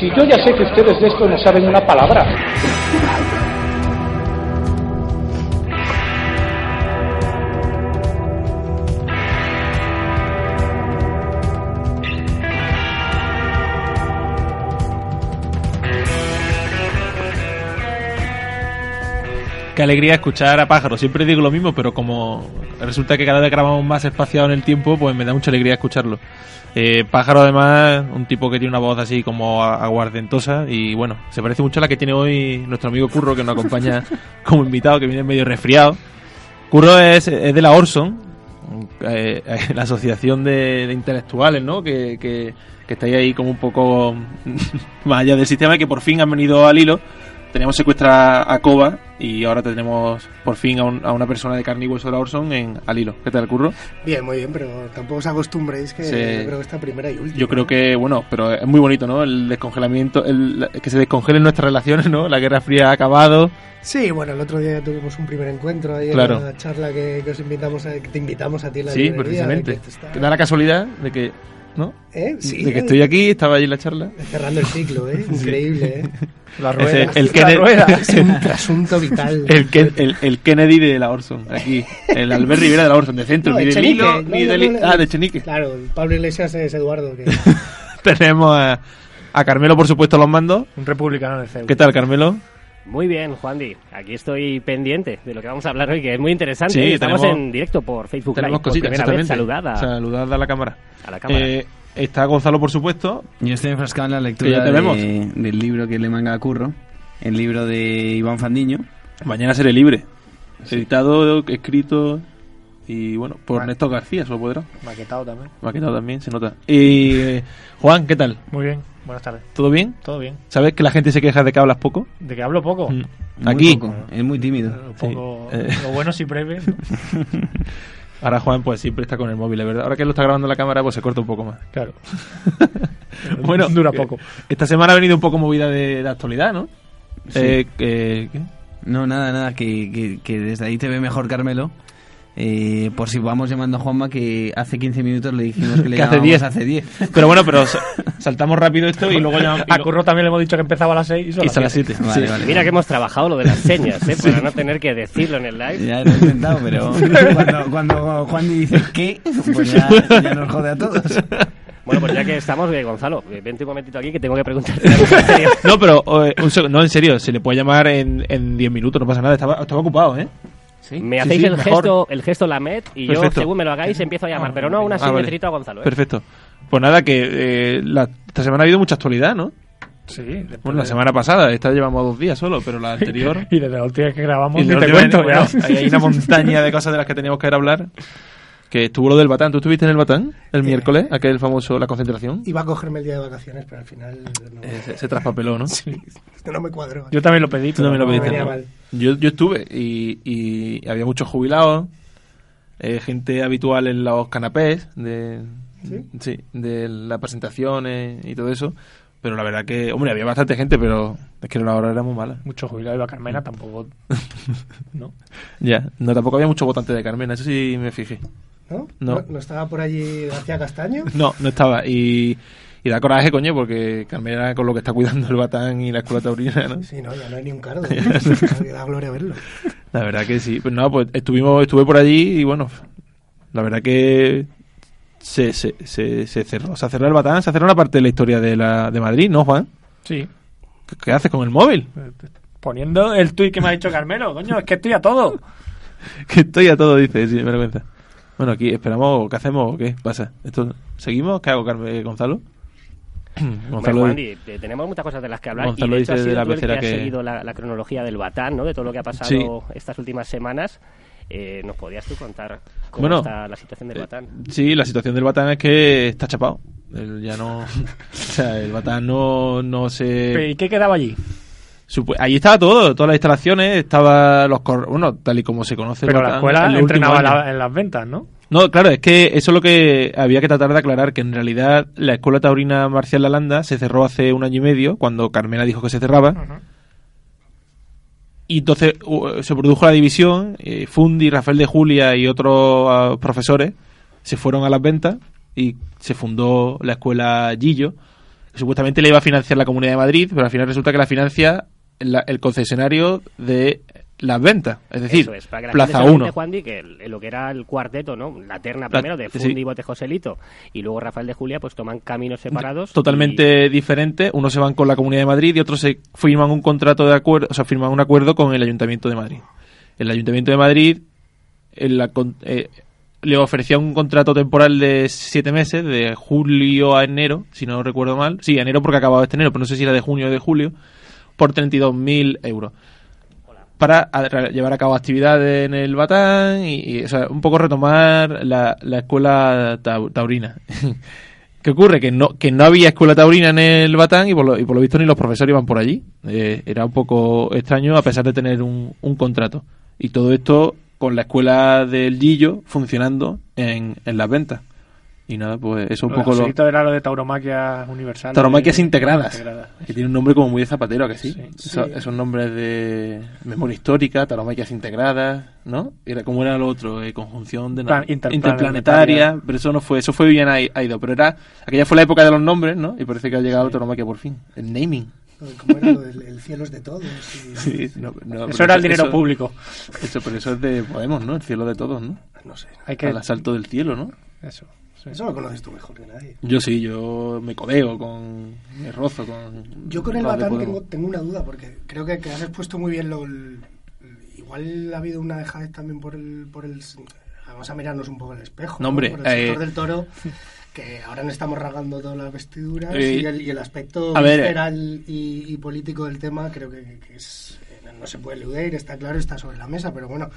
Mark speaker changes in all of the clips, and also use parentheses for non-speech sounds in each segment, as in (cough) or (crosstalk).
Speaker 1: Si yo ya sé que ustedes de esto no saben una palabra.
Speaker 2: Qué alegría escuchar a pájaros. Siempre digo lo mismo, pero como resulta que cada vez grabamos más espaciado en el tiempo, pues me da mucha alegría escucharlo. Eh, pájaro, además, un tipo que tiene una voz así como a- aguardentosa y bueno, se parece mucho a la que tiene hoy nuestro amigo Curro, que nos acompaña como invitado, que viene medio resfriado. Curro es, es de la Orson, eh, (laughs) eh, la asociación de, de intelectuales, ¿no? Que, que, que estáis ahí como un poco (laughs) más allá del sistema y que por fin han venido al hilo. Teníamos secuestrada a Coba y ahora tenemos por fin a, un- a una persona de carne y hueso de la Orson en al hilo. ¿Qué tal, Curro?
Speaker 3: Bien, muy bien, pero tampoco os acostumbréis que
Speaker 2: Sí.
Speaker 3: yo creo que esta primera y última.
Speaker 2: Yo creo que, bueno, pero es muy bonito, ¿no? El descongelamiento, el, la- que se descongelen nuestras relaciones, ¿no? La Guerra Fría ha acabado.
Speaker 3: Sí, bueno, el otro día tuvimos un primer encuentro ahí
Speaker 2: Claro.
Speaker 3: en la charla que, que os invitamos a, que te invitamos a ti en la
Speaker 2: sí,
Speaker 3: librería, de
Speaker 2: precisamente.
Speaker 3: que te está-
Speaker 2: Que da la casualidad de que, ¿no?
Speaker 3: ¿Eh? Sí,
Speaker 2: de que
Speaker 3: eh,
Speaker 2: estoy aquí, estaba allí en la charla.
Speaker 3: cerrando el ciclo,
Speaker 2: (laughs)
Speaker 3: ¿eh? Increíble, ¿eh?
Speaker 1: La
Speaker 2: Ese-
Speaker 1: rueda.
Speaker 2: el,
Speaker 3: La
Speaker 2: Kennedy, (laughs)
Speaker 3: rueda (laughs) es un trasunto vital.
Speaker 2: el, Ken- el- el Kennedy de la Orson, aquí. El Albert Rivera de la Orson, de centro,
Speaker 3: No,
Speaker 2: ni
Speaker 3: de
Speaker 2: de
Speaker 3: Chenique,
Speaker 2: Lilo,
Speaker 3: no,
Speaker 2: ni
Speaker 3: no,
Speaker 2: de
Speaker 3: no,
Speaker 2: Li-
Speaker 3: no,
Speaker 2: Ah,
Speaker 3: no.
Speaker 2: de Chenique.
Speaker 3: Claro, el Pablo Iglesias es Eduardo. Que...
Speaker 2: (laughs) Tenemos a, a Carmelo, por supuesto, a los mandos.
Speaker 1: Un republicano de Ceuta.
Speaker 2: ¿Qué tal, Carmelo?
Speaker 4: Muy bien, Juandi. Aquí estoy pendiente de lo que vamos a hablar hoy, que es muy interesante.
Speaker 2: Sí,
Speaker 4: Y estamos
Speaker 2: tenemos-
Speaker 4: en directo por Facebook
Speaker 2: Tenemos
Speaker 4: Live.
Speaker 2: cositas,
Speaker 4: por primera vez.
Speaker 2: exactamente.
Speaker 4: Saludad a,
Speaker 2: Saludad a la cámara.
Speaker 4: a la cámara.
Speaker 2: Eh, está Gonzalo, por supuesto.
Speaker 5: Yo estoy enfrascado en la
Speaker 2: Que ya
Speaker 5: lectura
Speaker 2: te vemos.
Speaker 5: de- del libro que le manga a Curro, el libro de Iván Fandiño.
Speaker 2: Mañana seré libre. Editado, escrito y bueno, por
Speaker 1: Vale.
Speaker 2: Néstor García, solo podrá.
Speaker 1: Maquetado también.
Speaker 2: Me ha quedado también, se nota. Eh, Juan, ¿qué tal?
Speaker 1: Muy bien, buenas tardes.
Speaker 2: ¿Todo bien?
Speaker 1: ¿Todo bien?
Speaker 2: ¿Sabes que la gente se queja de que hablas poco?
Speaker 1: ¿De que hablo poco?
Speaker 2: Mm.
Speaker 5: Muy
Speaker 2: Aquí.
Speaker 5: poco, es muy tímido.
Speaker 1: Un poco,
Speaker 2: Sí, eh.
Speaker 1: Lo bueno si breve. ¿no?
Speaker 2: (laughs) Ahora Juan pues siempre está con el móvil, es verdad. Ahora que lo está grabando la cámara pues se corta un poco más.
Speaker 1: Claro.
Speaker 2: (laughs) Bueno,
Speaker 1: Dura
Speaker 2: eh,
Speaker 1: poco.
Speaker 2: Esta semana ha venido un poco movida de, de actualidad, ¿no?
Speaker 5: Sí.
Speaker 2: Eh, eh, ¿qué?
Speaker 5: No, nada, nada, que, que- que desde ahí te ve mejor Carmelo. Eh, por si vamos llamando a Juanma, que hace 15 minutos le dijimos que le
Speaker 2: (laughs) Que hace
Speaker 5: llamábamos
Speaker 2: 10.
Speaker 5: hace 10.
Speaker 2: Pero
Speaker 5: (laughs)
Speaker 2: bueno, pero sa- saltamos rápido esto y luego ya...
Speaker 1: A Curro también le hemos dicho que empezaba a las 6 y son
Speaker 2: Y son las
Speaker 1: las 7.
Speaker 2: 7.
Speaker 5: Vale, vale.
Speaker 4: Mira que hemos trabajado lo de las
Speaker 5: (laughs)
Speaker 4: señas, ¿eh? para no tener que decirlo en el live.
Speaker 5: Ya lo he intentado,
Speaker 4: (laughs)
Speaker 5: pero cuando, cuando Juan dice que, pues ya, ya nos jode a todos.
Speaker 4: Bueno, pues ya que estamos, eh, Gonzalo, eh, vente un momentito aquí que tengo que preguntarte algo
Speaker 5: (laughs)
Speaker 4: en serio.
Speaker 2: No, pero eh, un seg- no, en serio, se le puede llamar en en 10 minutos, no pasa nada. Estaba, estaba ocupado, ¿eh?
Speaker 4: Me
Speaker 2: Sí,
Speaker 4: hacéis
Speaker 2: sí,
Speaker 4: el,
Speaker 2: mejor.
Speaker 4: gesto, el gesto Lamet y
Speaker 2: Perfecto.
Speaker 4: yo, según me lo hagáis, empiezo a llamar. Pero no, aún así
Speaker 2: Ah, vale.
Speaker 4: me trito a Gonzalo. ¿eh?
Speaker 2: Perfecto. Pues nada, que eh, la- esta semana ha habido mucha actualidad, ¿no?
Speaker 1: Sí. después
Speaker 2: Bueno, la
Speaker 1: de-
Speaker 2: semana pasada, esta llevamos dos días solo, pero la anterior...
Speaker 1: (laughs) Y desde la última vez que grabamos,
Speaker 2: Y
Speaker 1: ni (laughs)
Speaker 2: la
Speaker 1: te
Speaker 2: última vez,
Speaker 1: cuento.
Speaker 2: bueno,
Speaker 1: ya.
Speaker 2: ahí hay una montaña de cosas de las que teníamos que ir a hablar. Que estuvo lo del Batán. ¿Tú estuviste en el Batán
Speaker 1: Eh.
Speaker 2: el miércoles? Aquel famoso, la concentración.
Speaker 3: Iba a cogerme el día de vacaciones, pero al final no,
Speaker 2: Eh, se, se traspapeló, ¿no?
Speaker 3: esto no me cuadró.
Speaker 1: Yo también lo pedí.
Speaker 2: Tú también lo
Speaker 1: pero no
Speaker 2: pediste,
Speaker 3: venía
Speaker 2: ¿no?
Speaker 3: mal.
Speaker 2: Yo, yo estuve y, y había muchos jubilados, eh, gente habitual en los canapés de,
Speaker 3: ¿Sí?
Speaker 2: de las presentaciones y todo eso. Pero la verdad que, hombre, había bastante gente, pero es que la hora era muy mala.
Speaker 1: Mucho jubilado iba a Carmena, tampoco. (laughs) ¿No?
Speaker 2: (laughs) Ya, no, tampoco había mucho votante de Carmen, eso sí me fijé.
Speaker 3: ¿No?
Speaker 2: No.
Speaker 3: ¿No, no estaba por allí García Castaño?
Speaker 2: No, no estaba. Y, y da coraje, coño, porque Carmela con lo que está cuidando el batán y la escuela taurina, ¿no?
Speaker 3: Sí, no, ya no hay ni un
Speaker 2: (laughs)
Speaker 3: cardo. ¿no? da gloria verlo.
Speaker 2: La verdad que sí. Pero no, pues estuvimos, estuve por allí y bueno, la verdad que se, se, se, se cerró. Se cerró el batán, se cerró una parte de la historia de, la, de Madrid, ¿no, Juan?
Speaker 1: Sí.
Speaker 2: ¿Qué, qué haces con el móvil? (laughs)
Speaker 1: Poniendo el tuit que me ha dicho Carmelo, coño, es que estoy a
Speaker 2: (laughs)
Speaker 1: todo.
Speaker 2: Que estoy a todo, dice, sin vergüenza. Bueno, aquí esperamos, ¿qué hacemos o qué pasa? ¿Esto, ¿Seguimos? ¿Qué hago, Carmen, Gonzalo? (clears throat)
Speaker 4: Hombre,
Speaker 2: Gonzalo, eh,
Speaker 4: Juandi, te- tenemos muchas cosas de las que hablar
Speaker 2: Gonzalo
Speaker 4: y de hecho
Speaker 2: dice
Speaker 4: has
Speaker 2: de
Speaker 4: sido
Speaker 2: la
Speaker 4: tú el que
Speaker 2: pecera
Speaker 4: has
Speaker 2: que-
Speaker 4: seguido la, la cronología del Batán, ¿no? De todo lo que ha pasado
Speaker 2: Sí.
Speaker 4: estas últimas semanas. Eh, ¿Nos podías tú contar cómo
Speaker 2: Bueno, eh,
Speaker 4: está la situación del Batán?
Speaker 2: Sí, la situación del Batán es que está chapado. El ya no. (laughs) o sea, el Batán no, no
Speaker 1: Pero,
Speaker 2: se.
Speaker 1: ¿Y qué quedaba allí?
Speaker 2: supu- Ahí estaba todo, todas las instalaciones, estaba los cor- bueno, tal y como se conoce. el
Speaker 1: Pero la
Speaker 2: Batán,
Speaker 1: escuela
Speaker 2: en los
Speaker 1: entrenaba
Speaker 2: últimos años.
Speaker 1: la- en las ventas, ¿no?
Speaker 2: No, claro, es que eso es lo que había que tratar de aclarar, que en realidad la escuela taurina Marcial Lalanda se cerró hace un año y medio, cuando Carmela dijo que se cerraba. Y entonces u- se produjo la división, eh, Fundi, Rafael de Julia y otros ah, profesores se fueron a las ventas y se fundó la escuela Gillo. que Supuestamente le iba a financiar la Comunidad de Madrid, pero al final resulta que la financia la- el concesionario de las ventas, es decir,
Speaker 4: Eso es, para que la gente
Speaker 2: Plaza
Speaker 4: se acuerde,
Speaker 2: 1.
Speaker 4: Juan Di, que el- lo que era el cuarteto, ¿no? La terna
Speaker 2: La-
Speaker 4: primero de
Speaker 2: sí.
Speaker 4: Fundi, Bote, Joselito y luego Rafael de Julia, pues toman caminos separados.
Speaker 2: totalmente diferentes. Unos se van con la Comunidad de Madrid y otros se firman un contrato de acuerdo, o sea, firman un acuerdo con el Ayuntamiento de Madrid. El Ayuntamiento de Madrid en la con- eh, le ofrecía un contrato temporal de siete meses, de julio a enero, si no recuerdo mal. Sí, a enero porque acababa este enero, pero no sé si era de junio o de julio, por 32.000 euros. Para a- re- llevar a cabo actividades en el Batán y, y, o sea, un poco retomar la, la escuela tau- taurina. (laughs) ¿Qué ocurre? Que no, que no había escuela taurina en el Batán y por lo, y por lo visto ni los profesores iban por allí. Eh, era un poco extraño a pesar de tener un, un contrato. Y todo esto con la escuela del Gillo funcionando en, en las ventas. Y nada, pues eso un
Speaker 1: Lo de
Speaker 2: poco lo...
Speaker 1: Joselito era lo de tauromaquias universales.
Speaker 2: Tauromaquias integradas.
Speaker 1: Integradas.
Speaker 2: Que tiene un nombre como muy de zapatero, ¿a que sí?
Speaker 1: Sí.
Speaker 2: Eso- Esos nombres de memoria histórica, tauromaquias integradas, ¿no? Era como era lo otro, eh, conjunción de
Speaker 1: Plan-
Speaker 2: na-
Speaker 1: interplanetaria.
Speaker 2: interplanetaria, pero eso no fue, eso fue bien ai- aido, pero era aquella fue la época de los nombres, ¿no? Y parece que ha llegado la tauromaquia por fin, el naming.
Speaker 3: Como era lo del el cielo es de todos. y-
Speaker 2: Sí, no, no,
Speaker 1: Eso
Speaker 2: pero
Speaker 1: era el dinero
Speaker 2: eso-
Speaker 1: público.
Speaker 2: Eso, pero eso es de Podemos, ¿no? El cielo de todos, ¿no?
Speaker 3: No sé.
Speaker 1: Hay que...
Speaker 2: Al asalto del cielo, ¿no?
Speaker 1: Eso. sí.
Speaker 3: Eso lo conoces tú mejor que nadie.
Speaker 2: Yo sí, yo me codeo con, me rozo con...
Speaker 3: Yo con el
Speaker 2: los de
Speaker 3: Batán
Speaker 2: Podemos.
Speaker 3: tengo, tengo una duda, porque creo que, que has expuesto muy bien lo... el- igual ha habido una dejadez también por el, por el... Vamos a mirarnos un poco al espejo.
Speaker 2: No, hombre,
Speaker 3: Por el sector
Speaker 2: eh,
Speaker 3: del
Speaker 2: (laughs)
Speaker 3: toro, que ahora nos estamos rasgando todas las vestiduras
Speaker 2: Eh,
Speaker 3: y, el, y el aspecto
Speaker 2: a ver, eh.
Speaker 3: visceral y, y político del tema creo que, que es... eh, No se puede eludir, está claro, está sobre la mesa, pero bueno...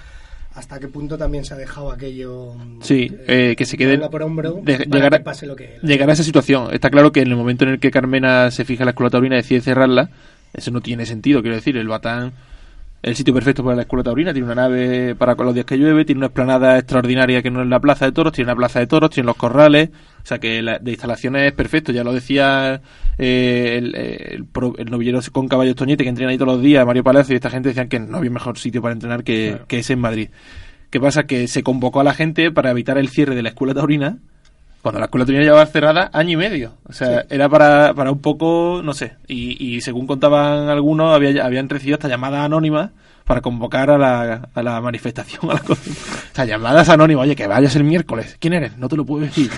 Speaker 3: ¿Hasta qué punto también se ha dejado aquello...
Speaker 2: Sí, eh, que se quede.
Speaker 3: manga por hombro para
Speaker 2: de- llegar,
Speaker 3: que
Speaker 2: a-
Speaker 3: pase lo que...
Speaker 2: llegar a esa situación. Está claro que en el momento en el que Carmena se fija en la escuela taurina y decide cerrarla, eso no tiene sentido. Quiero decir, el Batán es el sitio perfecto para la escuela taurina. Tiene una nave para con los días que llueve, tiene una explanada extraordinaria que no es la plaza de toros, tiene una plaza de toros, tiene los corrales. O sea que la- de instalaciones es perfecto. Ya lo decía eh, el, el pro- el novillero con caballos Toñete que entrena ahí todos los días, Mario Palacio y esta gente decían que no había mejor sitio para entrenar que, que ese en Madrid. ¿Qué pasa? Que se convocó a la gente para evitar el cierre de la escuela taurina, cuando la escuela taurina llevaba cerrada año y medio. O sea, era para, para un poco, no sé. Y, y según contaban algunos, había, habían recibido hasta llamadas anónimas para convocar a la, a la manifestación. (laughs) A la cosa. o sea, llamadas anónimas. Oye, que vayas el miércoles. ¿Quién eres? No te lo puedo (laughs) decir.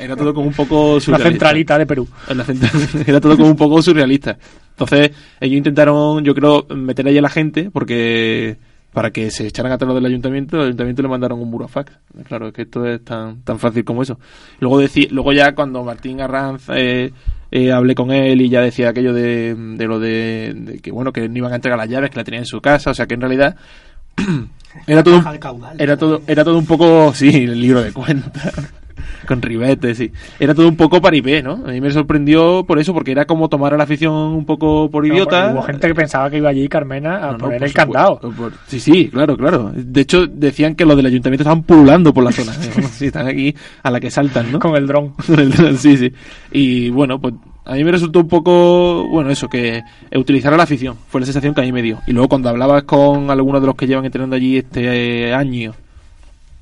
Speaker 2: Era todo como un poco
Speaker 1: Una
Speaker 2: surrealista.
Speaker 1: centralita de Perú.
Speaker 2: En la central. (laughs) Era todo como un poco surrealista. Entonces, ellos intentaron, yo creo, meter ahí a la gente porque para que se echaran atrás los del ayuntamiento, el ayuntamiento le mandaron un burofax. Claro, es que esto es tan, tan fácil como eso. Luego deci- luego ya cuando Martín Arranz eh, eh, hablé con él y ya decía aquello de, de lo de, de que bueno, que no iban a entregar las llaves, que la tenían en su casa, o sea que en realidad (clears throat) era todo un-
Speaker 3: Baja de caudal.
Speaker 2: era todo, era todo un poco, sí, el libro de cuentas. (laughs) Con ribetes, sí. Era todo un poco paripé, ¿no? A mí me sorprendió por eso, porque era como tomar a la afición un poco por
Speaker 1: No,
Speaker 2: idiota.
Speaker 1: porque Hubo gente que pensaba que iba allí Carmena a
Speaker 2: No, no,
Speaker 1: poner
Speaker 2: por
Speaker 1: el
Speaker 2: supuesto.
Speaker 1: candado.
Speaker 2: Por- sí, sí, claro, claro. De hecho, decían que los del ayuntamiento estaban pululando por la zona. ¿eh?
Speaker 1: (laughs)
Speaker 2: sí, están aquí a la que saltan, ¿no?
Speaker 1: Con el
Speaker 2: (laughs)
Speaker 1: dron.
Speaker 2: sí, sí. Y bueno, pues a mí me resultó un poco, bueno, eso, que utilizar a la afición. Fue la sensación que a mí me dio. Y luego cuando hablabas con algunos de los que llevan entrenando allí este eh, año,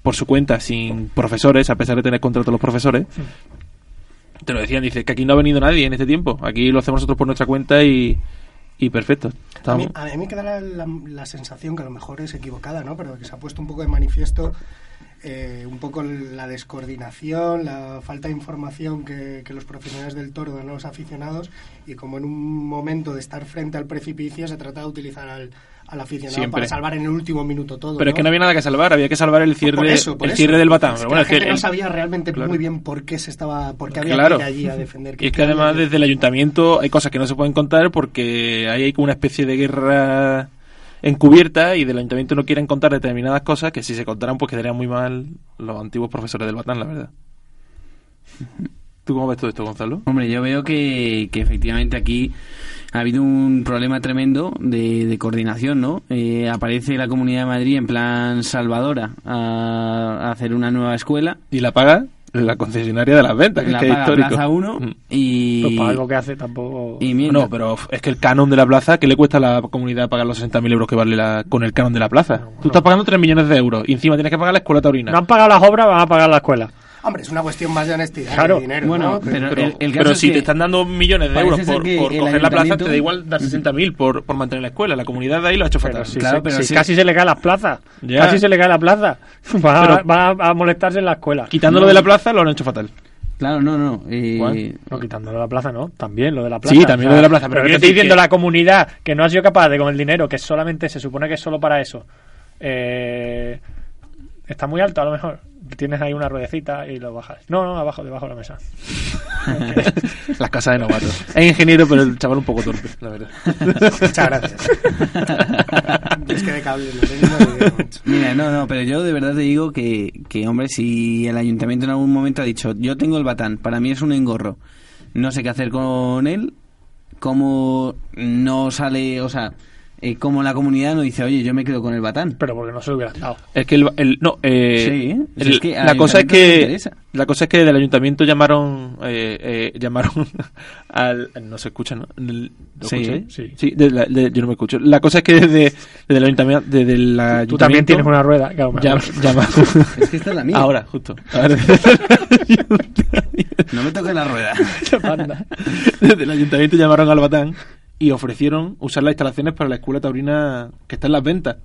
Speaker 2: por su cuenta, sin profesores, a pesar de tener contrato los profesores, te lo decían, dices que aquí no ha venido nadie en este tiempo. Aquí lo hacemos nosotros por nuestra cuenta y, y perfecto.
Speaker 3: A mí,
Speaker 2: Estamos-
Speaker 3: a mí me queda la, la- la sensación que a lo mejor es equivocada, ¿no? Pero que se ha puesto un poco de manifiesto eh, un poco la descoordinación, la falta de información que, que los profesionales del toro dan a los aficionados y como en un momento de estar frente al precipicio se trata de utilizar al, al aficionado
Speaker 2: Siempre.
Speaker 3: para salvar en el último minuto todo.
Speaker 2: Pero es que no había nada que salvar, había que salvar el
Speaker 3: Pues
Speaker 2: cierre,
Speaker 3: por eso, por
Speaker 2: el
Speaker 3: eso.
Speaker 2: cierre del batán.
Speaker 3: Es
Speaker 2: Pero
Speaker 3: que
Speaker 2: bueno,
Speaker 3: la
Speaker 2: es que
Speaker 3: gente no
Speaker 2: el-
Speaker 3: sabía realmente
Speaker 2: Claro.
Speaker 3: muy bien por qué se estaba, por qué había
Speaker 2: Claro.
Speaker 3: que ir allí a defender.
Speaker 2: Y es que además desde el ayuntamiento hay cosas que no se pueden contar porque ahí hay como una especie de guerra encubierta y del ayuntamiento no quieren contar determinadas cosas que si se contaran pues quedarían muy mal los antiguos profesores del Batán, la verdad. ¿Tú cómo ves todo esto, Gonzalo?
Speaker 5: Hombre, yo veo que, que efectivamente aquí ha habido un problema tremendo de, de coordinación, ¿no? Eh, aparece la Comunidad de Madrid en plan salvadora a, a hacer una nueva escuela.
Speaker 2: Y la paga la concesionaria de las ventas, que
Speaker 5: La
Speaker 2: es que es
Speaker 5: paga
Speaker 2: histórico.
Speaker 5: Plaza 1
Speaker 2: Mm.
Speaker 1: Pues
Speaker 5: y...
Speaker 1: para algo que hace tampoco.
Speaker 5: y mira,
Speaker 2: No, pero es que el canon de la plaza, ¿qué le cuesta a la comunidad pagar los 60.000 euros que vale la, con el canon de la plaza? Tú estás pagando 3 millones de euros y encima tienes que pagar la escuela taurina.
Speaker 1: No han pagado las obras, van a pagar la escuela.
Speaker 3: Hombre, es una cuestión más de honestidad
Speaker 1: Claro.
Speaker 3: que de dinero,
Speaker 5: Bueno,
Speaker 3: ¿no?
Speaker 5: pero-
Speaker 2: pero
Speaker 5: el- el
Speaker 2: pero
Speaker 5: caso es
Speaker 2: si
Speaker 5: que
Speaker 2: te están dando millones de
Speaker 5: parece
Speaker 2: euros
Speaker 5: ser
Speaker 2: por,
Speaker 5: que
Speaker 2: por
Speaker 5: el
Speaker 2: coger la plaza,
Speaker 5: ayuntamiento-
Speaker 2: te da igual dar 60.000 por, por mantener la escuela. La comunidad de ahí lo ha hecho fatal.
Speaker 1: Pero si,
Speaker 5: Claro,
Speaker 1: se-
Speaker 5: pero
Speaker 1: si
Speaker 5: sí.
Speaker 1: casi se le cae las plazas.
Speaker 2: Ya.
Speaker 1: Casi se le cae la plaza. (laughs) Va, a-
Speaker 2: Pero-
Speaker 1: va a, a molestarse en la escuela.
Speaker 2: Quitándolo de la plaza, lo han hecho fatal.
Speaker 5: claro, no, no. eh, (laughs)
Speaker 2: ¿Cuál?
Speaker 1: No, quitándolo de la plaza, no. También lo de la plaza.
Speaker 2: Sí, también lo de la plaza, pero
Speaker 1: Pero,
Speaker 2: quiero
Speaker 1: te estoy
Speaker 2: decir
Speaker 1: diciendo
Speaker 2: que-
Speaker 1: la comunidad que no ha sido capaz de con el dinero, que solamente se supone que es solo para eso. Eh, está muy alto, a lo mejor. Tienes ahí una ruedecita y lo bajas. No, no, abajo, debajo de la mesa.
Speaker 2: Las casas de novatos. Es ingeniero, pero el chaval un poco torpe, la verdad.
Speaker 1: Muchas gracias.
Speaker 3: (laughs)
Speaker 2: (laughs)
Speaker 3: Es que de cable no tengo ni idea, macho.
Speaker 5: Mira, no, no, pero yo de verdad te digo que, que, hombre, si el ayuntamiento en algún momento ha dicho, yo tengo el batán, para mí es un engorro, no sé qué hacer con él, cómo no sale, o sea, eh, cómo la comunidad no dice, oye, yo me quedo con el batán.
Speaker 1: Pero porque no se lo hubieran dado.
Speaker 2: Es que el, el- no, eh,
Speaker 5: Sí, ¿eh?
Speaker 2: el-
Speaker 5: Si es que al
Speaker 2: la cosa es
Speaker 5: ayuntamiento no le
Speaker 2: que
Speaker 5: interesa.
Speaker 2: la cosa es que del ayuntamiento llamaron eh, eh, llamaron (laughs) al no se escucha, ¿no? El- ¿Lo
Speaker 5: Sí,
Speaker 2: escucháis?
Speaker 1: sí.
Speaker 2: de la- de- yo no me escucho. La cosa es que desde, desde el ayuntamiento desde el
Speaker 1: Tú también tienes una rueda. que a lo mejor-
Speaker 2: llam- llamaron
Speaker 5: (laughs) Es que esta es la mía.
Speaker 2: ahora
Speaker 5: (laughs)
Speaker 2: justo. Ahora, desde el ayuntamiento-
Speaker 5: No me toques la
Speaker 2: (laughs)
Speaker 5: rueda.
Speaker 1: Anda.
Speaker 2: desde el ayuntamiento llamaron al Batán y ofrecieron usar las instalaciones para la escuela taurina que está en las ventas.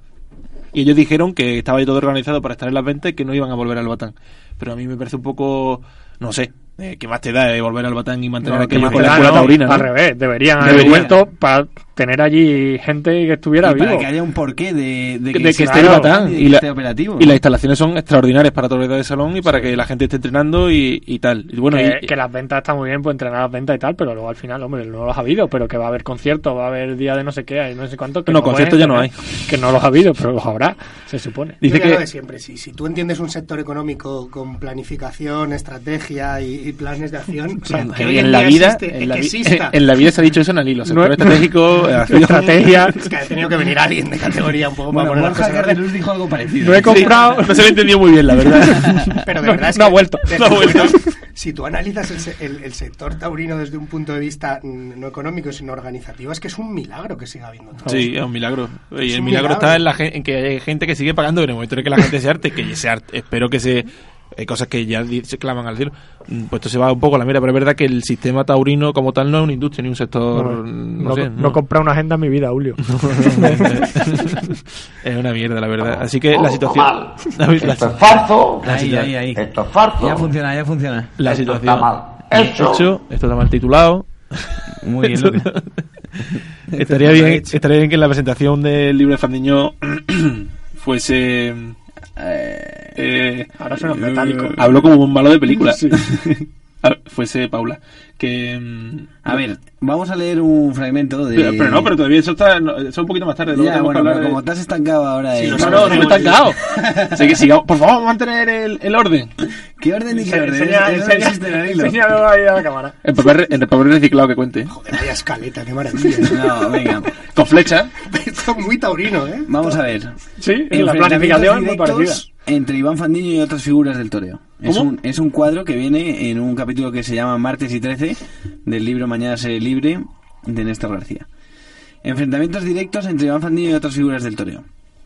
Speaker 2: Y ellos dijeron que estaba ya todo organizado para estar en las ventas y que no iban a volver al Batán. Pero a mí me parece un poco, no sé, eh, ¿qué más te da de volver al Batán y mantener
Speaker 1: No, que
Speaker 2: aquello
Speaker 1: más
Speaker 2: con
Speaker 1: te
Speaker 2: la
Speaker 1: da,
Speaker 2: escuela
Speaker 1: no,
Speaker 2: taurina? ¿no?
Speaker 1: Al revés, deberían haber
Speaker 2: Deberían.
Speaker 1: vuelto para tener allí gente que estuviera
Speaker 5: Y para
Speaker 1: vivo.
Speaker 5: que haya un porqué de, de
Speaker 2: De
Speaker 5: que,
Speaker 2: que
Speaker 5: se
Speaker 2: esté el
Speaker 5: haga
Speaker 2: Batán
Speaker 5: y de
Speaker 2: y,
Speaker 5: que
Speaker 2: la-
Speaker 5: esté operativo.
Speaker 2: y las instalaciones son extraordinarias para toda edad de salón y para que la gente esté entrenando y, y tal. Y bueno,
Speaker 1: que,
Speaker 2: y-
Speaker 1: que las ventas están muy bien, pues entrenar las ventas y tal, pero luego al final, hombre, no los ha habido, pero que va a haber conciertos, va a haber día de no sé qué, y no sé cuánto. Que
Speaker 2: No, conciertos
Speaker 1: puedes
Speaker 2: ya no hay.
Speaker 1: tener, Que no los ha habido, pero los habrá, se supone.
Speaker 2: dice
Speaker 3: Yo ya
Speaker 2: que
Speaker 3: lo de siempre, si, si tú entiendes un sector económico con planificación, estrategia y, y planes de
Speaker 2: (laughs)
Speaker 3: acción, o sea, que
Speaker 2: que
Speaker 3: hoy
Speaker 2: en
Speaker 3: en
Speaker 2: la
Speaker 3: día
Speaker 2: vida
Speaker 3: existe,
Speaker 2: en la,
Speaker 3: que
Speaker 2: vi-
Speaker 3: exista.
Speaker 2: (laughs) en la vida se ha
Speaker 3: (laughs)
Speaker 2: dicho eso en
Speaker 1: (laughs)
Speaker 2: el hilo. Sector
Speaker 1: No-
Speaker 2: estratégico, acción-
Speaker 1: Estrategia.
Speaker 3: Es que ha tenido que venir alguien de categoría un poco
Speaker 5: Bueno,
Speaker 3: para poner las
Speaker 5: Borja
Speaker 3: cosas en orden.
Speaker 5: Cardeluz dijo algo parecido.
Speaker 1: No he comprado.
Speaker 5: (laughs)
Speaker 2: No se lo he entendido muy bien, la verdad.
Speaker 3: (laughs) Pero de
Speaker 1: No,
Speaker 3: verdad es
Speaker 1: no
Speaker 3: que
Speaker 1: ha vuelto,
Speaker 3: desde
Speaker 2: no ha vuelto.
Speaker 3: fuera, Si tú analizas el, se- el- el sector taurino desde un punto de vista mm, no económico, sino organizativo, es que es un milagro que siga habiendo. todo.
Speaker 2: Sí, es un milagro. Y
Speaker 3: Es
Speaker 2: el
Speaker 3: un
Speaker 2: milagro
Speaker 3: milagro.
Speaker 2: está en, la, gen- en que hay gente que sigue pagando en el momento en el que la gente se arte, que se arte. Espero que se... Hay cosas que ya di- se claman al cielo. Mm, Pues esto se va un poco a la mierda, pero es verdad que el sistema taurino como tal no es una industria ni un sector... No,
Speaker 1: No,
Speaker 2: sé,
Speaker 1: no he comprado una agenda en mi vida,
Speaker 2: (laughs)
Speaker 1: Julio.
Speaker 2: es una mierda, la verdad. Así que la situación... (laughs) La, la-
Speaker 6: Esto es falso.
Speaker 5: Ahí, ahí, ahí.
Speaker 6: Esto es falso.
Speaker 5: Ya funciona, ya funciona.
Speaker 2: la
Speaker 6: Esto
Speaker 2: situación...
Speaker 6: está mal hecho.
Speaker 2: Hecho, Esto está mal titulado.
Speaker 5: Muy bien, Lucas.
Speaker 2: (laughs) Estaría bien, estaría bien que en la presentación del libro de Fandiño (clears throat) fuese. eh,
Speaker 1: Ahora suena metálico.
Speaker 2: Habló como un malo de película. (laughs) Ah, fuese Paula. Que. mm,
Speaker 5: A ver, vamos a leer un fragmento de...
Speaker 2: Pero, pero no, pero todavía eso está. no, eso un poquito más tarde. luego
Speaker 5: Ya,
Speaker 2: tenemos que
Speaker 5: bueno,
Speaker 2: hablar
Speaker 5: pero
Speaker 2: de-
Speaker 5: como te has estancado ahora...
Speaker 3: Sí,
Speaker 5: eh,
Speaker 3: lo
Speaker 2: No, no, no me he
Speaker 3: Estamos-
Speaker 2: estancado.
Speaker 5: (laughs)
Speaker 2: (laughs) Así que sigamos. Por favor, vamos a mantener el, el orden.
Speaker 5: ¿Qué orden y qué orden?
Speaker 1: Enseña-
Speaker 5: Eso
Speaker 1: enseña-
Speaker 5: eh, existe en el hilo.
Speaker 1: enséñalo ahí a la cámara.
Speaker 2: En papel, re- en papel reciclado que cuente.
Speaker 3: Joder, vaya escaleta, qué maravilla. ¿no?
Speaker 5: (laughs) No, venga.
Speaker 2: Con flecha.
Speaker 3: Esto es muy taurino, ¿eh?
Speaker 5: Vamos a ver.
Speaker 1: Sí, la planificación es muy parecida.
Speaker 5: Enfrentamientos entre Iván Fandiño y otras figuras del toreo. Es
Speaker 2: ¿Cómo?
Speaker 5: un, es un cuadro que viene en un capítulo que se llama Martes y 13 del libro Mañana seré libre de Néstor García. Enfrentamientos directos entre Iván Fandiño y otras figuras del toreo.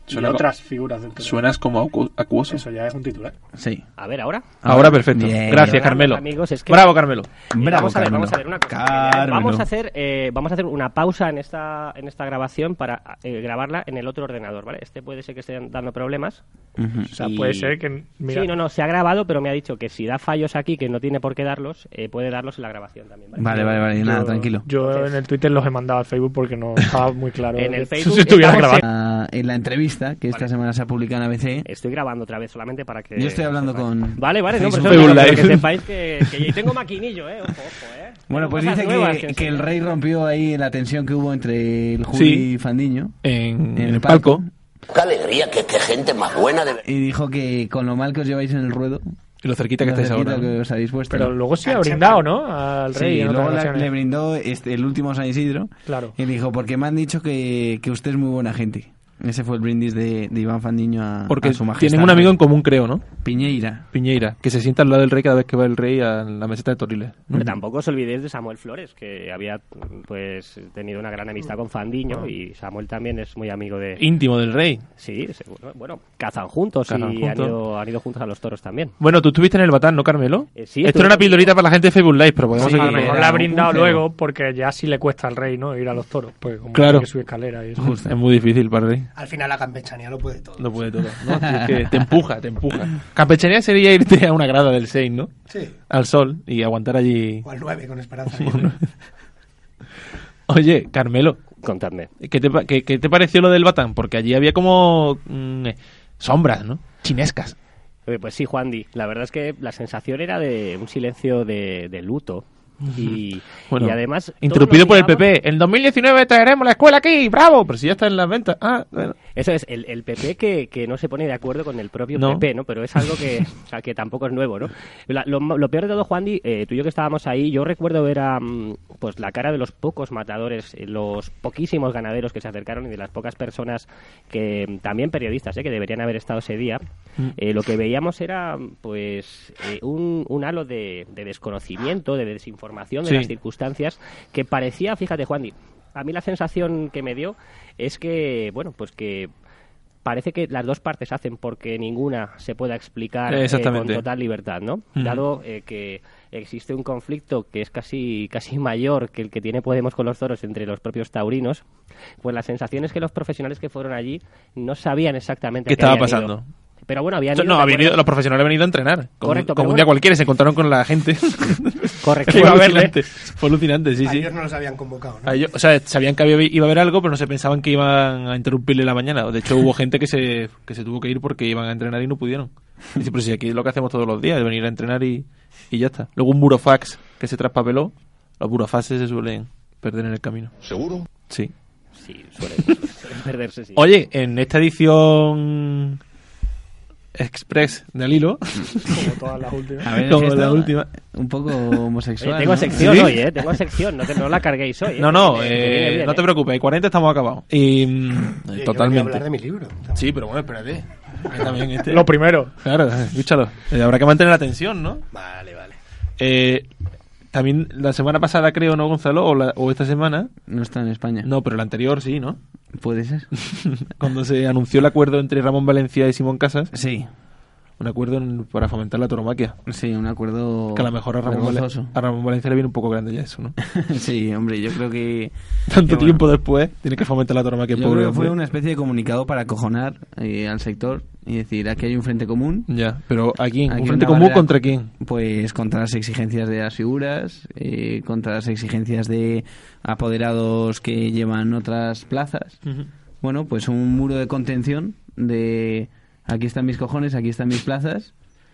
Speaker 1: Y
Speaker 2: Suena-
Speaker 1: otras figuras del torneo.
Speaker 2: Suenas como acu- acuoso.
Speaker 1: Eso ya es un titular.
Speaker 5: Sí.
Speaker 4: A ver, ahora.
Speaker 2: Ahora perfecto.
Speaker 5: Bien.
Speaker 2: Gracias,
Speaker 4: Perdonad,
Speaker 2: Carmelo.
Speaker 4: amigos, es que- eh,
Speaker 2: Bravo, Carmelo.
Speaker 5: Bravo,
Speaker 4: vamos, a ver,
Speaker 5: Carmelo.
Speaker 4: vamos a ver una cosa.
Speaker 5: Carmelo.
Speaker 4: Vamos a hacer, eh, vamos a hacer una pausa en esta, en esta grabación para eh, grabarla en el otro ordenador, ¿vale? Este puede ser que esté dando problemas.
Speaker 1: O sea,
Speaker 4: Y-
Speaker 1: puede ser que. Mira,
Speaker 4: Sí, no, no, se ha grabado, pero me ha dicho que si da fallos aquí, que no tiene por qué darlos, eh, puede darlos en la grabación también. ¿vale?
Speaker 5: Vale, vale, vale. Nada, tranquilo.
Speaker 1: Yo en el Twitter los he mandado al Facebook porque no estaba
Speaker 5: (laughs)
Speaker 1: muy claro.
Speaker 4: En el
Speaker 5: Pues,
Speaker 4: (laughs)
Speaker 1: que-
Speaker 4: Facebook
Speaker 1: si estuviera
Speaker 4: estamos
Speaker 1: grabado.
Speaker 5: Ah, en la entrevista que esta semana se ha publicado en ABC,
Speaker 4: Estoy grabando otra vez solamente para que...
Speaker 5: yo estoy hablando
Speaker 4: sepáis.
Speaker 5: con...
Speaker 4: Vale, vale, no, pero
Speaker 5: Facebook
Speaker 4: eso no,
Speaker 2: Live.
Speaker 4: pero que sepáis que, que
Speaker 5: (laughs)
Speaker 4: yo tengo maquinillo, eh, ojo, ojo, eh.
Speaker 5: Bueno,
Speaker 4: Tengo
Speaker 5: pues
Speaker 4: cosas
Speaker 5: dice
Speaker 4: nuevas
Speaker 5: que, que el
Speaker 4: enseñar.
Speaker 5: rey rompió ahí la tensión que hubo entre el Juli
Speaker 2: Sí.
Speaker 5: y Fandiño
Speaker 2: En,
Speaker 5: En
Speaker 2: en
Speaker 5: el
Speaker 2: el palco.
Speaker 6: Qué alegría, qué, qué gente más buena de
Speaker 5: y dijo que con lo mal que os lleváis en el ruedo,
Speaker 2: Y lo cerquita que
Speaker 5: Lo
Speaker 2: estáis
Speaker 5: cerquita
Speaker 2: ahora.
Speaker 5: que
Speaker 2: ¿no?
Speaker 5: os habéis puesto.
Speaker 1: Pero luego sí ha
Speaker 3: Cachepa.
Speaker 1: brindado, ¿no? Al
Speaker 5: Sí,
Speaker 1: rey. en
Speaker 5: y
Speaker 1: otras
Speaker 5: luego la-
Speaker 1: ocasiones.
Speaker 5: le brindó este, el último a San Isidro.
Speaker 1: Claro.
Speaker 5: Y le dijo, porque me han dicho que, que usted es muy buena gente. Ese fue el brindis de, de Iván Fandiño a,
Speaker 2: Porque
Speaker 5: a Ah, su majestad.
Speaker 2: tienen un amigo en común, creo, ¿no?
Speaker 5: Piñeira.
Speaker 2: Piñeira, que se sienta al lado del rey cada vez que va el rey a la meseta de Toriles. ¿no?
Speaker 4: Pero tampoco os olvidéis de Samuel Flores, que había pues tenido una gran amistad con Fandiño y Samuel también es muy amigo de...
Speaker 2: Íntimo del rey.
Speaker 4: Sí, seguro. bueno, cazan juntos
Speaker 2: Cazan
Speaker 4: y
Speaker 2: juntos.
Speaker 4: Han, ido, han ido juntos a los toros también.
Speaker 2: Bueno, tú estuviste en el Batán, ¿no, Carmelo?
Speaker 4: Eh, sí,
Speaker 2: Esto
Speaker 4: estuve-
Speaker 2: era una pildorita para la gente de Facebook Live, pero podemos
Speaker 5: Sí,
Speaker 1: A
Speaker 2: seguir.
Speaker 1: lo mejor
Speaker 5: era
Speaker 1: le ha
Speaker 5: un
Speaker 1: brindado
Speaker 5: puncero.
Speaker 1: luego porque ya sí le cuesta al rey, ¿no? Ir a los toros. Porque como
Speaker 2: Claro.
Speaker 1: tiene que subir escalera y eso.
Speaker 2: Justo. (laughs) Es muy difícil para el rey.
Speaker 3: Al final la campechanía lo puede todo.
Speaker 2: No puede todo. ¿no? Tío, es que te empuja, te empuja. Campechanear sería irte a una grada del 6, ¿no?
Speaker 3: Sí.
Speaker 2: Al sol y aguantar allí.
Speaker 3: O al 9 con
Speaker 2: (laughs)
Speaker 3: esperanza.
Speaker 2: Oye, Carmelo,
Speaker 4: Contadme.
Speaker 2: ¿qué te, pa- qué, qué te pareció lo del Batán? Porque allí había como mm, eh, sombras, ¿no? Chinescas.
Speaker 4: Eh, Pues sí, Juan Di, la verdad es que la sensación era de un silencio de, de luto. Y,
Speaker 2: Bueno,
Speaker 4: y además... todos
Speaker 2: Interrumpido
Speaker 4: nos
Speaker 2: por el
Speaker 4: mirábamos-
Speaker 2: PP. En 2019 traeremos la escuela aquí, bravo. Pero si ya está en las ventas. Ah, bueno.
Speaker 4: Eso es, el, el PP que, que no se pone de acuerdo con el propio
Speaker 2: No.
Speaker 4: PP, ¿no? Pero es algo que, o sea, que tampoco es nuevo, ¿no? La- lo, lo peor de todo, Juandi, eh, tú y yo que estábamos ahí, yo recuerdo ver a, mm, pues, la cara de los pocos matadores, eh, los poquísimos ganaderos que se acercaron y de las pocas personas que, mm, también periodistas, ¿eh? que deberían haber estado ese día. Eh, lo que veíamos era, pues, eh, un, un halo de, de desconocimiento, de desinformación de
Speaker 2: Sí.
Speaker 4: las circunstancias que parecía, fíjate, Juandi, a mí la sensación que me dio es que, bueno, pues que parece que las dos partes hacen porque ninguna se pueda explicar eh,
Speaker 2: Eh,
Speaker 4: con
Speaker 2: exactamente.
Speaker 4: total libertad, ¿no?
Speaker 2: Ujú.
Speaker 4: Dado eh, que existe un conflicto que es casi casi mayor que el que tiene Podemos con los toros entre los propios taurinos, pues la sensación es que los profesionales que fueron allí no sabían exactamente
Speaker 2: ¿Qué
Speaker 4: a
Speaker 2: estaba
Speaker 4: habían ido.
Speaker 2: pasando?
Speaker 4: Pero bueno, habían ido,
Speaker 2: No,
Speaker 4: ¿te
Speaker 2: habían ido-
Speaker 4: acuerdas?
Speaker 2: los profesionales han venido a entrenar. Como,
Speaker 4: Correcto,
Speaker 2: como
Speaker 4: pero
Speaker 2: un día
Speaker 4: bueno.
Speaker 2: cualquiera, se encontraron con la gente.
Speaker 4: (laughs) Correcto.
Speaker 2: que iba a
Speaker 4: Fue
Speaker 2: verle.
Speaker 4: alucinante.
Speaker 2: Fue alucinante, sí, sí.
Speaker 3: Ayer no los habían convocado, ¿no?
Speaker 2: A ellos- o sea, sabían que había- iba a haber algo, pero no se pensaban que iban a interrumpirle la mañana. De hecho, hubo gente que se, que se tuvo que ir porque iban a entrenar y no pudieron. Y Dice, pero si aquí es lo que hacemos todos los días, de venir a entrenar y, y ya está. Luego un burofax que se traspapeló. Los burofaxes se suelen perder en el camino.
Speaker 6: ¿Seguro?
Speaker 2: Sí.
Speaker 4: Sí, suele, (laughs) suele perderse, sí.
Speaker 2: Oye, en esta edición express del hilo,
Speaker 1: Como todas las últimas.
Speaker 5: A ver,
Speaker 2: Como
Speaker 5: es que
Speaker 2: la
Speaker 5: esto,
Speaker 2: última.
Speaker 5: Un poco
Speaker 4: Eh,
Speaker 5: homosexual.
Speaker 4: tengo
Speaker 5: ¿no?
Speaker 4: sección
Speaker 2: ¿Sí?
Speaker 4: hoy, ¿eh? Tengo sección, no, te- no la carguéis hoy. ¿eh?
Speaker 2: no, no,
Speaker 4: Que- que viene
Speaker 2: eh,
Speaker 4: bien,
Speaker 2: no te
Speaker 4: ¿eh?
Speaker 2: preocupes, hay 40 estamos acabados. Y, mm,
Speaker 3: Oye, yo venía a
Speaker 2: totalmente.
Speaker 3: hablar de mi libro.
Speaker 2: Sí, pero bueno, espérate. Ahí también
Speaker 1: (laughs)
Speaker 2: este-
Speaker 1: Lo primero.
Speaker 2: Claro, escúchalo. Eh, habrá que mantener la tensión, ¿no?
Speaker 3: Vale, vale.
Speaker 2: Eh, también la semana pasada, creo, ¿no, Gonzalo? O, la- o esta semana.
Speaker 5: No está en España.
Speaker 2: No, pero la anterior sí, ¿no?
Speaker 5: ¿Puede ser?
Speaker 2: (laughs) Cuando se anunció el acuerdo entre Ramón Valencia y Simón Casas,
Speaker 5: Sí.
Speaker 2: un acuerdo en- para fomentar la toromaquia.
Speaker 5: Sí, un acuerdo...
Speaker 2: Que a lo mejor a Ramón, Vale-
Speaker 5: vergonzoso.
Speaker 2: a Ramón Valencia le viene un poco grande ya eso, ¿no?
Speaker 5: (laughs) sí, hombre, yo creo que...
Speaker 2: Tanto
Speaker 5: bueno.
Speaker 2: tiempo después, tiene que fomentar la toromaquia.
Speaker 5: yo
Speaker 2: pobre
Speaker 5: creo que fue
Speaker 2: hombre.
Speaker 5: una especie de comunicado para acojonar eh, al sector y decir, aquí hay un frente común.
Speaker 2: Ya, pero ¿a quién?
Speaker 5: Aquí
Speaker 2: ¿Un frente
Speaker 5: una
Speaker 2: común
Speaker 5: barrera-
Speaker 2: contra quién?
Speaker 5: Pues contra las exigencias de las figuras, eh, contra las exigencias de apoderados que llevan otras plazas. Bueno, pues un muro de contención de aquí están mis cojones, aquí están mis plazas.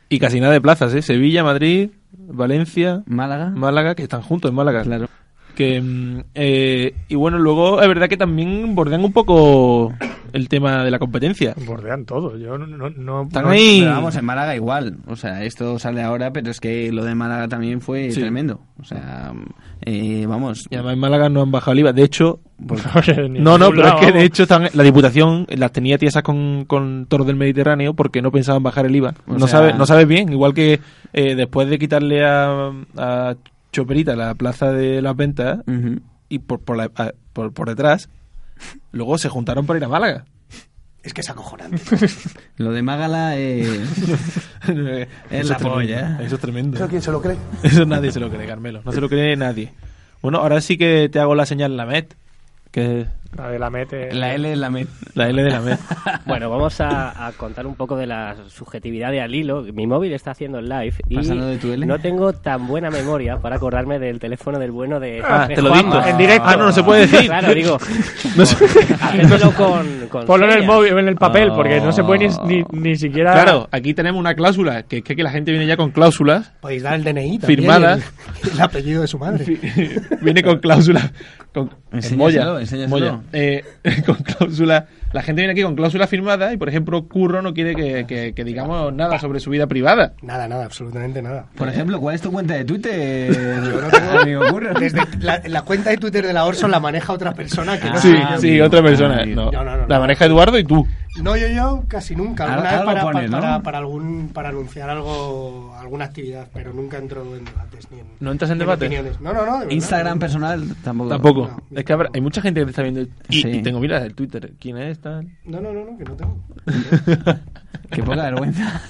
Speaker 2: Y casi nada de plazas, ¿eh? Sevilla, Madrid, Valencia,
Speaker 5: Málaga.
Speaker 2: Málaga, que están juntos en Málaga.
Speaker 5: Claro.
Speaker 2: Que, mm, eh, y bueno, luego es verdad que también bordean un poco el tema de la competencia.
Speaker 1: Bordean todo. Yo no. no, no-
Speaker 2: Están
Speaker 1: no- (laughs)
Speaker 2: ahí.
Speaker 5: Pero vamos, en Málaga igual. O sea, esto sale ahora, pero es que lo de Málaga también fue
Speaker 2: Sí.
Speaker 5: tremendo. O sea, eh, vamos.
Speaker 2: Y además en Málaga no han bajado el IVA. De
Speaker 5: (laughs)
Speaker 2: hecho,
Speaker 1: Oye, ni
Speaker 2: no,
Speaker 1: en
Speaker 2: no,
Speaker 1: ningún
Speaker 2: pero es
Speaker 1: lado,
Speaker 2: que de
Speaker 1: vamos.
Speaker 2: hecho están, la Diputación las tenía tiesas con, con Toros del Mediterráneo porque no pensaban bajar el IVA.
Speaker 5: O
Speaker 2: no,
Speaker 5: sea-
Speaker 2: sabes, no sabes bien. Igual que eh, después de quitarle a, a Choperita la plaza de las ventas,
Speaker 5: Ujú.
Speaker 2: y por, por, la- a- por, por detrás, luego se juntaron para ir a Málaga.
Speaker 3: Es que es acojonante.
Speaker 5: (laughs) Lo de Málaga eh,
Speaker 2: (laughs)
Speaker 5: es.
Speaker 2: Eso
Speaker 5: Es la
Speaker 2: tremendo,
Speaker 5: polla. ¿eh?
Speaker 2: Eso es tremendo.
Speaker 6: ¿Eso quién se lo cree?
Speaker 2: Eso nadie se lo cree, Carmelo. No se lo cree nadie. Bueno, ahora sí que te hago la señal la MET, que es
Speaker 1: La de la mete.
Speaker 5: La L es la met.
Speaker 2: la L de la MET.
Speaker 4: (laughs) Bueno, vamos a, a contar un poco de la subjetividad de al hilo. Mi móvil está haciendo el live y
Speaker 5: Pasando de tu L.
Speaker 4: no tengo tan buena memoria para acordarme del teléfono del bueno de.
Speaker 2: Ah,
Speaker 4: de
Speaker 2: te lo
Speaker 4: Juanma.
Speaker 2: digo. En directo. Ah, no, no se puede decir.
Speaker 4: Claro, digo.
Speaker 2: (laughs) No se-
Speaker 4: Hacéndelo con. con
Speaker 1: Ponlo en el
Speaker 4: señas.
Speaker 1: móvil, en el papel,
Speaker 5: Oh.
Speaker 1: porque no se
Speaker 2: Ah.
Speaker 1: puede ni, ni, ni siquiera.
Speaker 2: Claro, aquí tenemos una cláusula, que es que la gente viene ya con cláusulas.
Speaker 3: Podéis dar el DNI también.
Speaker 2: Firmada.
Speaker 3: y El, y el apellido de su madre.
Speaker 2: Viene con cláusulas Con,
Speaker 5: (laughs)
Speaker 2: en
Speaker 5: Enséñaselo,
Speaker 2: Moya,
Speaker 5: enséñaselo.
Speaker 2: Moya. Eh, (laughs) con cláusula. La gente viene aquí con cláusula firmada y, por ejemplo, Curro no quiere que, que- que digamos nada sobre su vida privada.
Speaker 3: Nada, nada, absolutamente nada.
Speaker 5: Por ejemplo, ¿cuál es tu cuenta de Twitter? amigo Curro?
Speaker 3: Desde la, la cuenta de Twitter de la Orson la maneja otra persona que no
Speaker 2: sí,
Speaker 3: soy yo.
Speaker 2: sí,
Speaker 5: Ah, amigo,
Speaker 2: otra persona.
Speaker 5: amigo.
Speaker 2: no.
Speaker 3: No, no, no,
Speaker 2: la
Speaker 3: no.
Speaker 2: maneja Eduardo y tú.
Speaker 3: No, yo, yo casi nunca. Alguna
Speaker 5: Al-
Speaker 3: vez para,
Speaker 5: algo
Speaker 3: para-
Speaker 5: pones, ¿no?
Speaker 3: para, para algún, para anunciar algo, alguna actividad, pero nunca entro en debates. Ni en,
Speaker 2: ¿No entras en
Speaker 3: ni
Speaker 2: debate?
Speaker 3: opiniones. No, no, no. de verdad.
Speaker 5: Instagram personal tampoco.
Speaker 2: Tampoco.
Speaker 3: No.
Speaker 2: es que habrá- hay mucha gente que te está viendo. Y,
Speaker 5: Sí.
Speaker 2: y tengo, mira, el Twitter. ¿Quién es? Tal?
Speaker 3: No, no, no, no, que no tengo.
Speaker 5: Qué poca
Speaker 2: (laughs)
Speaker 5: vergüenza.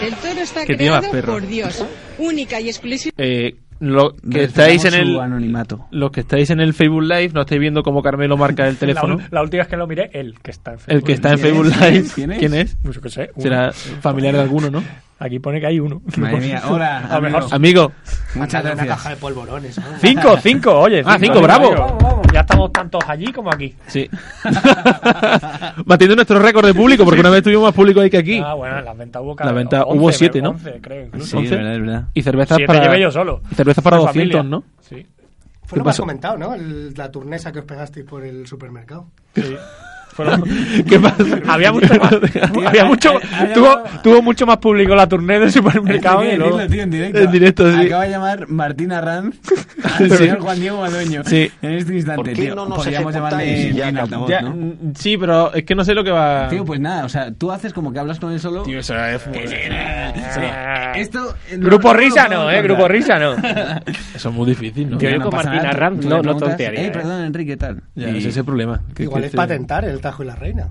Speaker 6: El toro está
Speaker 2: Que te
Speaker 6: creado
Speaker 2: llamas perro.
Speaker 6: por Dios, única y exclusiva.
Speaker 2: Eh, lo que estáis en
Speaker 5: Respetamos su
Speaker 2: el.
Speaker 5: anonimato.
Speaker 2: Los que estáis en el Facebook Live, no estáis viendo cómo Carmelo marca
Speaker 5: (laughs)
Speaker 2: el teléfono.
Speaker 1: La, ul- la última vez que lo miré, él, que está en
Speaker 2: El
Speaker 1: Facebook.
Speaker 2: que está en
Speaker 5: ¿Quién
Speaker 2: Facebook
Speaker 5: es?
Speaker 2: Live.
Speaker 5: ¿Quién es?
Speaker 2: ¿Quién es?
Speaker 1: Pues yo qué sé. uno.
Speaker 2: Será familiar de alguno, ¿no?
Speaker 1: Aquí pone que hay uno.
Speaker 5: Madre mía, hola,
Speaker 1: (laughs) A lo mejor.
Speaker 5: amigo.
Speaker 2: Amigo,
Speaker 5: Muchas
Speaker 3: Mandando Una
Speaker 5: gracias.
Speaker 3: caja de polvorones. ¿no?
Speaker 1: Cinco, cinco, oye.
Speaker 2: Ah, cinco, bravo.
Speaker 1: amigo. Ya estamos tantos allí como aquí.
Speaker 2: Sí. Batiendo nuestro récord de público, porque una vez tuvimos más público ahí que aquí.
Speaker 1: Ah, bueno, en las ventas hubo,
Speaker 2: La venta hubo siete, ¿no?
Speaker 1: 11, creo, incluso.
Speaker 5: Sí, es verdad, es verdad.
Speaker 2: Y cervezas
Speaker 1: Siete
Speaker 2: para.
Speaker 1: llevé yo solo.
Speaker 2: y cervezas para
Speaker 1: Mi
Speaker 2: 200,
Speaker 1: familia.
Speaker 2: ¿no?
Speaker 1: Sí.
Speaker 3: Fue
Speaker 2: ¿Qué
Speaker 3: lo más
Speaker 2: pasó?
Speaker 3: comentado, ¿no? El- la turnesa que os pegasteis por el supermercado.
Speaker 1: sí.
Speaker 5: (laughs)
Speaker 1: Fueron-
Speaker 2: (laughs) ¿Qué pasa?
Speaker 1: (laughs) había mucho
Speaker 2: (laughs)
Speaker 1: más, había mucho,
Speaker 5: había-
Speaker 1: (laughs) tuvo, tuvo mucho más público la turné del (laughs)
Speaker 5: Esto
Speaker 1: supermercado
Speaker 5: hay
Speaker 1: que
Speaker 5: que
Speaker 1: luego-
Speaker 5: decirlo, tío, en directo.
Speaker 2: En directo, sí.
Speaker 5: Acaba de llamar Martina Ranz al
Speaker 2: (laughs) Sí.
Speaker 5: señor Juan Diego Madueño.
Speaker 2: Sí.
Speaker 5: En este instante,
Speaker 7: ¿Por qué
Speaker 5: tío.
Speaker 7: no nos
Speaker 5: Podríamos
Speaker 7: ejecutáis
Speaker 5: llamarle
Speaker 7: y ya
Speaker 5: en
Speaker 7: acabó?
Speaker 5: altavoz,
Speaker 2: Ya,
Speaker 5: ¿no?
Speaker 2: mm, Sí, pero es que no sé lo que va.
Speaker 5: Tío, pues nada, o sea, tú haces como que hablas con él solo. Pues, eh,
Speaker 2: Tío, eso es-
Speaker 1: Ah.
Speaker 5: Esto. no-
Speaker 1: eh. Grupo
Speaker 5: no lo
Speaker 1: Risa
Speaker 5: puedo
Speaker 1: no, eh,
Speaker 5: encontrar.
Speaker 1: Grupo Risa
Speaker 5: (laughs)
Speaker 1: no.
Speaker 2: Eso es muy difícil, ¿no?
Speaker 4: Tío,
Speaker 5: Ya,
Speaker 4: yo
Speaker 5: no
Speaker 4: con
Speaker 5: pasa
Speaker 4: Martina
Speaker 5: nada,
Speaker 4: Ranz
Speaker 5: tú le
Speaker 4: no- no
Speaker 5: preguntas,
Speaker 4: tontearía,
Speaker 5: Eh,
Speaker 4: eh".
Speaker 5: perdón, Enrique, ¿qué tal?
Speaker 2: Ya,
Speaker 5: Y-
Speaker 2: ese es el problema. Que-
Speaker 3: Igual
Speaker 2: que
Speaker 3: es
Speaker 2: te-
Speaker 3: patentar el Tajo y la Reina.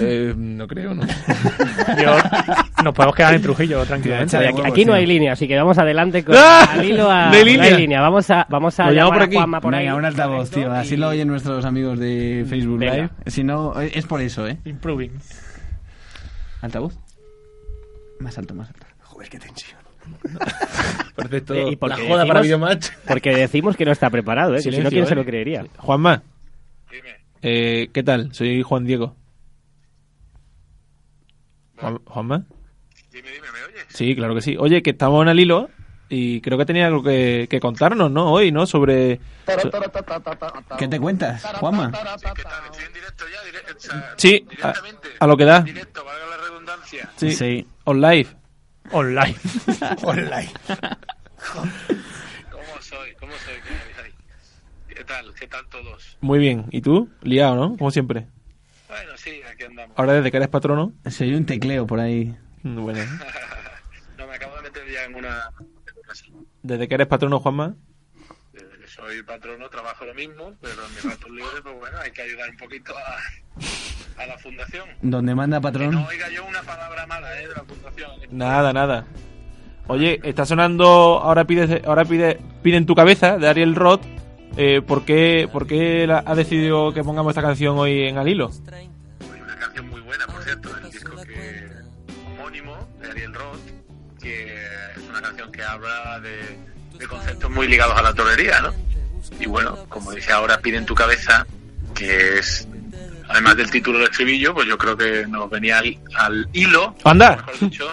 Speaker 2: Eh, no creo, ¿no?
Speaker 5: (laughs)
Speaker 1: Yo- nos podemos quedar en Trujillo
Speaker 5: Tío,
Speaker 1: tranquilamente.
Speaker 5: echa-
Speaker 4: Oye,
Speaker 5: de
Speaker 4: aquí,
Speaker 5: huevos,
Speaker 4: aquí no
Speaker 5: tío.
Speaker 4: hay línea, así que vamos adelante
Speaker 2: (laughs)
Speaker 4: con
Speaker 2: ¡Ah!
Speaker 4: al hilo a-
Speaker 2: No hay
Speaker 4: no
Speaker 2: línea.
Speaker 4: hay línea. Vamos a, vamos a
Speaker 2: Lo llamo
Speaker 4: llamar
Speaker 2: por
Speaker 4: a
Speaker 2: aquí.
Speaker 4: Juanma por
Speaker 5: Venga,
Speaker 4: ahí.
Speaker 5: un altavoz, tío.
Speaker 4: Correcto,
Speaker 5: Así
Speaker 4: y-
Speaker 5: lo oyen nuestros amigos de Facebook
Speaker 4: Venga.
Speaker 5: Live. Si no, eh, es por eso, ¿eh?
Speaker 1: Improving.
Speaker 5: Altavoz. Más alto, más alto.
Speaker 3: Joder, qué tensión.
Speaker 2: Perfecto.
Speaker 4: Eh, y porque
Speaker 2: la joda
Speaker 4: decimos-
Speaker 2: para Videomatch.
Speaker 4: (laughs) Porque decimos que no está preparado, ¿eh? Que si no,
Speaker 2: Silencio,
Speaker 4: ¿quién
Speaker 2: ¿eh?
Speaker 4: se lo creería?
Speaker 2: Juanma. Eh, ¿Qué tal? Soy Juan Diego. Juan- ¿Juanma? Dime, dime, ¿me oyes? Sí, claro que sí. Oye, que estamos en el hilo y creo que tenía algo que, que contarnos, ¿no? Hoy, ¿no? Sobre... so-
Speaker 5: ¿Qué te cuentas, Juanma?
Speaker 8: ¿Qué tal? Estoy en directo ya, dire- o sea,
Speaker 2: Sí, a,
Speaker 8: directamente.
Speaker 2: a lo que da.
Speaker 8: Directo, valga la redundancia.
Speaker 2: Sí.
Speaker 5: Sí.
Speaker 2: On live. (laughs)
Speaker 1: Online.
Speaker 5: (laughs)
Speaker 3: Online.
Speaker 8: ¿Cómo soy? ¿Cómo soy? ¿Qué, hay? ¿Qué tal? ¿Qué tal todos?
Speaker 2: Muy bien. ¿Y tú? Liado, ¿no? Como siempre.
Speaker 8: Bueno, sí, aquí andamos.
Speaker 2: Ahora desde que eres patrono.
Speaker 5: Se oye un tecleo por ahí.
Speaker 2: mm, Bueno.
Speaker 8: No, me acabo de meter ya en una... en una sala.
Speaker 2: Desde que eres patrono, Juanma.
Speaker 8: Eh, Soy patrono, trabajo lo mismo, pero en mis ratos libres, pues bueno, hay que ayudar un poquito a, a la fundación.
Speaker 5: Donde manda
Speaker 8: Que
Speaker 5: patrón.
Speaker 8: no oiga yo una palabra mala, ¿eh? De la fundación.
Speaker 2: Nada, nada. Oye, está sonando ahora pides ahora pide piden tu cabeza de Ariel Roth. Eh, ¿Por qué, por qué la- ha decidido que pongamos esta canción hoy en al hilo?
Speaker 8: una canción muy buena, por cierto, el disco que homónimo de Ariel Roth, que es una canción que habla de, de conceptos (laughs) muy ligados a la torería, ¿no? Y bueno, como dice ahora, pide en tu cabeza, que es, además del título del estribillo, pues yo creo que nos venía al, al hilo,
Speaker 2: Anda.
Speaker 8: mejor dicho,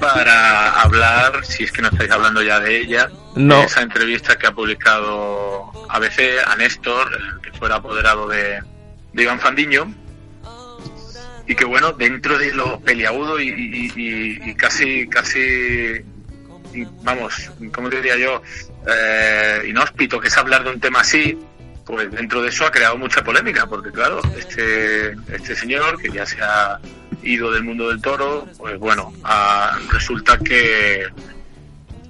Speaker 8: para hablar, si es que no estáis hablando ya de ella,
Speaker 2: No.
Speaker 8: de esa entrevista que ha publicado ABC a Néstor, que fuera apoderado de, de Iván Fandiño, y que bueno, dentro de lo peliagudo y, y- y- y casi, casi, vamos, ¿cómo te diría yo? Eh, inhóspito que es hablar de un tema así, pues dentro de eso ha creado mucha polémica, porque claro, este, este señor que ya se ha ido del mundo del toro, pues bueno, ah, resulta que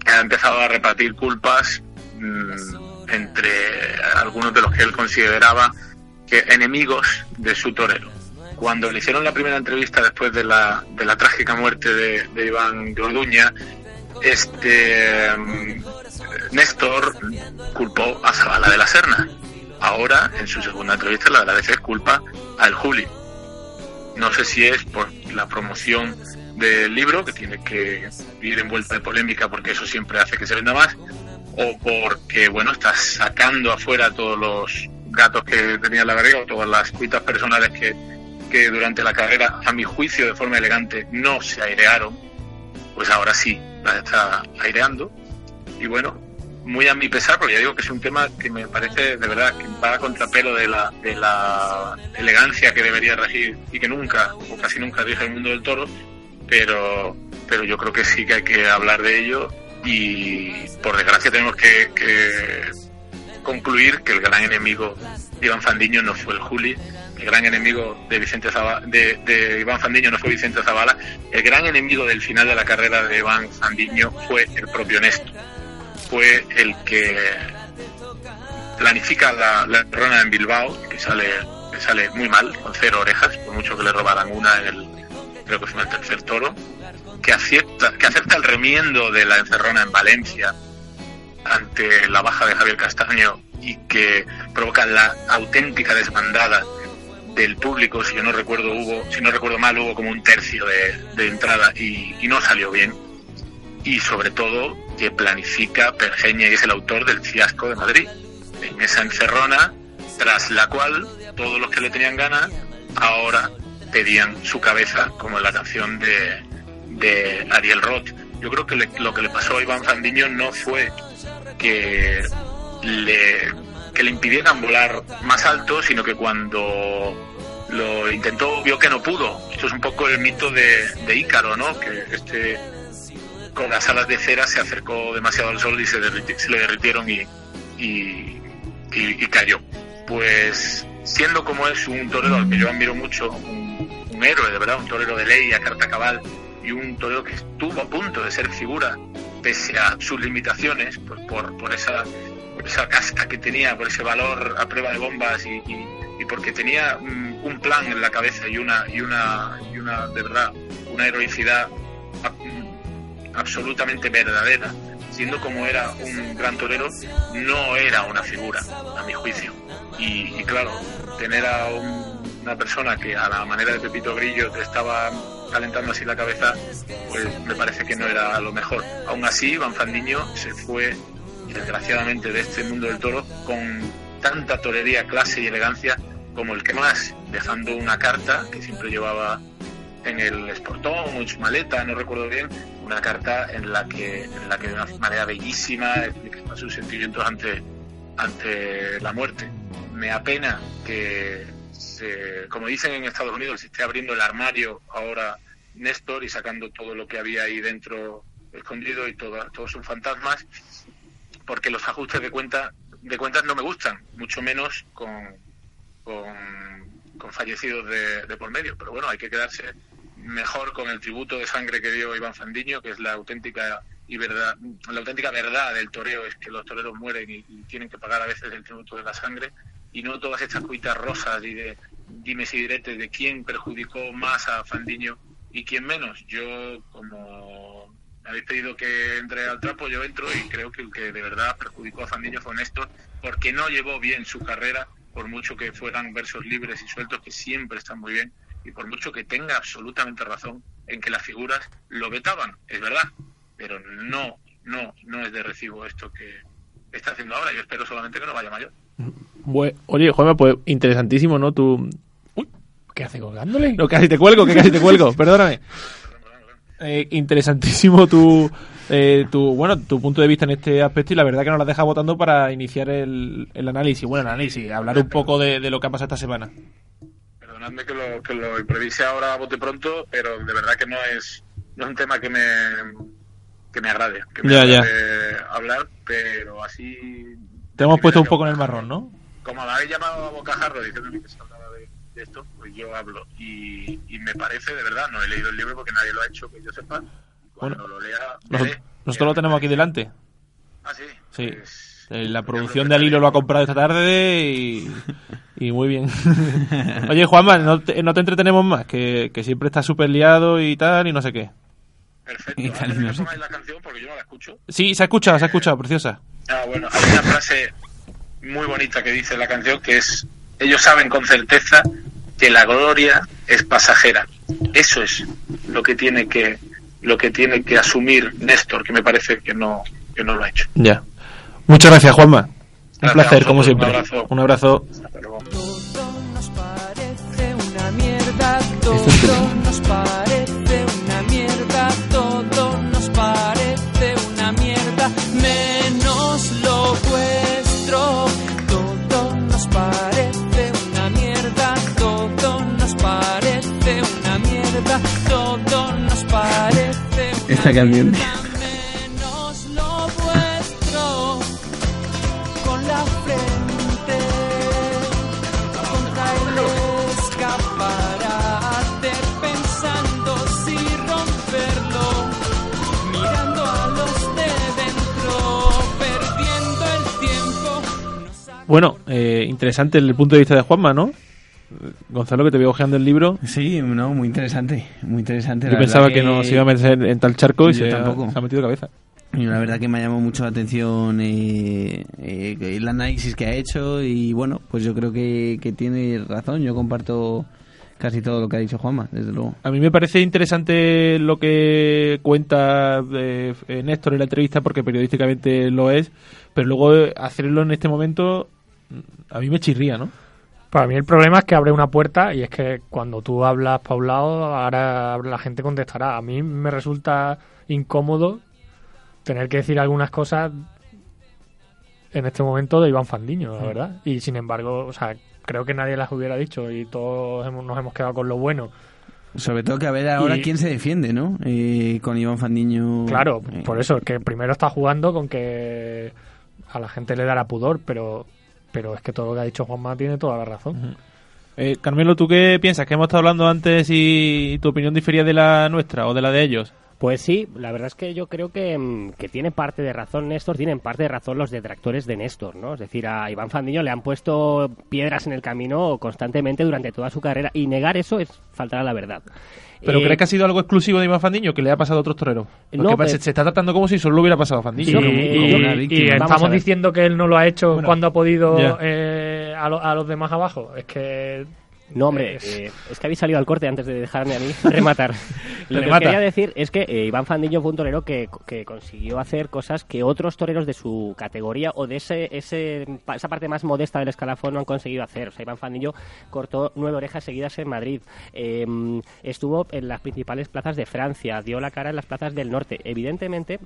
Speaker 8: ha empezado a repartir culpas mm, entre algunos de los que él consideraba que enemigos de su torero. Cuando le hicieron la primera entrevista después de la, de la trágica muerte de, de Iván de Orduña, este mm, Néstor culpó a Zavala de la Serna. Ahora, en su segunda entrevista, la de la DC culpa al Juli. No sé si es por la promoción del libro, que tiene que ir envuelta de polémica porque eso siempre hace que se venda más, o porque, bueno, está sacando afuera todos los gatos que tenía en la barriga o todas las cuitas personales que, que durante la carrera, a mi juicio, de forma elegante, no se airearon, pues ahora sí las está aireando. Y bueno, muy a mi pesar, porque ya digo que es un tema que me parece de verdad que va a contrapelo de la, de la elegancia que debería regir y que nunca, o casi nunca rige el mundo del toro, pero, pero yo creo que sí que hay que hablar de ello y por desgracia tenemos que, que concluir que el gran enemigo de Iván Fandiño no fue el Juli, el gran enemigo de Vicente Zaba- de, de Iván Fandiño no fue Vicente Zavala, el gran enemigo del final de la carrera de Iván Fandiño fue el propio Néstor fue el que planifica la, la rona en Bilbao, que sale, que sale muy mal, con cero orejas, por mucho que le robaran una en el, creo que fue en el tercer toro, que acierta, que acepta el remiendo de la encerrona en Valencia ante la baja de Javier Castaño y que provoca la auténtica desbandada del público, si yo no recuerdo hubo, si no recuerdo mal, hubo como un tercio de, de entrada y- y no salió bien y sobre todo que planifica Pergeña y es el autor del fiasco de Madrid. En esa encerrona, tras la cual todos los que le tenían ganas ahora pedían su cabeza, como en la canción de, de Ariel Roth. Yo creo que le- lo que le pasó a Iván Fandiño no fue que le, que le impidieran volar más alto, sino que cuando lo intentó vio que no pudo. Esto es un poco el mito de, de Ícaro, ¿no? Que este con las alas de cera se acercó demasiado al sol y se, derriti- se le derritieron y, y, y- y cayó. Pues siendo como es un torero al que yo admiro mucho, un, un héroe de verdad, un torero de ley a carta cabal y un torero que estuvo a punto de ser figura pese a sus limitaciones pues por, por esa, por esa casta que tenía, por ese valor a prueba de bombas y, y- y porque tenía mm, un plan en la cabeza y una, y una, y una de verdad, una heroicidad ah, mm, absolutamente verdadera, siendo como era un gran torero, no era una figura, a mi juicio. Y, y claro, tener a un- una persona que a la manera de Pepito Grillo te estaba calentando así la cabeza, pues me parece que no era lo mejor. Aún así, Van Fandiño se fue, desgraciadamente, de este mundo del toro con tanta torería, clase y elegancia como el que más, dejando una carta que siempre llevaba en el esportón o en su maleta, no recuerdo bien, una carta en la que, en la que de una manera bellísima explica sus sentimientos ante, ante la muerte. Me apena que, se- como dicen en Estados Unidos, se esté abriendo el armario ahora Néstor y sacando todo lo que había ahí dentro escondido y toda- todos sus fantasmas, porque los ajustes de cuenta de cuentas no me gustan, mucho menos con, con, con fallecidos de, de por medio. Pero bueno, hay que quedarse mejor con el tributo de sangre que dio Iván Fandiño, que es la auténtica y verdad, la auténtica verdad del toreo es que los toreros mueren y, y tienen que pagar a veces el tributo de la sangre y no todas estas cuitas rosas y de dimes y diretes de quién perjudicó más a Fandiño y quién menos. Yo como me habéis pedido que entre al trapo, yo entro y creo que el que de verdad perjudicó a Fandiño fue Néstor, porque no llevó bien su carrera, por mucho que fueran versos libres y sueltos, que siempre están muy bien, y por mucho que tenga absolutamente razón en que las figuras lo vetaban, es verdad, pero no, no, no es de recibo esto que está haciendo ahora, yo espero solamente que no vaya mayor.
Speaker 2: (laughs) Bue- Oye, Juanma, pues interesantísimo, ¿no? Tú... Uy,
Speaker 1: ¿Qué hace colgándole?
Speaker 2: no, casi te cuelgo, que casi te
Speaker 8: (laughs)
Speaker 2: cuelgo, perdóname. Eh, interesantísimo tu, eh, tu bueno tu punto de vista en este aspecto y la verdad que nos la deja votando para iniciar el, el análisis. Bueno, el análisis, hablar un poco de, de lo que ha pasado esta semana.
Speaker 8: Perdonadme que lo, que lo improvise ahora a bote pronto, pero de verdad que no es, no es un tema que me, que me agrade, que me
Speaker 2: Ya, ya.
Speaker 8: agrade hablar, pero así...
Speaker 2: Te hemos puesto un poco en el marrón, ¿no?
Speaker 8: Como la habéis llamado a bocajarro diciéndome que se hablaba de, de esto, pues yo hablo. Y, y me parece, de verdad, no he leído el libro porque nadie lo ha hecho, que yo sepa. Cuando
Speaker 2: Bueno,
Speaker 8: lo lea,
Speaker 2: Nosotros,
Speaker 8: veré.
Speaker 2: nosotros lo tenemos aquí delante.
Speaker 8: Ah, sí.
Speaker 2: Sí.
Speaker 8: Pues,
Speaker 2: Eh, La
Speaker 8: yo
Speaker 2: producción de
Speaker 8: creo que
Speaker 2: Alilo lo ha comprado esta tarde y,
Speaker 8: (laughs)
Speaker 2: y muy bien. Oye, Juanma, no te, no te entretenemos más, que, que siempre estás súper liado y tal y no sé qué.
Speaker 8: Perfecto.
Speaker 5: Y
Speaker 8: Antes
Speaker 5: tal,
Speaker 8: de que
Speaker 5: no sé.
Speaker 8: pongáis la canción, porque yo no la escucho.
Speaker 2: Sí, se ha escuchado, se ha escuchado, preciosa.
Speaker 8: Ah, bueno, hay una frase muy bonita que dice la canción que es: Ellos saben con certeza que la gloria es pasajera. Eso es lo que tiene que lo que tiene que asumir Néstor, que me parece que no que no lo ha hecho.
Speaker 2: Ya. Muchas gracias, Juanma. Un
Speaker 8: Gracias
Speaker 2: placer,
Speaker 8: a
Speaker 2: como
Speaker 8: vosotros,
Speaker 2: siempre.
Speaker 8: un abrazo.
Speaker 2: Un abrazo.
Speaker 8: Hasta luego.
Speaker 7: Todo nos parece una mierda, todo nos parece una mierda, todo nos parece una mierda, menos nos parece una mierda, todo nos parece una mierda, todo nos parece una
Speaker 5: Esta canción.
Speaker 7: mierda, menos lo vuestro, con la frente contra el escaparate, pensando si romperlo, mirando a los de dentro, perdiendo el tiempo.
Speaker 2: Bueno, eh, interesante el punto de vista de Juanma, ¿no? Gonzalo, que te veo ojeando el libro.
Speaker 5: Sí, no, muy interesante, muy interesante.
Speaker 2: Yo
Speaker 5: la
Speaker 2: pensaba que,
Speaker 5: verdad
Speaker 2: no se iba a meter en tal charco y
Speaker 5: Yo
Speaker 2: se ha,
Speaker 5: tampoco.
Speaker 2: se ha metido de cabeza.
Speaker 5: Y la verdad que me ha llamado mucho la atención eh, eh, el análisis que ha hecho y bueno, pues yo creo que, que tiene razón. Yo comparto casi todo lo que ha dicho Juanma, desde luego.
Speaker 2: A mí me parece interesante lo que cuenta eh, eh, Néstor en la entrevista porque periodísticamente lo es, pero luego eh, hacerlo en este momento mm, a mí me chirría, ¿no?
Speaker 1: Para mí el problema es que abre una puerta y es que cuando tú hablas para un lado, ahora la gente contestará. A mí me resulta incómodo tener que decir algunas cosas en este momento de Iván Fandiño,
Speaker 5: Mm.
Speaker 1: la verdad. Y sin embargo, o sea, creo que nadie las hubiera dicho y todos hemos- nos hemos quedado con lo bueno.
Speaker 5: Sobre todo que a ver ahora
Speaker 1: Y-
Speaker 5: quién se defiende, ¿no? Eh, con Iván Fandiño.
Speaker 1: Claro,
Speaker 5: Eh,
Speaker 1: por eso, que primero está jugando con que a la gente le dará pudor, pero, pero es que todo lo que ha dicho Juanma tiene toda la razón.
Speaker 2: Eh, Carmelo, ¿tú qué piensas? Que hemos estado hablando antes y tu opinión difería de la nuestra o de la de ellos.
Speaker 4: Pues sí, la verdad es que yo creo que, mm, que tiene parte de razón Néstor, tienen parte de razón los detractores de Néstor, ¿no? Es decir, a Iván Fandiño le han puesto piedras en el camino constantemente durante toda su carrera y negar eso es faltar a la verdad.
Speaker 2: ¿Pero
Speaker 4: Eh,
Speaker 2: crees que ha sido algo exclusivo de Iván Fandiño que le ha pasado a otros toreros? Porque
Speaker 4: No,
Speaker 2: parece-
Speaker 4: pero-
Speaker 2: se está tratando como si solo le hubiera pasado a Fandiño.
Speaker 4: Sí,
Speaker 2: ¿no?
Speaker 4: como-
Speaker 1: y,
Speaker 4: como una
Speaker 1: y
Speaker 5: víctima.
Speaker 4: Vamos a
Speaker 1: estamos
Speaker 4: ver.
Speaker 1: diciendo que él no lo ha hecho
Speaker 2: Bueno,
Speaker 1: cuando ha podido
Speaker 2: ya.
Speaker 1: eh, a, lo- a los demás abajo. Es que.
Speaker 4: No, hombre,
Speaker 1: es-
Speaker 4: eh, es que habéis salido al corte antes de dejarme a mí (laughs) rematar. Lo que os
Speaker 2: Remata.
Speaker 4: quería decir es que eh, Iván Fandiño fue un torero que, que consiguió hacer cosas que otros toreros de su categoría o de ese, ese, pa- esa parte más modesta del escalafón no han conseguido hacer. O sea, Iván Fandiño cortó nueve orejas seguidas en Madrid, eh, estuvo en las principales plazas de Francia, dio la cara en las plazas del norte. Evidentemente,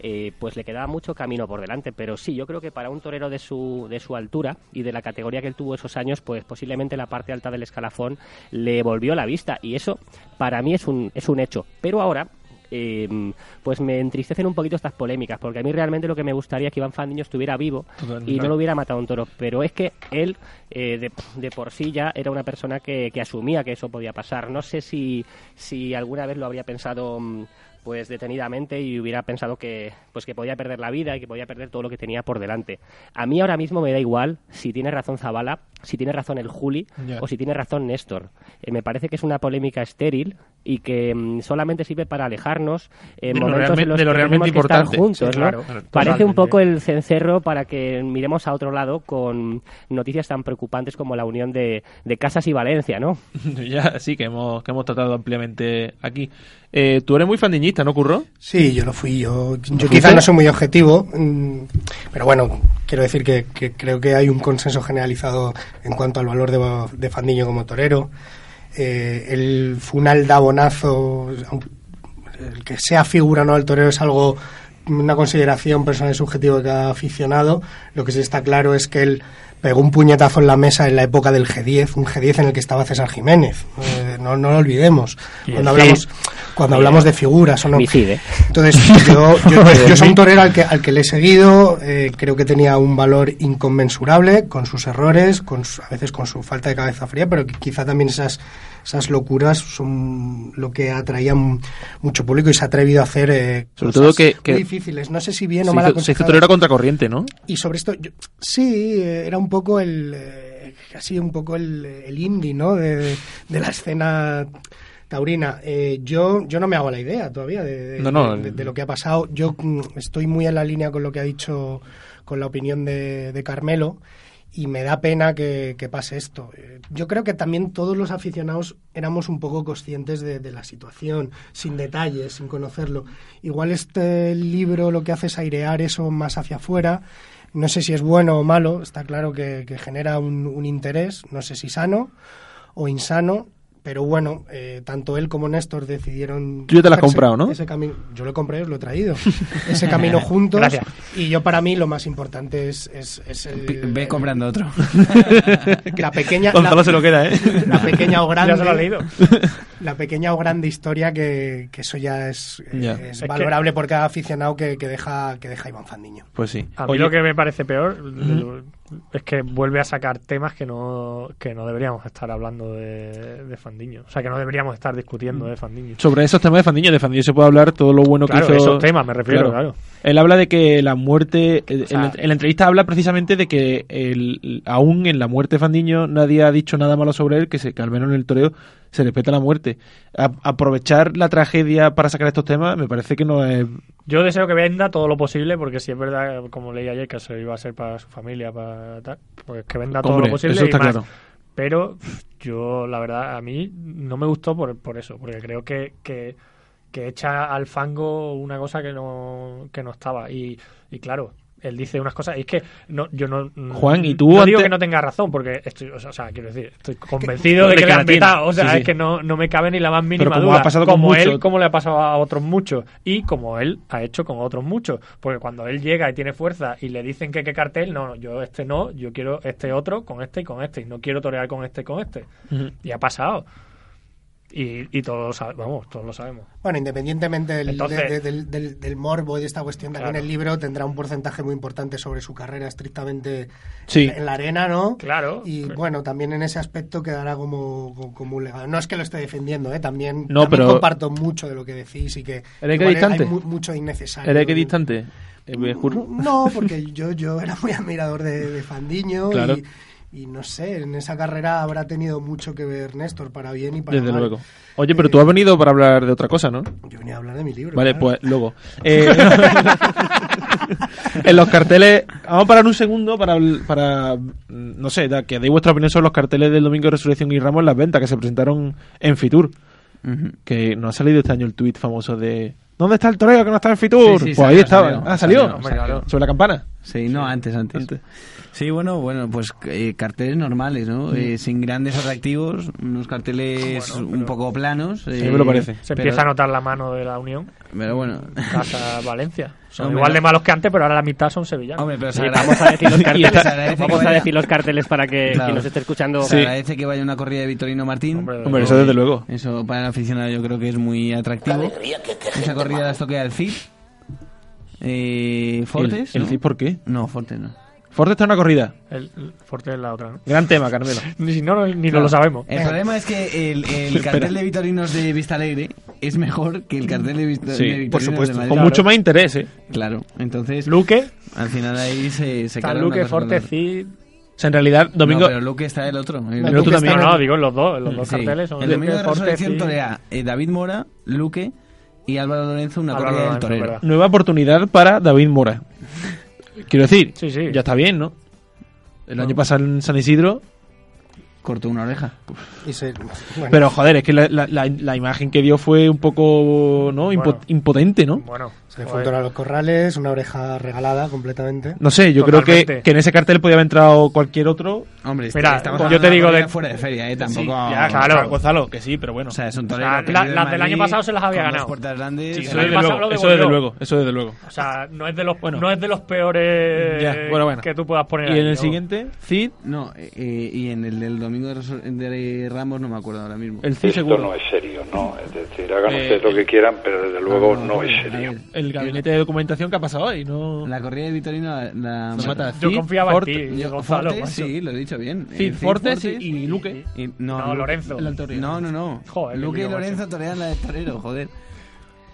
Speaker 4: eh, pues le quedaba mucho camino por delante, pero sí, yo creo que para un torero de su, de su altura y de la categoría que él tuvo esos años, pues posiblemente la parte alta del escalafón le volvió la vista y eso para mí es un, es un hecho. Pero ahora, eh, pues me entristecen un poquito estas polémicas, porque a mí realmente lo que me gustaría es que Iván Fandiño estuviera vivo y no lo hubiera matado un toro. Pero es que él, eh, de, de por sí ya, era una persona que, que asumía que eso podía pasar. No sé si, si alguna vez lo habría pensado mm, pues detenidamente y hubiera pensado que pues que podía perder la vida y que podía perder todo lo que tenía por delante. A mí ahora mismo me da igual si tiene razón Zabala, si tiene razón el Juli
Speaker 2: Ya.
Speaker 4: o si tiene razón Néstor. Eh, me parece que es una polémica estéril y que mm, solamente sirve para alejarnos en
Speaker 2: De lo
Speaker 4: momentos
Speaker 2: realme-
Speaker 4: en los
Speaker 2: de lo
Speaker 4: que
Speaker 2: realmente
Speaker 4: tenemos que estar
Speaker 2: importante.
Speaker 4: juntos,
Speaker 1: Sí,
Speaker 4: ¿no?
Speaker 1: claro.
Speaker 4: Parece un
Speaker 1: Totalmente.
Speaker 4: poco el cencerro para que miremos a otro lado con noticias tan preocupantes como la unión de, de Casas y Valencia, ¿no?
Speaker 2: (laughs) ya, sí, que hemos, que hemos tratado ampliamente aquí. Eh, tú eres muy fandiñista, ¿no, Curro?
Speaker 3: Sí, yo lo fui. Yo, yo
Speaker 2: fuiste?
Speaker 3: quizás no soy muy objetivo, mm, pero bueno, quiero decir que, que creo que hay un consenso generalizado en cuanto al valor de, de Fandiño como torero. Eh, el funal dabonazo, el que sea figura o no el torero es algo una consideración personal y subjetiva de cada aficionado. Lo que sí está claro es que él pegó un puñetazo en la mesa en la época del G10, un G10 en el que estaba César Jiménez. Eh, no, no lo olvidemos. Cuando hablamos, cuando hablamos de figuras o no.
Speaker 4: Homicide.
Speaker 3: Entonces, yo,
Speaker 2: (laughs)
Speaker 3: yo, yo soy un torero al que, al que le he seguido, eh, creo que tenía un valor inconmensurable con sus errores, con su- a veces con su falta de cabeza fría, pero que quizá también esas, esas locuras son lo que atraían mucho público y se ha atrevido a hacer eh, cosas
Speaker 2: Sobre todo que- que-
Speaker 3: muy difíciles. No sé si bien o
Speaker 2: se,
Speaker 3: mal
Speaker 2: hizo, se hizo
Speaker 3: aconsejadas.
Speaker 2: torero a contracorriente, ¿no?
Speaker 3: Y sobre esto, yo- sí, eh, era un poco el. eh, casi un poco el, el indie, ¿no? De, de- de la escena taurina. Eh, yo, yo no me hago la idea todavía de, de-
Speaker 2: No, no,
Speaker 3: de-
Speaker 2: el-
Speaker 3: de lo que ha pasado. Yo mm, estoy muy en la línea con lo que ha dicho, con la opinión de, de Carmelo. Y me da pena que, que pase esto. Eh, Yo creo que también todos los aficionados éramos un poco conscientes de, de la situación, sin detalles, sin conocerlo. Igual este libro lo que hace es airear eso más hacia afuera, no sé si es bueno o malo, está claro que, que genera un, un interés, no sé si sano o insano, Pero bueno, eh, tanto él como Néstor decidieron.
Speaker 2: Tú ya te la has
Speaker 3: hacerse
Speaker 2: comprado, ¿no?
Speaker 3: Ese camino, yo lo he comprado, os lo he traído. Ese camino juntos.
Speaker 1: Gracias.
Speaker 3: Y yo, para mí, lo más importante es, es, es el-
Speaker 5: Ve comprando
Speaker 3: (laughs)
Speaker 5: otro.
Speaker 3: la pequeña.
Speaker 2: Gonzalo
Speaker 3: la-
Speaker 2: se lo queda, ¿eh?
Speaker 3: la pequeña o grande
Speaker 1: (laughs) Ya se lo ha leído.
Speaker 3: (laughs) la pequeña o grande historia que, que eso ya es, eh,
Speaker 2: Ya.
Speaker 3: es
Speaker 1: Es que-
Speaker 3: valorable por cada aficionado que, que deja que deja Iván Fandiño
Speaker 2: Pues sí.
Speaker 1: A mí
Speaker 2: Oye,
Speaker 1: lo que me parece peor es que vuelve a sacar temas que no, que no deberíamos estar hablando de, de Fandiño. O sea, que no deberíamos estar discutiendo de Fandiño.
Speaker 2: Sobre esos temas de Fandiño, de Fandiño se puede hablar todo lo bueno
Speaker 1: Claro,
Speaker 2: que hizo.
Speaker 1: esos temas me refiero, claro.
Speaker 2: Él habla de que la muerte. eh,
Speaker 1: sea-
Speaker 2: en, la, en la entrevista habla precisamente de que el- aún en la muerte de Fandiño nadie ha dicho nada malo sobre él, que, se, que al menos en el toreo se respeta la muerte. A- aprovechar la tragedia para sacar estos temas me parece que no es.
Speaker 1: Yo deseo que venda todo lo posible, porque si es verdad, como leí ayer, que se iba a ser para su familia, para tal, pues que venda todo
Speaker 2: Hombre,
Speaker 1: lo posible.
Speaker 2: eso está
Speaker 1: y más.
Speaker 2: claro.
Speaker 1: Pero pff, yo, la verdad, a mí no me gustó por, por eso, porque creo que, que, que echa al fango una cosa que no, que no estaba. Y, y claro, él dice unas cosas. Y es que no, yo no.
Speaker 2: Juan, ¿y tú
Speaker 1: No
Speaker 2: antes-
Speaker 1: digo que no tenga razón, porque estoy, o sea, o sea, quiero decir, estoy convencido de
Speaker 2: de
Speaker 1: que,
Speaker 2: que
Speaker 1: le
Speaker 2: la
Speaker 1: han
Speaker 2: tiene.
Speaker 1: vetado. O sea,
Speaker 2: Sí, sí.
Speaker 1: es que no, no me cabe ni la más mínima
Speaker 2: como
Speaker 1: duda.
Speaker 2: ha pasado con
Speaker 1: como
Speaker 2: muchos.
Speaker 1: él, como le ha pasado a otros muchos. Y como él ha hecho con otros muchos. Porque cuando él llega y tiene fuerza y le dicen que qué cartel, no, no, yo este no, yo quiero este otro con este y con este. Y no quiero torear con este y con este. Y ha pasado. Y, y todos lo sabemos, vamos, todos lo sabemos.
Speaker 3: bueno independientemente del,
Speaker 1: Entonces-
Speaker 3: de- de- del, del- del morbo y de esta cuestión también
Speaker 1: Claro.
Speaker 3: el libro tendrá un porcentaje muy importante sobre su carrera estrictamente
Speaker 2: Sí.
Speaker 3: en la arena no
Speaker 1: Claro. Pues-
Speaker 3: y
Speaker 1: Pero-
Speaker 3: bueno también en ese aspecto quedará como, como, como un legado no es que lo esté defendiendo ¿eh? también,
Speaker 2: No,
Speaker 3: también
Speaker 2: pero-
Speaker 3: comparto mucho de lo que decís y que
Speaker 2: ¿Eres
Speaker 3: igual
Speaker 2: equidistante?
Speaker 3: hay mu- mucho innecesario
Speaker 2: ¿Eres equidistante? Eh, Curro.
Speaker 3: No, porque yo, yo era muy admirador de, de Fandiño
Speaker 2: Claro.
Speaker 3: y, y no sé, en esa carrera habrá tenido mucho que ver Néstor, para bien y para Eh,
Speaker 2: Desde
Speaker 3: mal.
Speaker 2: luego. Oye, pero tú has venido para hablar de otra cosa, ¿no?
Speaker 3: Yo venía a hablar de mi libro.
Speaker 2: Vale,
Speaker 3: claro.
Speaker 2: pues
Speaker 3: (laughs)
Speaker 2: luego. Eh, (laughs) en los carteles. Vamos a parar un segundo para. habl- para mm, no sé, da- que deis vuestra opinión sobre los carteles del Domingo de Resurrección y Ramos en las ventas que se presentaron en Fitur.
Speaker 5: Ujú.
Speaker 2: Que no ha salido este año el tuit famoso de. ¿Dónde está el toreo que no está en
Speaker 5: Sí,
Speaker 2: Fitur?
Speaker 5: sí,
Speaker 2: pues
Speaker 5: salió,
Speaker 2: ahí estaba.
Speaker 5: salió.
Speaker 2: ah, salió.
Speaker 5: Salió, hombre, claro.
Speaker 2: Sobre la campana.
Speaker 5: Sí, no, antes, antes,
Speaker 2: Antes.
Speaker 5: Sí, bueno, bueno, pues eh, carteles normales, ¿no?
Speaker 2: Mm.
Speaker 5: Eh, sin grandes atractivos, unos carteles un poco planos. eh,
Speaker 2: me lo parece.
Speaker 1: Se
Speaker 5: pero-
Speaker 1: empieza a notar la mano de la Unión,
Speaker 5: Pero bueno.
Speaker 1: casa
Speaker 5: (laughs)
Speaker 1: Valencia. Son
Speaker 5: Hombre,
Speaker 1: igual de
Speaker 5: no.
Speaker 1: malos que antes, pero ahora la mitad son sevillanos.
Speaker 5: Hombre, pero se
Speaker 4: Sí,
Speaker 5: agra-
Speaker 4: vamos a
Speaker 5: (laughs)
Speaker 4: decir los
Speaker 5: se
Speaker 4: carteles,
Speaker 5: agradece que
Speaker 4: vamos a
Speaker 5: vaya-
Speaker 4: decir los carteles para que
Speaker 5: Claro.
Speaker 4: quien nos esté escuchando.
Speaker 5: se agradece que vaya una corrida de Vitorino Martín.
Speaker 1: Hombre,
Speaker 2: Hombre, eso desde luego.
Speaker 5: Eso para el aficionado yo creo que es muy atractivo. Esa corrida las toqué al Cid. Eh,
Speaker 2: ¿El,
Speaker 5: Fortes.
Speaker 2: el
Speaker 5: ¿no?
Speaker 2: Cid por qué?
Speaker 5: No, Fortes no.
Speaker 2: Forte está en una corrida.
Speaker 1: El,
Speaker 5: (laughs)
Speaker 1: el fuerte es la otra, ¿no?
Speaker 2: Gran
Speaker 1: (laughs)
Speaker 2: tema, Carmelo.
Speaker 1: Ni, si no, no- ni lo sabemos.
Speaker 5: El problema es que el,
Speaker 2: (laughs)
Speaker 5: el cartel de Vitorinos de Vista Alegre es mejor que el cartel de, Vista,
Speaker 2: Sí,
Speaker 5: de
Speaker 2: por
Speaker 5: Vitorinos
Speaker 2: supuesto.
Speaker 5: de Madrid.
Speaker 2: Con mucho más interés, ¿eh?
Speaker 5: Claro, entonces
Speaker 1: Luque,
Speaker 5: al final ahí se, se
Speaker 1: está
Speaker 5: carga una
Speaker 1: Luque,
Speaker 5: cosa con
Speaker 1: Forte,
Speaker 5: otra.
Speaker 1: Cid.
Speaker 2: O sea, en realidad, Domingo.
Speaker 5: No, pero Luque está el otro. El,
Speaker 2: El otro
Speaker 5: Luque
Speaker 2: también.
Speaker 1: No,
Speaker 5: está
Speaker 1: no, digo en los dos, en los dos
Speaker 5: Sí.
Speaker 1: carteles. Son
Speaker 5: el domingo de
Speaker 1: Luque, Forte,
Speaker 5: Resurrección
Speaker 1: Cid.
Speaker 5: torea eh, David Mora, Luque y Álvaro Lorenzo una
Speaker 1: Álvaro
Speaker 5: corrida del
Speaker 1: Lorenzo,
Speaker 5: torero.
Speaker 1: Ah, verdad.
Speaker 2: Nueva oportunidad para David Mora. Quiero decir,
Speaker 1: Sí, sí.
Speaker 2: ya está bien, ¿no? El año pasado en San Isidro.
Speaker 5: Cortó una oreja.
Speaker 3: Y se- bueno,
Speaker 2: Pero joder, es que la, la- la- la imagen que dio fue un poco ¿no? Impo-
Speaker 1: Bueno.
Speaker 2: impotente, ¿no?
Speaker 1: Bueno,
Speaker 3: se le fue un
Speaker 1: joder.
Speaker 3: toro a los corrales, una oreja regalada completamente.
Speaker 2: No sé, yo creo que,
Speaker 1: Totalmente.
Speaker 2: que en ese cartel podía haber entrado cualquier otro.
Speaker 5: Hombre,
Speaker 1: Mira,
Speaker 5: estamos
Speaker 1: yo
Speaker 5: hablando
Speaker 1: te
Speaker 5: una
Speaker 1: digo
Speaker 5: corrida
Speaker 1: de-
Speaker 5: fuera de feria, eh, tampoco.
Speaker 2: ya,
Speaker 1: claro.
Speaker 2: claro, Gonzalo, que sí, pero bueno.
Speaker 5: O sea, es un torero.
Speaker 1: Ah,
Speaker 5: que
Speaker 1: la-
Speaker 5: vive en
Speaker 1: las del
Speaker 5: Madrid,
Speaker 1: año pasado se las había
Speaker 5: con dos
Speaker 1: ganado.
Speaker 5: puertas grandes.
Speaker 2: Sí,
Speaker 1: el
Speaker 2: eso,
Speaker 1: año
Speaker 2: desde
Speaker 1: pasado
Speaker 2: luego,
Speaker 1: lo
Speaker 2: eso desde
Speaker 1: devolvió.
Speaker 2: luego, eso desde luego.
Speaker 1: O sea, no es de los,
Speaker 2: Bueno.
Speaker 1: no es de los peores
Speaker 2: Ya, bueno, bueno.
Speaker 1: Eh, que tú puedas
Speaker 2: Y
Speaker 1: poner ahí,
Speaker 2: en el
Speaker 1: ¿no?
Speaker 2: siguiente, Cid,
Speaker 5: No, eh, eh, y en el del domingo de, Resur- de Ramos no me acuerdo ahora mismo.
Speaker 2: el Cid
Speaker 9: Esto
Speaker 2: seguro.
Speaker 9: no es serio, ¿no? Es decir, hagan
Speaker 2: Eh,
Speaker 9: ustedes lo que quieran, pero desde
Speaker 10: Ah,
Speaker 9: luego no es
Speaker 5: A
Speaker 9: serio.
Speaker 5: ver,
Speaker 2: El gabinete de documentación que ha pasado hoy, ¿no?
Speaker 5: La corrida de Vitorino la, la-
Speaker 2: Se mata a
Speaker 1: Yo
Speaker 2: Cid,
Speaker 1: confiaba en
Speaker 2: Forte-
Speaker 1: ti,
Speaker 5: Yo-
Speaker 1: Gonzalo.
Speaker 5: Fortes,
Speaker 1: macho.
Speaker 5: sí, lo he dicho bien. Eh,
Speaker 2: Cid, Fortes,
Speaker 5: Fortes
Speaker 2: y, y Luque.
Speaker 5: y- no,
Speaker 1: No,
Speaker 5: Luque-
Speaker 1: Lorenzo.
Speaker 2: El alto
Speaker 5: No, no, no.
Speaker 1: Joder, qué
Speaker 5: Luque y
Speaker 1: lío, macho.
Speaker 5: Lorenzo torean la de torero, joder.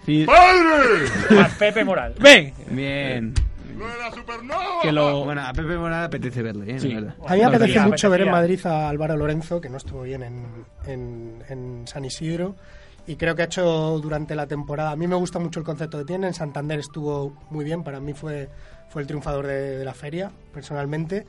Speaker 2: Cid-
Speaker 1: A Pepe Moral.
Speaker 2: ¡Ven!
Speaker 5: Bien.
Speaker 2: Que lo...
Speaker 5: Bueno, a Pepe Morada apetece verle, eh,
Speaker 2: Sí.
Speaker 5: la verdad.
Speaker 3: A mí me
Speaker 2: La
Speaker 3: apetece
Speaker 1: verdad.
Speaker 3: mucho ver en
Speaker 1: Apetecía.
Speaker 3: Madrid a Álvaro Lorenzo, que no estuvo bien en, en- en San Isidro. Y creo que ha hecho durante la temporada. A mí me gusta mucho el concepto que tiene. En Santander estuvo muy bien. Para mí fue, fue el triunfador de, de la feria, personalmente.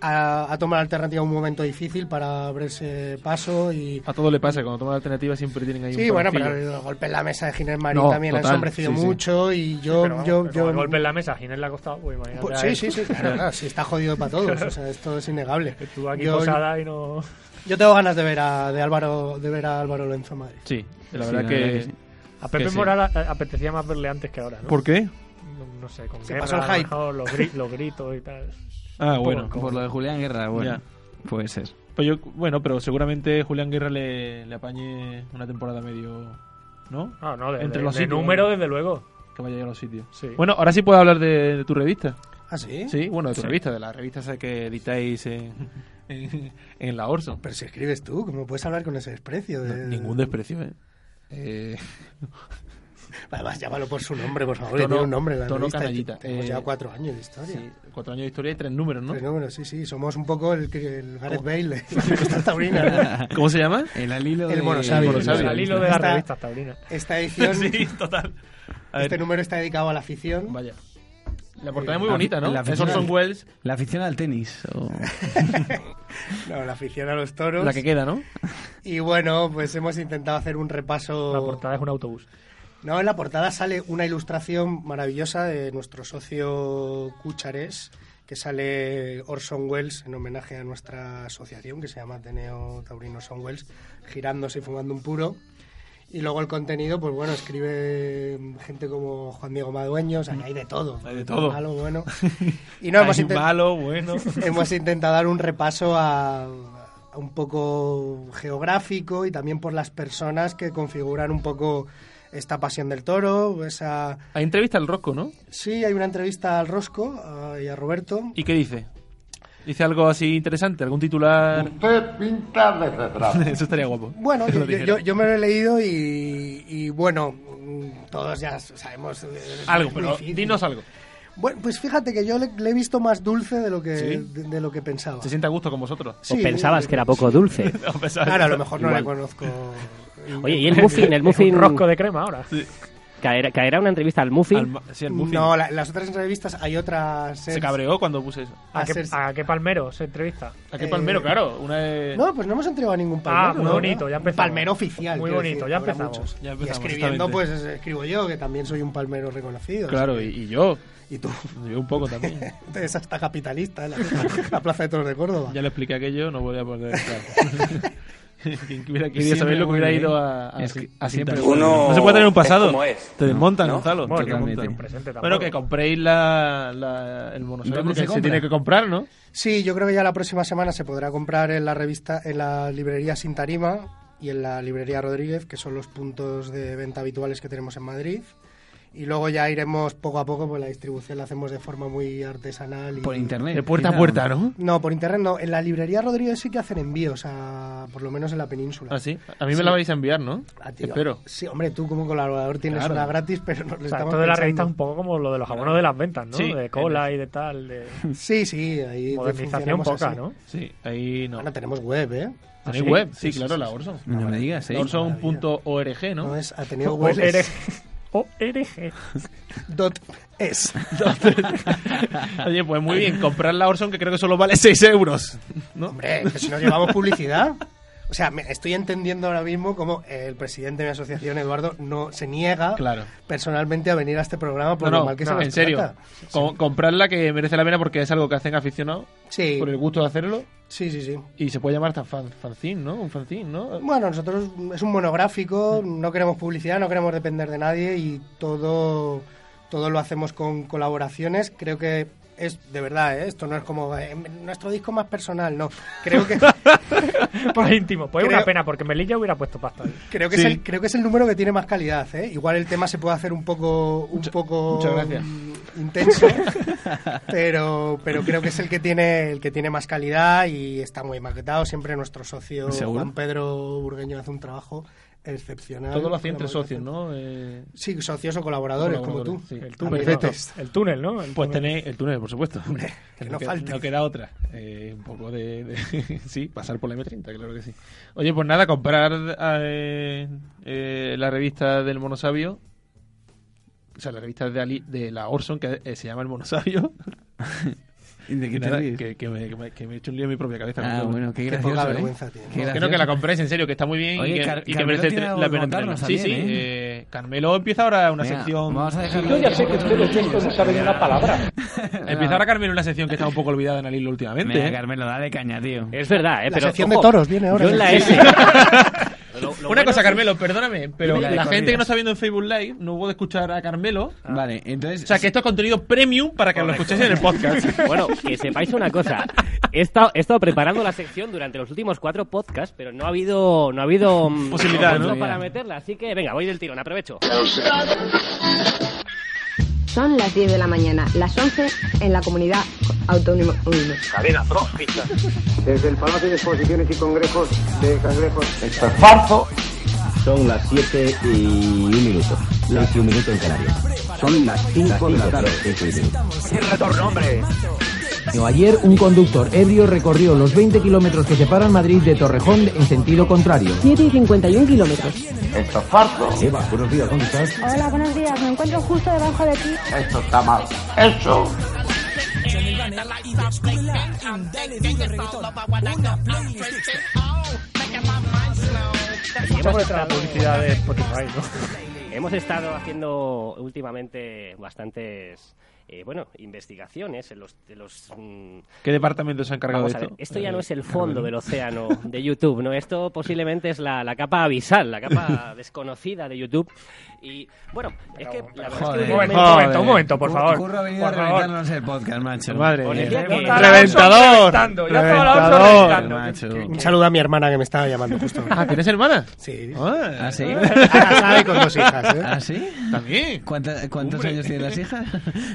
Speaker 3: ha, ha tomado alternativa un momento difícil para abrirse paso y...
Speaker 2: A todo le pasa, cuando toman alternativas siempre tienen ahí un
Speaker 3: Sí, bueno, pero
Speaker 2: parecido.
Speaker 3: el golpe en la mesa de Ginés Marín
Speaker 2: No,
Speaker 3: también ha
Speaker 2: total,
Speaker 3: ensombrecido
Speaker 2: sí, sí.
Speaker 3: mucho y yo...
Speaker 1: Pero vamos,
Speaker 3: yo,
Speaker 1: pero
Speaker 3: yo
Speaker 1: el golpe en la mesa, a Ginés le ha costado. Uy, imagínate
Speaker 3: Pues
Speaker 1: a
Speaker 3: sí,
Speaker 1: él.
Speaker 3: sí, sí, claro, claro, sí, está jodido para todos, o sea, esto es innegable.
Speaker 1: Estuvo aquí
Speaker 3: Yo,
Speaker 1: posada y no.
Speaker 3: yo tengo ganas de ver a de Álvaro, de ver a Álvaro Lorenzo en Madrid.
Speaker 2: Sí, la
Speaker 5: Sí,
Speaker 2: verdad
Speaker 5: la
Speaker 2: que...
Speaker 5: verdad que sí.
Speaker 1: A Pepe
Speaker 2: Que sí.
Speaker 1: Moral a- apetecía más verle antes que ahora, ¿no?
Speaker 2: ¿Por qué?
Speaker 1: No, no sé, con
Speaker 3: Se
Speaker 1: guerra,
Speaker 3: pasó el
Speaker 1: a lo
Speaker 3: hype.
Speaker 1: mejor, los, gri- los gritos y tal.
Speaker 2: Ah,
Speaker 1: Por-
Speaker 2: bueno.
Speaker 1: ¿Cómo?
Speaker 5: Por lo de Julián Guerra, bueno,
Speaker 2: Ya.
Speaker 5: puede ser.
Speaker 2: Pues yo, bueno, pero seguramente Julián Guerra le, le apañe una temporada medio... ¿No?
Speaker 1: Ah, no, de,
Speaker 2: Entre
Speaker 1: de-
Speaker 2: los
Speaker 1: de
Speaker 2: sitios,
Speaker 1: número,
Speaker 2: ¿no?
Speaker 1: desde luego.
Speaker 2: Que vaya a los sitios.
Speaker 1: Sí.
Speaker 2: Bueno, ahora sí puedo hablar de, de tu revista.
Speaker 3: ¿Ah, sí?
Speaker 2: Sí, bueno, de tu
Speaker 5: Sí.
Speaker 2: revista, de la revista esa que
Speaker 3: (laughs)
Speaker 2: editáis en, en, (laughs) en la Orso.
Speaker 3: Pero si escribes tú, ¿cómo puedes hablar con ese desprecio? De...
Speaker 2: Ningún desprecio, ¿eh? Eh,
Speaker 3: (laughs) Además, llámalo por su nombre, por favor.
Speaker 2: Tono-
Speaker 3: Tiene un nombre la
Speaker 2: tono
Speaker 3: entrevista.
Speaker 2: canallita.
Speaker 3: Tenemos
Speaker 2: Eh,
Speaker 3: ya cuatro años de historia.
Speaker 2: sí, cuatro años de historia y tres números, ¿no? Oh.
Speaker 3: Tres números, sí, sí. Somos un poco el, que- el Gareth Bale,
Speaker 2: (laughs)
Speaker 3: de Costa Taurina. ¿no?
Speaker 2: ¿Cómo se llama?
Speaker 5: El al hilo
Speaker 3: El
Speaker 5: de- del
Speaker 3: Monosabio.
Speaker 2: Monosabio.
Speaker 1: Al hilo de la
Speaker 3: Está-
Speaker 1: revista Taurina.
Speaker 3: Esta edición,
Speaker 2: (laughs) total. A
Speaker 3: este
Speaker 2: ver,
Speaker 3: número está dedicado a la afición.
Speaker 2: vaya. La portada es muy
Speaker 5: Eh, La-
Speaker 2: bonita, ¿no?
Speaker 5: la
Speaker 2: Es
Speaker 5: afición-
Speaker 2: Orson Welles,
Speaker 5: La afición al tenis.
Speaker 2: (laughs)
Speaker 5: o-
Speaker 3: (laughs) No, la afición a los toros.
Speaker 2: la que queda, ¿no?
Speaker 3: Y bueno, pues hemos intentado hacer un
Speaker 1: La
Speaker 3: repaso.
Speaker 1: portada es un autobús.
Speaker 3: No, en la portada sale una ilustración maravillosa de nuestro socio Cuchares, que sale Orson Welles en homenaje a nuestra asociación que se llama Ateneo Taurino Orson Welles, girándose y fumando un puro. Y luego el contenido, pues bueno, escribe gente como Juan Diego Madueño, o sea, que hay de todo.
Speaker 2: Hay de todo.
Speaker 3: Malo,
Speaker 2: (laughs)
Speaker 3: bueno. Y no, hemos,
Speaker 2: Hay
Speaker 3: inten-
Speaker 2: malo, bueno.
Speaker 3: (laughs) hemos intentado dar un repaso a, a un poco geográfico y también por las personas que configuran un poco esta pasión del toro. Esa...
Speaker 2: Hay entrevista al Rocco, ¿no?
Speaker 3: Sí, hay una entrevista al Rosco ah, y a Roberto.
Speaker 2: ¿Y qué dice? ¿Dice algo así interesante? ¿Algún titular?
Speaker 9: Usted pinta de cebrado.
Speaker 2: (laughs) Eso estaría guapo.
Speaker 3: Bueno,
Speaker 2: Que
Speaker 3: yo,
Speaker 2: (laughs) lo
Speaker 3: yo-
Speaker 2: dijera.
Speaker 3: yo- yo me lo he leído y, y bueno, mm, todos ya sabemos. eh, es
Speaker 2: Algo,
Speaker 3: muy
Speaker 2: pero
Speaker 3: difícil.
Speaker 2: dinos algo.
Speaker 3: Bueno, pues fíjate que yo le, le he visto más dulce de lo que,
Speaker 2: ¿Sí?
Speaker 3: de, de lo que pensaba.
Speaker 2: ¿Se siente a gusto con vosotros?
Speaker 3: Sí,
Speaker 4: o pensabas que era poco
Speaker 2: (laughs)
Speaker 4: dulce.
Speaker 2: A pesar de-
Speaker 3: Claro, a lo mejor no
Speaker 2: Igual.
Speaker 3: le conozco.
Speaker 2: (laughs)
Speaker 4: Oye, y el muffin, el
Speaker 1: Es un
Speaker 4: muffin.
Speaker 1: rosco de crema ahora.
Speaker 4: Caerá, caerá una entrevista al muffin.
Speaker 2: Al ma- sí, al Muffin.
Speaker 3: No, la- las otras entrevistas hay otras.
Speaker 2: Se cabreó cuando puse eso.
Speaker 1: ¿A qué,
Speaker 3: hacerse-
Speaker 1: ¿A qué palmero se entrevista?
Speaker 2: ¿A qué
Speaker 3: Eh,
Speaker 2: palmero? Claro, una de...
Speaker 3: No, pues no hemos entregado a ningún palmero.
Speaker 1: Ah, muy
Speaker 3: ¿no?
Speaker 1: bonito, ya
Speaker 3: Un
Speaker 1: empezamos.
Speaker 3: Palmero oficial.
Speaker 1: Muy
Speaker 3: quiero
Speaker 1: bonito,
Speaker 3: decir,
Speaker 1: ya
Speaker 3: habrá
Speaker 1: empezamos.
Speaker 3: muchos.
Speaker 2: Ya
Speaker 3: y
Speaker 2: empezamos,
Speaker 3: escribiendo,
Speaker 2: justamente.
Speaker 3: pues escribo yo, que también soy un palmero reconocido.
Speaker 2: Claro, y, y yo.
Speaker 3: Y tú,
Speaker 2: Yo un poco también.
Speaker 3: es hasta capitalista, ¿eh?
Speaker 2: (laughs)
Speaker 3: la, (laughs) la Plaza de Toros de Córdoba.
Speaker 2: Ya le expliqué aquello, no voy a
Speaker 3: (laughs)
Speaker 2: poner claro. Quien hubiera querido
Speaker 5: Siempre
Speaker 2: saber lo que hubiera
Speaker 5: vuelve,
Speaker 2: ido
Speaker 5: ¿eh?
Speaker 2: a, a,
Speaker 5: Es que
Speaker 2: a
Speaker 5: siempre
Speaker 2: Sintar.
Speaker 5: vuelve.
Speaker 9: Uno
Speaker 2: No se puede tener un
Speaker 9: es
Speaker 2: pasado.
Speaker 9: como es,
Speaker 2: Te desmontan,
Speaker 9: ¿no?
Speaker 2: Gonzalo.
Speaker 1: Bueno, que un
Speaker 5: totalmente.
Speaker 1: presente tampoco.
Speaker 2: Bueno, que compréis la, la- el monosaurio
Speaker 5: ¿Dónde
Speaker 2: porque
Speaker 5: se
Speaker 2: se,
Speaker 5: compra?
Speaker 2: tiene que comprar, ¿no?
Speaker 3: Sí, yo creo que ya la próxima semana se podrá comprar en la revista, en la librería Sin Tarima y en la librería Rodríguez, que son los puntos de venta habituales que tenemos en Madrid. Y luego ya iremos poco a poco, pues la distribución la hacemos de forma muy artesanal. Y...
Speaker 5: Por internet.
Speaker 2: De puerta a puerta, ¿no?
Speaker 3: No, por internet no. En la librería Rodríguez sí que hacen envíos, a, por lo menos en la península.
Speaker 2: Ah, sí. A mí me la vais a enviar, ¿no?
Speaker 3: Ah, tío.
Speaker 2: Espero.
Speaker 3: Sí, hombre, tú como colaborador tienes
Speaker 2: Claro.
Speaker 3: una gratis, pero no le
Speaker 1: O sea,
Speaker 3: estamos
Speaker 1: esto de la revista es un
Speaker 3: pensando.
Speaker 1: poco como lo de los jabonos de las ventas, ¿no?
Speaker 2: Sí.
Speaker 1: de cola y de tal, de
Speaker 3: (laughs) Sí, sí, ahí
Speaker 1: modernización
Speaker 3: funcionamos
Speaker 1: poca,
Speaker 3: así.
Speaker 1: ¿no?
Speaker 2: Sí, ahí no.
Speaker 3: Bueno, tenemos web, ¿eh?
Speaker 2: ¿Tenéis
Speaker 1: ¿sí?
Speaker 2: web?
Speaker 3: Sí,
Speaker 2: Sí,
Speaker 3: sí,
Speaker 2: claro,
Speaker 3: sí,
Speaker 2: la
Speaker 3: sí.
Speaker 2: Orson.
Speaker 5: No me digas, ¿eh?
Speaker 2: Orson.org,
Speaker 3: No,
Speaker 2: ¿no?
Speaker 3: es
Speaker 2: (laughs)
Speaker 3: Ateneo Welles.
Speaker 1: ORG.
Speaker 3: (laughs) dot es.
Speaker 2: (laughs) Oye, pues muy bien, comprar la Orson que creo que solo vale (laughs) 6 euros. ¿no?
Speaker 3: Hombre, que si nos llevamos publicidad. O sea, me- estoy entendiendo ahora mismo cómo el presidente de mi asociación, Eduardo, no se niega
Speaker 2: Claro.
Speaker 3: personalmente a venir a este programa por lo
Speaker 2: No, no,
Speaker 3: mal que
Speaker 2: no,
Speaker 3: se nos
Speaker 2: en serio.
Speaker 3: trata.
Speaker 2: Com- Comprarla que merece la pena porque es algo que hacen aficionados
Speaker 3: Sí,
Speaker 2: por el gusto de hacerlo.
Speaker 3: sí, sí, sí.
Speaker 2: Y se puede llamar hasta fan, fanzine, ¿no? Un fanzine, ¿no?
Speaker 3: Bueno, nosotros es un monográfico, no queremos publicidad, no queremos depender de nadie y todo, todo lo hacemos con colaboraciones. Creo que es de verdad, ¿eh? esto no es como eh, nuestro disco más personal, no. Creo que,
Speaker 1: (laughs)
Speaker 3: (laughs)
Speaker 1: Más íntimo. Pues es una
Speaker 3: Creo-
Speaker 1: pena, porque Melilla hubiera puesto pasta. ahí.
Speaker 3: creo, que
Speaker 2: Sí.
Speaker 3: es el, creo que es el número que tiene más calidad. ¿eh? Igual el tema se puede hacer un poco, un poco
Speaker 2: muchas gracias.
Speaker 3: mm,
Speaker 2: (laughs)
Speaker 3: intenso, pero, pero creo que es el que tiene el que tiene más calidad y está muy maquetado. Siempre nuestro socio
Speaker 5: ¿Seguro?
Speaker 3: Juan Pedro Burgueño hace un trabajo excepcional.
Speaker 2: Todo lo hacía
Speaker 3: hacía
Speaker 2: entre socios, ¿no? Eh,
Speaker 3: Sí, socios o colaboradores, como tú.
Speaker 2: colaboradores, sí.
Speaker 1: El
Speaker 3: tú,
Speaker 1: túnel,
Speaker 3: perfecto.
Speaker 1: ¿no? El túnel, ¿no? El
Speaker 2: Pues
Speaker 1: túnel.
Speaker 2: tenéis el túnel, por supuesto.
Speaker 3: que no
Speaker 2: queda,
Speaker 3: falte.
Speaker 2: No queda otra. Eh, un poco de, (laughs) de- Sí, pasar por la M30, claro que sí. Oye, pues nada, comprar eh, eh, la revista del Monosabio.
Speaker 5: (laughs)
Speaker 2: O sea, la revista de, Ali- de la Orson, que eh, se llama El Monosabio.
Speaker 5: ¿De qué
Speaker 11: Que
Speaker 5: te
Speaker 11: nada,
Speaker 5: ríes?
Speaker 11: que, que me, que me- que me he hecho un lío en mi propia cabeza.
Speaker 5: Ah,
Speaker 11: Pero-
Speaker 5: bueno, qué
Speaker 8: Qué
Speaker 5: gracioso.
Speaker 8: poca
Speaker 5: ¿eh?
Speaker 8: vergüenza tiene.
Speaker 5: Qué
Speaker 8: No,
Speaker 2: Que no, que la
Speaker 5: gracioso.
Speaker 2: compréis, en serio, que está muy bien
Speaker 5: Oye,
Speaker 2: y que,
Speaker 5: Car-
Speaker 2: y que
Speaker 5: Carmelo
Speaker 2: merece
Speaker 5: tiene
Speaker 2: tre-
Speaker 5: algo
Speaker 2: la
Speaker 5: que
Speaker 2: pena
Speaker 5: contarnos
Speaker 2: tenerlo. Sí, sí.
Speaker 5: también,
Speaker 2: eh, Carmelo empieza ahora una
Speaker 5: Venga,
Speaker 2: sección.
Speaker 5: Vamos a dejarlo.
Speaker 10: Yo ya sé que ustedes de esto no saben una
Speaker 2: (laughs)
Speaker 10: palabra.
Speaker 11: Empieza ahora Carmelo una sección que está un poco olvidada en el hilo últimamente.
Speaker 5: Venga,
Speaker 11: ¿eh?
Speaker 5: Carmelo, dale caña, tío.
Speaker 4: Es verdad, ¿eh?
Speaker 8: La
Speaker 4: pero
Speaker 8: sección
Speaker 4: ojo,
Speaker 8: de toros viene ahora.
Speaker 4: Yo en la
Speaker 8: Sí.
Speaker 4: (laughs) S.
Speaker 2: Una cosa, Carmelo, perdóname, pero
Speaker 5: Dime la de
Speaker 2: la gente que
Speaker 5: corridas.
Speaker 2: no está viendo en Facebook Live no puede escuchar a Carmelo.
Speaker 5: Ah. Vale, entonces.
Speaker 2: O sea, que esto es contenido premium para que lo escuchéis en el podcast.
Speaker 4: (laughs) Bueno, que sepáis una cosa. He estado, he estado preparando la sección durante los últimos cuatro podcasts, pero no ha habido, no ha habido mm,
Speaker 2: Posibilidad,
Speaker 4: momento
Speaker 5: ¿no?
Speaker 4: para meterla. Así que venga, voy del tirón, aprovecho.
Speaker 6: Son las 10 de la mañana, las 11 en la comunidad autónoma. Uy, no.
Speaker 3: Desde el Palacio de Exposiciones y Congresos de Cangrejos. Esto es falso.
Speaker 10: Son las 7 y un minuto. Las 1 minuto en Canarias.
Speaker 5: son las 5 de la tarde.
Speaker 10: Ayer un conductor ebrio recorrió los 20 kilómetros que separan Madrid de Torrejón en sentido contrario.
Speaker 6: 7 y 51 kilómetros.
Speaker 3: Esto es falso.
Speaker 10: Eva, buenos días, ¿dónde estás?
Speaker 6: Hola, buenos días. Me encuentro justo debajo de ti.
Speaker 3: Esto está mal. Eso.
Speaker 1: Esta puede ser la publicidad de Spotify, ¿no?
Speaker 4: Hemos estado haciendo últimamente bastantes, eh, bueno, investigaciones en los... en los mm,
Speaker 11: ¿Qué departamento se ha encargado
Speaker 4: Vamos
Speaker 11: de
Speaker 4: a
Speaker 11: esto?
Speaker 4: ver, esto ya no es el fondo del océano de YouTube, ¿no? Esto posiblemente es la, la capa abisal,
Speaker 11: (laughs)
Speaker 4: la capa desconocida de YouTube. Y bueno, es que la verdad es
Speaker 5: Joder.
Speaker 4: que
Speaker 1: Un momento, un
Speaker 4: últimamente-
Speaker 1: momento, un momento, por
Speaker 5: Cur-
Speaker 1: favor.
Speaker 5: Curro ha venido
Speaker 1: por
Speaker 5: a
Speaker 1: favor.
Speaker 5: reventarnos el podcast, macho.
Speaker 11: Madre
Speaker 4: Con el
Speaker 11: mía.
Speaker 4: día que-
Speaker 11: ¡Reventador!
Speaker 1: Ya estaba la otra
Speaker 11: ¡Reventador!
Speaker 1: reventando.
Speaker 5: Macho.
Speaker 8: Un saludo a mi hermana que me estaba llamando justo.
Speaker 2: Ah, ¿tienes hermana?
Speaker 8: Sí.
Speaker 2: Ah,
Speaker 5: ¿Ah, (laughs)
Speaker 3: (laughs)
Speaker 5: sí?
Speaker 8: Está casada y con dos hijas, ¿eh?
Speaker 5: ¿Ah, sí?
Speaker 2: También.
Speaker 5: ¿Cuánta- ¿Cuántos
Speaker 2: Hombre.
Speaker 5: años tienen las hijas?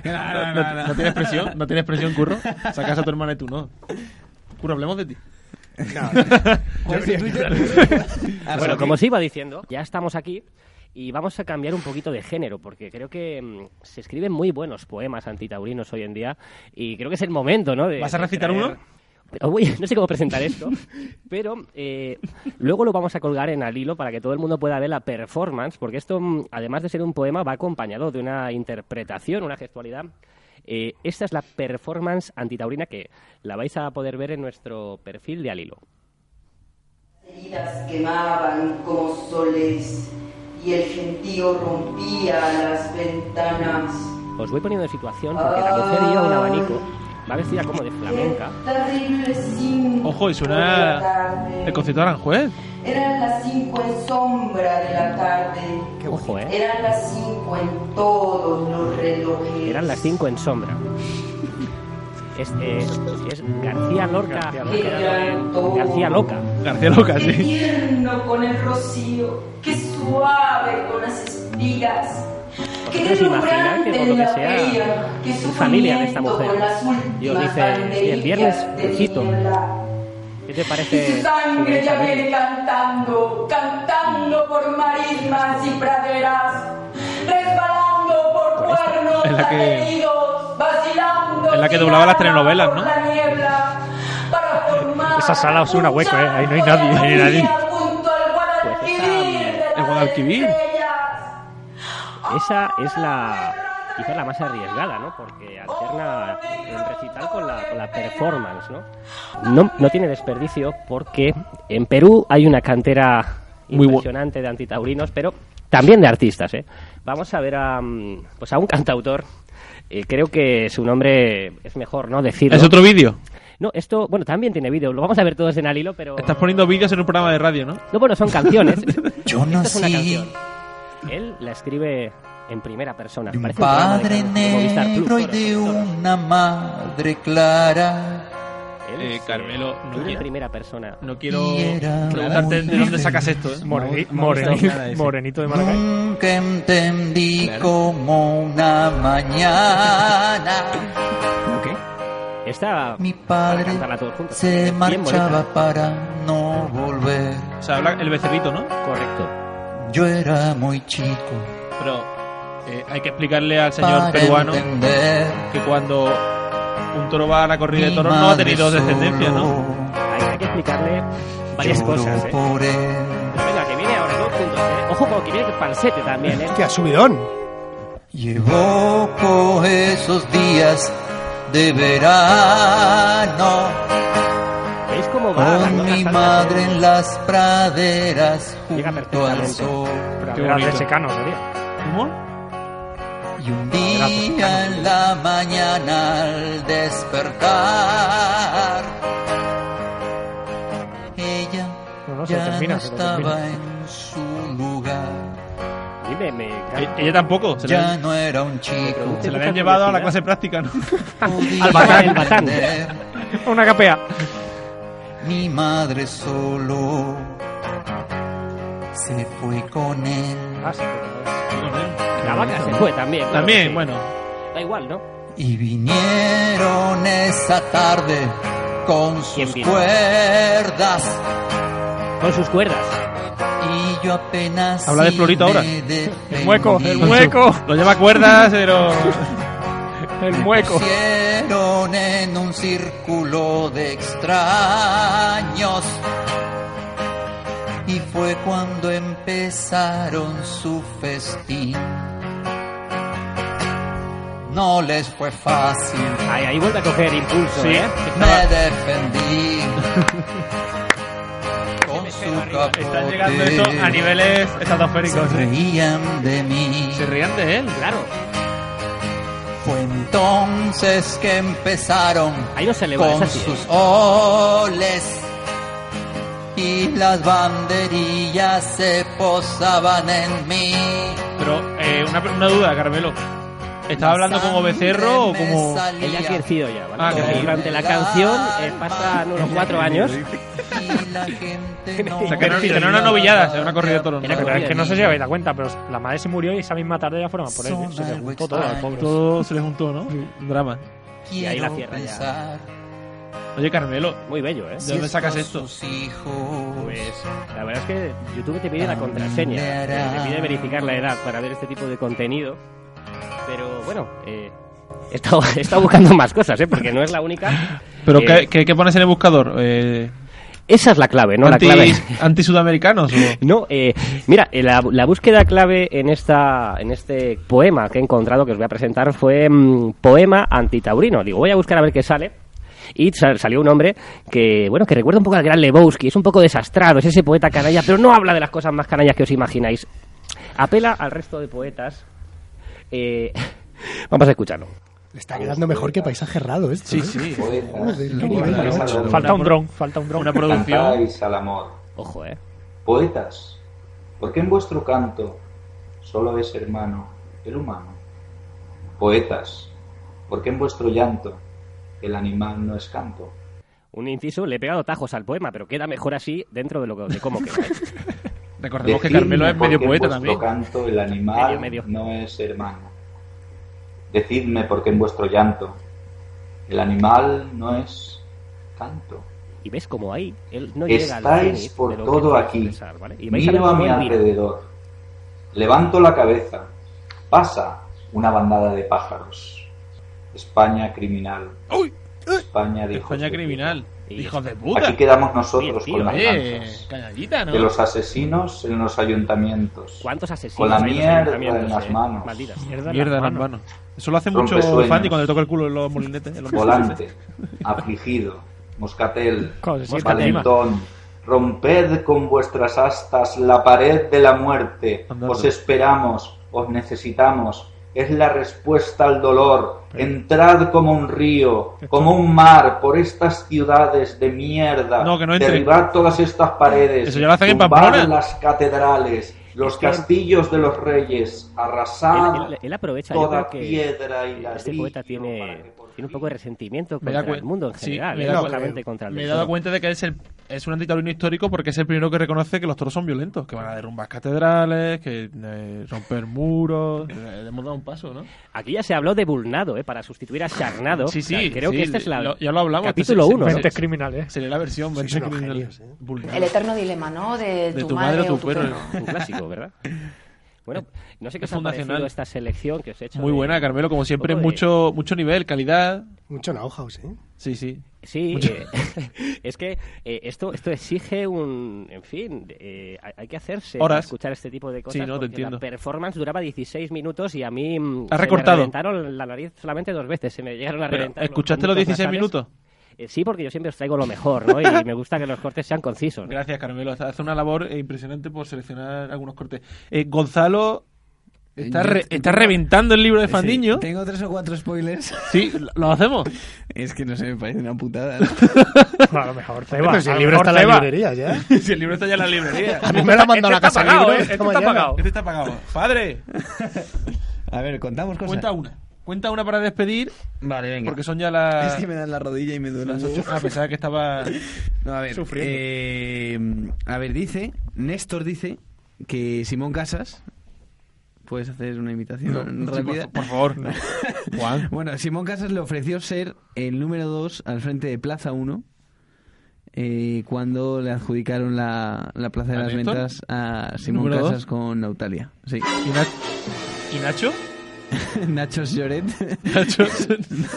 Speaker 5: (laughs) No,
Speaker 2: No,
Speaker 5: no, no.
Speaker 2: tienes presión, no tienes presión, Curro. Sacas a tu hermana y tú no. Curro, hablemos de ti. (laughs)
Speaker 5: ¿Cuál es tu Twitter? Ah,
Speaker 4: Bueno,
Speaker 5: sí.
Speaker 4: como os iba diciendo, ya estamos aquí y vamos a cambiar un poquito de género, porque creo que mm, se escriben muy buenos poemas antitaurinos hoy en día y creo que es el momento, ¿no? de-
Speaker 2: ¿Vas a
Speaker 4: de
Speaker 2: recitar
Speaker 4: traer-
Speaker 2: uno?
Speaker 4: Pero, (laughs) uy, no sé cómo presentar esto, pero eh, luego lo vamos a colgar en al hilo para que todo el mundo pueda ver la performance, porque esto, mm, además de ser un poema, va acompañado de una interpretación, una gestualidad. Eh, esta es la performance antitaurina que la vais a poder ver en nuestro perfil de al hilo.
Speaker 12: heridas quemaban como soles y el gentío rompía las ventanas.
Speaker 4: Os voy poniendo en situación porque la mujer lleva un abanico, va vestida como de flamenca.
Speaker 12: Terrible sin
Speaker 2: Ojo, y
Speaker 12: de la
Speaker 2: suena
Speaker 12: tarde.
Speaker 2: el concierto de Aranjuez.
Speaker 12: Eran las cinco en sombra de la tarde.
Speaker 4: Ojo, ¿eh?
Speaker 12: Eran las cinco en todos los relojes.
Speaker 4: Eran las 5 en sombra. Este es García Lorca. García Loca.
Speaker 2: García Loca,
Speaker 12: Qué
Speaker 2: sí.
Speaker 12: tierno con el rocío, qué suave con las espigas. Qué
Speaker 4: ¿Vosotros imagináis que
Speaker 12: deslumbrante
Speaker 4: por lo
Speaker 12: en
Speaker 4: que
Speaker 12: la
Speaker 4: sea
Speaker 12: bella, qué
Speaker 4: familia de esta
Speaker 12: sufrimiento
Speaker 4: mujer?
Speaker 12: con las
Speaker 4: Y os
Speaker 12: últimas
Speaker 4: dice, sí, el viernes,
Speaker 12: banderillas de
Speaker 4: Pechito,
Speaker 12: niebla.
Speaker 4: ¿qué te
Speaker 12: Y
Speaker 2: Este,
Speaker 4: parece?
Speaker 12: su sangre
Speaker 4: Julieta
Speaker 12: ya
Speaker 4: Venegas?
Speaker 12: viene cantando, cantando por marismas y praderas, resbalando por
Speaker 2: Con esta,
Speaker 12: cuernos
Speaker 2: es la que-
Speaker 12: ateridos, vacilando
Speaker 2: es la que doblaba las
Speaker 12: tirada
Speaker 2: telenovelas,
Speaker 12: por
Speaker 2: ¿no?
Speaker 12: la niebla, para formar
Speaker 1: Esa sala os suena
Speaker 12: un
Speaker 1: hueco, ¿eh? Ahí no hay
Speaker 12: charco de
Speaker 1: nadie. Ahí no hay nadie.
Speaker 12: alegría junto al Guadalquivir
Speaker 4: Pues
Speaker 12: de
Speaker 2: el
Speaker 12: las
Speaker 2: Guadalquivir.
Speaker 12: estrellas.
Speaker 4: Esa es la quizás la más arriesgada, ¿no? Porque alterna el recital con la, con la performance, ¿no? ¿no? No tiene desperdicio porque en Perú hay una cantera
Speaker 11: Muy bu-
Speaker 4: impresionante de antitaurinos, pero también de artistas, ¿eh? Vamos a ver a, mm, pues a un cantautor. eh, creo que su nombre es mejor no decirlo.
Speaker 11: Es otro vídeo.
Speaker 4: No, esto, bueno, también tiene vídeo. Lo vamos a ver todos en Alilo, pero...
Speaker 2: Estás poniendo vídeos en un programa de radio, ¿no?
Speaker 4: No, bueno, son
Speaker 2: (laughs)
Speaker 4: canciones.
Speaker 10: Yo
Speaker 4: Esta es una
Speaker 10: nací
Speaker 4: canción. Él la escribe en primera persona.
Speaker 10: de un
Speaker 4: Parece un programa de
Speaker 10: padre
Speaker 4: canciones de Movistar Plus,
Speaker 10: negro y
Speaker 4: toros,
Speaker 10: de
Speaker 4: toros.
Speaker 10: una madre clara.
Speaker 4: Él
Speaker 2: Eh,
Speaker 4: es,
Speaker 2: Carmelo, no
Speaker 4: tú eres
Speaker 2: quiero-
Speaker 4: primera persona.
Speaker 2: No quiero
Speaker 10: Y era
Speaker 2: preguntarte
Speaker 10: muy
Speaker 2: de dónde
Speaker 10: feliz.
Speaker 2: sacas esto, ¿eh?
Speaker 1: Moreni-
Speaker 5: Me ha gustado
Speaker 1: Moreni-
Speaker 5: nada ese.
Speaker 1: Morenito de Maracay.
Speaker 10: Nunca entendí como una mañana
Speaker 5: ¿Lo qué?
Speaker 4: Esta
Speaker 10: mi padre
Speaker 4: cantarla todos juntos.
Speaker 10: se
Speaker 4: Bien eh.
Speaker 10: marchaba
Speaker 4: bonita.
Speaker 10: para no volver.
Speaker 2: O sea, habla el becerrito, ¿no?
Speaker 4: Correcto.
Speaker 10: Yo era muy chico
Speaker 2: Pero eh, hay que explicarle al
Speaker 10: para
Speaker 2: señor peruano
Speaker 10: entender.
Speaker 2: que cuando un toro va a la corrida de
Speaker 10: Mi
Speaker 2: toros no ha
Speaker 10: madre
Speaker 2: tenido
Speaker 10: solo
Speaker 2: descendencia, ¿no?
Speaker 4: Hay, hay que explicarle varias
Speaker 10: lloró
Speaker 4: cosas, ¿eh?
Speaker 10: por él.
Speaker 4: Pero venga, que viene ahora todos juntos, ¿eh? Ojo, porque viene el falsete también, ¿eh?
Speaker 8: Hostia, subidón.
Speaker 10: Llevo esos días de verano.
Speaker 4: ¿Veis cómo
Speaker 10: va? Con mi madre en las praderas junto al
Speaker 1: perfectamente.
Speaker 10: sol.
Speaker 1: Praderas de secano sería.
Speaker 10: ¿Cómo? Y un día en la mañana al despertar, ella
Speaker 1: no, se
Speaker 10: ya
Speaker 1: termina,
Speaker 10: no
Speaker 1: se
Speaker 10: estaba
Speaker 1: termina.
Speaker 10: en su lugar.
Speaker 2: E-, Eh, Ella tampoco. Se
Speaker 10: ya
Speaker 2: la,
Speaker 10: no era un chico.
Speaker 2: se la habían llevado a la clase práctica, ¿no?
Speaker 10: Al
Speaker 1: batán, al batán. Una capea.
Speaker 10: Mi madre solo se fue con él.
Speaker 2: Ah,
Speaker 4: La vaca se fue también. claro
Speaker 10: También,
Speaker 4: que sí.
Speaker 10: bueno.
Speaker 4: Da igual, ¿no?
Speaker 10: Y vinieron esa tarde con sus cuerdas.
Speaker 4: Con sus cuerdas.
Speaker 10: Y yo apenas.
Speaker 2: Habla de Florito ahora.
Speaker 10: El
Speaker 1: mueco, el mueco.
Speaker 2: Lo lleva a cuerdas, pero.
Speaker 10: (laughs)
Speaker 1: El mueco.
Speaker 10: Pusieron en un círculo de extraños. Y fue cuando empezaron su festín. No les fue fácil.
Speaker 4: Ahí, ahí vuelve a coger impulso,
Speaker 10: Sí.
Speaker 4: ¿eh?
Speaker 10: Me defendí.
Speaker 4: (laughs)
Speaker 10: Con su capote.
Speaker 2: Están llegando eso a niveles estratosféricos.
Speaker 10: Se reían de mí.
Speaker 2: Se reían de él, claro.
Speaker 10: Fue entonces que empezaron
Speaker 4: eleva,
Speaker 10: con
Speaker 4: esa sí es.
Speaker 10: sus oles y las banderillas se posaban en mí.
Speaker 2: Pero eh, una, una duda, Carmelo. ¿Estaba hablando como becerro o como.?
Speaker 4: Ella ha crecido ya, ¿vale?
Speaker 2: Ah,
Speaker 4: Porque
Speaker 2: crecido.
Speaker 4: durante la canción eh, pasan unos cuatro años.
Speaker 2: (laughs) O sea, que no, que no era una novillada, era una corrida de toros.
Speaker 1: Pero es que no sé si habéis dado cuenta, pero la madre se murió y esa misma tarde ya fueron a por él. ¿eh? Se le juntó todo al pobre.
Speaker 2: Todo se le juntó, ¿no? Un drama.
Speaker 4: Y ahí la cierra ya.
Speaker 2: Oye, Carmelo.
Speaker 4: Muy bello, ¿eh?
Speaker 2: ¿De dónde sacas esto?
Speaker 4: Pues la verdad es que YouTube te pide la contraseña, te pide verificar la edad para ver este tipo de contenido. Pero bueno, eh, he, estado, (laughs) he estado buscando más cosas, ¿eh? Porque no es la única.
Speaker 2: ¿Pero
Speaker 4: Eh,
Speaker 2: ¿qué, qué, qué pones en el buscador? Eh,
Speaker 4: Esa es la clave, ¿no?
Speaker 2: Anti-
Speaker 4: la clave.
Speaker 2: (laughs) ¿Anti-sudamericanos? o-
Speaker 4: (laughs) No, eh, mira, eh, la, la búsqueda clave en esta en este poema que he encontrado que os voy a presentar fue mm, poema antitaurino. Digo, voy a buscar a ver qué sale. Y sal- salió un hombre que, bueno, que recuerda un poco al gran Lebowski, es un poco desastrado, es ese poeta canalla, pero no habla de las cosas más canallas que os imagináis. Apela al resto de poetas. eh, vamos a escucharlo.
Speaker 3: Está quedando mejor que paisaje errado esto. ¿eh? Joder, qué nivel, ¿no?
Speaker 1: Falta un dron, falta un dron.
Speaker 13: Una
Speaker 3: (laughs)
Speaker 13: producción. Cantáis al amor.
Speaker 4: Ojo, eh.
Speaker 13: Poetas, ¿por qué en vuestro canto solo es hermano el humano? Poetas, ¿por qué en vuestro llanto el animal no es canto?
Speaker 4: Un inciso, le he pegado tajos al poema, pero queda mejor así dentro de, lo, que- de cómo queda.
Speaker 2: (laughs) Recordemos que
Speaker 13: Decidme
Speaker 2: Carmelo es
Speaker 13: por
Speaker 2: medio
Speaker 13: qué en
Speaker 2: poeta
Speaker 13: vuestro
Speaker 2: también.
Speaker 13: canto el animal
Speaker 4: Medio,
Speaker 13: no es hermano. Decidme por qué en vuestro llanto el animal no es canto.
Speaker 4: Y ves como ahí él no llega al
Speaker 13: Estáis
Speaker 4: cenit de
Speaker 13: por
Speaker 4: lo que
Speaker 13: todo
Speaker 4: puede
Speaker 13: aquí.
Speaker 4: expresar, ¿vale? Y vais a
Speaker 13: Miro
Speaker 4: ver
Speaker 13: a
Speaker 4: cómo
Speaker 13: mi
Speaker 4: él mira.
Speaker 13: alrededor. Levanto la cabeza. Pasa una bandada de pájaros. España criminal. España de hijos
Speaker 2: España
Speaker 13: de
Speaker 2: criminal. Hijos de
Speaker 13: puta.
Speaker 2: puta.
Speaker 13: Aquí quedamos nosotros
Speaker 2: Tío,
Speaker 13: con las
Speaker 2: oye,
Speaker 13: lanzas.
Speaker 2: canallita, ¿no?
Speaker 13: De los asesinos en los ayuntamientos.
Speaker 4: ¿Cuántos asesinos?
Speaker 13: Con la
Speaker 4: hay en los
Speaker 13: mierda
Speaker 4: ayuntamientos,
Speaker 13: en las
Speaker 4: eh?
Speaker 13: manos.
Speaker 4: Malditas.
Speaker 2: Mierda en las manos. Eso lo hace
Speaker 13: Rompe
Speaker 2: mucho
Speaker 13: sueños.
Speaker 2: Fandi cuando le toca el culo en los molinetes. en los
Speaker 13: Volante,
Speaker 2: molinetes.
Speaker 13: afligido, moscatel,
Speaker 2: Joder, sí,
Speaker 13: valentón, romped con vuestras astas la pared de la muerte, os esperamos, os necesitamos, es la respuesta al dolor, entrad como un río, como un mar, por estas ciudades de mierda,
Speaker 2: No, que no entre.
Speaker 13: derribad todas estas paredes,
Speaker 2: Eso ya lo hacen en
Speaker 13: tumbad
Speaker 2: Pamplona.
Speaker 13: las catedrales, los
Speaker 4: que-
Speaker 13: castillos de los reyes, arrasad
Speaker 4: Él, él- él aprovecha, yo
Speaker 13: toda
Speaker 4: creo que
Speaker 13: piedra y
Speaker 4: este
Speaker 13: ladrillo.
Speaker 4: poeta tiene, tiene un poco de resentimiento
Speaker 2: Me
Speaker 4: contra
Speaker 2: da cuen-
Speaker 4: el mundo en
Speaker 2: sí,
Speaker 4: general,
Speaker 2: me
Speaker 4: eh,
Speaker 2: da
Speaker 4: no
Speaker 2: cuen-
Speaker 4: solamente contra el
Speaker 2: Me he
Speaker 4: mundo.
Speaker 2: dado cuenta de que es, el, es un antitaurino histórico porque es el primero que reconoce que los toros son violentos, que van a derrumbar catedrales, que eh, romper muros. Eh, (laughs) Le hemos dado un paso, ¿no?
Speaker 4: Aquí ya se habló de Bulnado, eh, para sustituir a Charnado.
Speaker 2: Sí, sí,
Speaker 4: O sea, creo
Speaker 2: sí,
Speaker 4: que esta es la
Speaker 2: lo- ya lo hablamos.
Speaker 4: capítulo ¿eh?
Speaker 2: Este es-
Speaker 4: 1.
Speaker 2: este es-
Speaker 1: criminales.
Speaker 2: Sería la versión Vente criminales. Vulgar.
Speaker 12: El eterno dilema, ¿no? De,
Speaker 2: De
Speaker 12: tu,
Speaker 2: tu
Speaker 12: madre,
Speaker 2: madre o
Speaker 12: o
Speaker 2: tu
Speaker 12: tu
Speaker 2: perro.
Speaker 12: perro.
Speaker 4: Un clásico,
Speaker 2: (laughs)
Speaker 4: ¿verdad? Bueno, no sé qué
Speaker 2: Es
Speaker 4: os ha
Speaker 2: fundacional.
Speaker 4: parecido esta selección que os he hecho.
Speaker 2: Muy
Speaker 4: de-
Speaker 2: buena, Carmelo, como
Speaker 4: un
Speaker 2: siempre,
Speaker 4: poco de-
Speaker 2: mucho mucho nivel, calidad.
Speaker 3: Mucho Nauhaus, ¿eh?
Speaker 2: Sí, sí.
Speaker 4: Sí, eh, (laughs) es que eh, esto esto exige un. En fin, eh, hay- hay que hacerse para
Speaker 2: Horas.
Speaker 4: escuchar este tipo de cosas.
Speaker 2: Sí, no, te
Speaker 4: porque
Speaker 2: entiendo.
Speaker 4: La performance duraba 16 minutos y a mí. mm, se
Speaker 2: Has recortado.
Speaker 4: Me reventaron la nariz solamente dos veces. Se me llegaron a
Speaker 2: Pero,
Speaker 4: reventar.
Speaker 2: ¿escuchaste los 16
Speaker 4: conductos nasales. Eh, sí, porque yo siempre os traigo lo mejor, ¿no? Y me gusta que los cortes sean concisos.
Speaker 2: Gracias, Carmelo. Hace una labor eh, impresionante por seleccionar algunos cortes. Eh, Gonzalo está,
Speaker 5: Yo-
Speaker 2: re- está reventando el libro de Fandiño.
Speaker 5: Eh, Sí, tengo tres o cuatro spoilers.
Speaker 2: (laughs) Sí, ¿lo hacemos?
Speaker 5: (laughs) Es que no sé, me parece una
Speaker 2: (laughs)
Speaker 5: putada.
Speaker 1: a lo mejor te
Speaker 5: va,
Speaker 1: va.
Speaker 5: Pero si el a lo libro mejor está en la te va. librería
Speaker 1: ya.
Speaker 5: (laughs)
Speaker 2: si el libro está ya en la librería.
Speaker 5: A mí me lo ha mandado
Speaker 2: Este
Speaker 5: la
Speaker 2: está
Speaker 5: Casa
Speaker 2: pagado,
Speaker 5: Libre
Speaker 2: ¿eh?
Speaker 5: esta
Speaker 2: Este está
Speaker 5: mañana.
Speaker 2: pagado. Este está pagado. Padre,
Speaker 5: (laughs) A ver, contamos cosas.
Speaker 2: cuenta una. Cuenta una para despedir.
Speaker 5: Vale, venga.
Speaker 2: Porque son ya las-
Speaker 5: Es que me dan la rodilla y me duele.
Speaker 2: Las ocho- Ah, pensaba que estaba.
Speaker 5: No, a ver.
Speaker 2: Sufriendo.
Speaker 5: eh, a ver, dice. Néstor dice que Simón Casas. ¿Puedes hacer una imitación
Speaker 2: No, sí,
Speaker 5: rápida?
Speaker 2: por-
Speaker 5: (laughs)
Speaker 2: por favor. Juan.
Speaker 5: Bueno, Simón Casas le ofreció ser el número 2 al frente de Plaza 1 eh, cuando le adjudicaron la, la Plaza de
Speaker 2: ¿A
Speaker 5: las
Speaker 2: Néstor?
Speaker 5: Ventas a Simón
Speaker 2: ¿Número
Speaker 5: Casas
Speaker 2: dos?
Speaker 5: con Nautalia. Sí.
Speaker 2: ¿Y, Na- y Nacho?
Speaker 5: (laughs) Nacho Lloret.
Speaker 2: Nacho.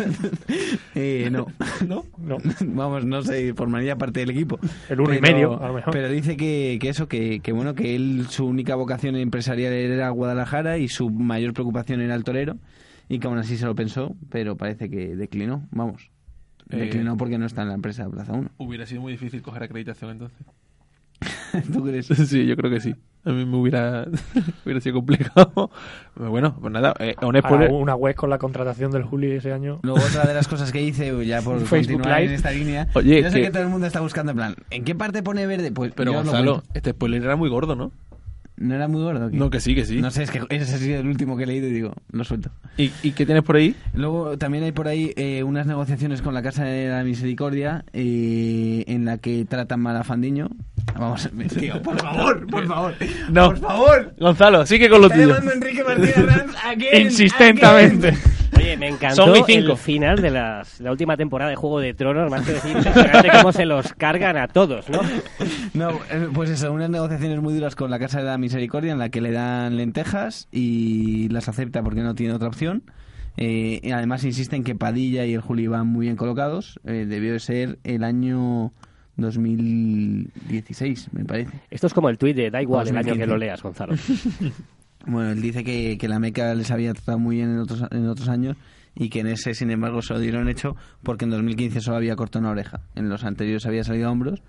Speaker 5: (laughs) eh, no.
Speaker 2: (laughs) ¿No?
Speaker 1: No.
Speaker 5: (laughs) Vamos, no sé, formaría parte del equipo.
Speaker 1: El uno y medio, a lo mejor.
Speaker 5: Pero dice que, que eso, que, que bueno, que él, su única vocación empresarial era Guadalajara y su mayor preocupación era el torero. Y que aún así se lo pensó, pero parece que declinó. Vamos.
Speaker 2: Eh,
Speaker 5: Declinó porque no está en la empresa Plaza 1.
Speaker 2: Hubiera sido muy difícil coger acreditación entonces.
Speaker 5: ¿Tú crees?
Speaker 2: (laughs) Sí, yo creo que sí. A mí me hubiera, (laughs) hubiera sido complicado. Pero bueno, pues nada. eh, un
Speaker 1: Ahora,
Speaker 2: spoiler.
Speaker 1: una web con la contratación del Juli ese año.
Speaker 5: Luego
Speaker 1: (laughs)
Speaker 5: otra de las cosas que hice, ya por
Speaker 1: Un Facebook
Speaker 5: continuar
Speaker 1: Live.
Speaker 5: en esta línea.
Speaker 2: Oye,
Speaker 5: yo sé
Speaker 2: que-
Speaker 5: que todo el mundo está buscando en plan, ¿en qué parte pone verde? Pues
Speaker 2: Pero
Speaker 5: yo os lo
Speaker 2: Gonzalo,
Speaker 5: cuento.
Speaker 2: este spoiler era muy gordo, ¿no?
Speaker 5: no era muy gordo. ¿qué?
Speaker 2: No, que sí, que sí.
Speaker 5: No sé, es que ese ha sido el último que he leído y digo, lo suelto.
Speaker 2: ¿Y, y qué tienes por ahí?
Speaker 5: Luego también hay por ahí eh, unas negociaciones con la Casa de la Misericordia eh, en la que tratan mal a Fandiño. Vamos, (laughs) me-
Speaker 10: (laughs)
Speaker 5: tío, por favor, por favor.
Speaker 2: No.
Speaker 5: Por favor.
Speaker 2: Gonzalo, sigue con lo
Speaker 5: Está
Speaker 2: tuyo.
Speaker 5: llamando Enrique Martínez Arranz, again,
Speaker 2: Insistentemente.
Speaker 4: Oye, me encantó
Speaker 2: Son mis cinco.
Speaker 4: el final de las- la última temporada de Juego de Tronos, más que decir, impresionante cómo se los cargan a todos,
Speaker 2: (laughs)
Speaker 4: ¿no?
Speaker 5: No, eh, pues eso, unas negociaciones muy duras con la Casa de la Misericordia en la que le dan lentejas y las acepta porque no tiene otra opción. Eh, y además insisten que Padilla y el Juli van muy bien colocados. Eh, debió de ser el año 2016, me parece.
Speaker 4: Esto es como el tuit de da igual el año
Speaker 5: 2015.
Speaker 4: que lo
Speaker 5: (laughs)
Speaker 4: leas, Gonzalo.
Speaker 5: Bueno, él dice que, que la Meca les había tratado muy bien en otros, en otros años y que en ese, sin embargo, se lo dieron hecho porque en 2015 solo había cortado una oreja. En los anteriores había salido a hombros.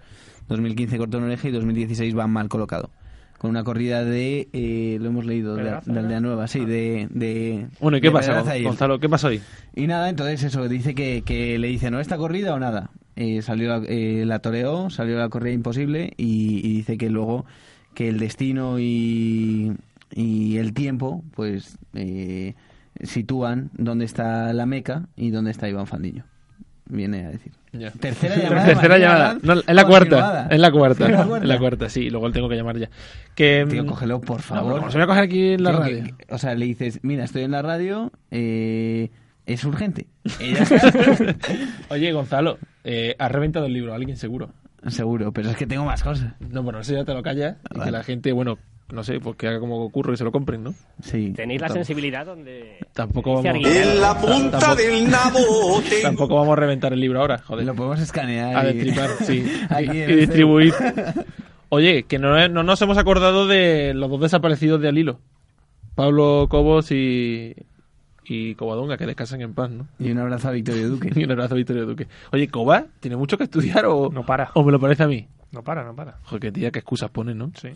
Speaker 5: 2015 cortó una oreja y 2016 va mal colocado. Con una corrida de, eh, lo hemos leído, de,
Speaker 2: Pedraza,
Speaker 5: de Aldea Nueva, sí, de... de
Speaker 2: Bueno, ¿y qué
Speaker 5: de
Speaker 2: pasa,
Speaker 5: Pedraza y él.
Speaker 2: Gonzalo? ¿Qué pasa hoy?
Speaker 5: Y nada, entonces eso, dice que, que le dice, ¿no esta corrida o nada? Eh, salió la, eh, la toreó, salió la corrida imposible y, y dice que luego que el destino y, y el tiempo pues eh, sitúan dónde está la meca y dónde está Iván Fandiño. Viene a decir.
Speaker 2: Ya.
Speaker 5: Tercera llamada.
Speaker 2: Tercera llamada. No, es la cuarta.
Speaker 5: continuada.
Speaker 2: Es la cuarta.
Speaker 5: Es la
Speaker 2: Es la cuarta, sí. Luego le tengo que llamar ya. Que,
Speaker 5: Tío,
Speaker 2: mm,
Speaker 5: cógelo, por
Speaker 2: No,
Speaker 5: favor.
Speaker 2: pero se voy a coger aquí en la
Speaker 5: Tío, que-
Speaker 2: radio.
Speaker 5: que- o sea, le dices, mira, estoy en la radio, eh, es
Speaker 2: (laughs)
Speaker 5: urgente. Y ya está. (laughs)
Speaker 2: Oye, Gonzalo, eh, has reventado el libro a alguien seguro.
Speaker 5: Seguro, pero es que tengo más cosas.
Speaker 2: No, bueno, eso ya te lo callas. Y que
Speaker 5: Vale.
Speaker 2: la gente, bueno, no sé, pues que haga como ocurre y se lo compren, ¿no?
Speaker 5: Sí.
Speaker 4: Tenéis la
Speaker 2: Tam-
Speaker 4: sensibilidad donde...
Speaker 2: Tampoco
Speaker 4: Dice
Speaker 2: vamos.
Speaker 4: Arguiñano. En la punta
Speaker 2: Tampoco-
Speaker 4: del nabo tengo-
Speaker 2: Tampoco vamos a reventar el libro ahora, joder.
Speaker 5: Lo podemos escanear.
Speaker 2: A
Speaker 5: y- (laughs)
Speaker 2: destripar, sí.
Speaker 5: Aquí
Speaker 2: Y,
Speaker 5: en
Speaker 2: y
Speaker 5: el
Speaker 2: distribuir.
Speaker 5: celu. (laughs)
Speaker 2: Oye, que no, no nos hemos acordado de los dos desaparecidos de Alilo. Pablo Cobos y, y Covadonga, que descansan en paz, ¿no?
Speaker 5: Y un abrazo a
Speaker 2: (laughs)
Speaker 5: Victorio Duque.
Speaker 2: Y un abrazo a Victorio Duque. Oye, Coba, ¿tiene mucho que estudiar o,
Speaker 1: No para.
Speaker 2: o me lo parece a mí?
Speaker 1: No para, no para.
Speaker 2: Joder, qué tía, qué excusas pone, ¿no?
Speaker 1: Sí.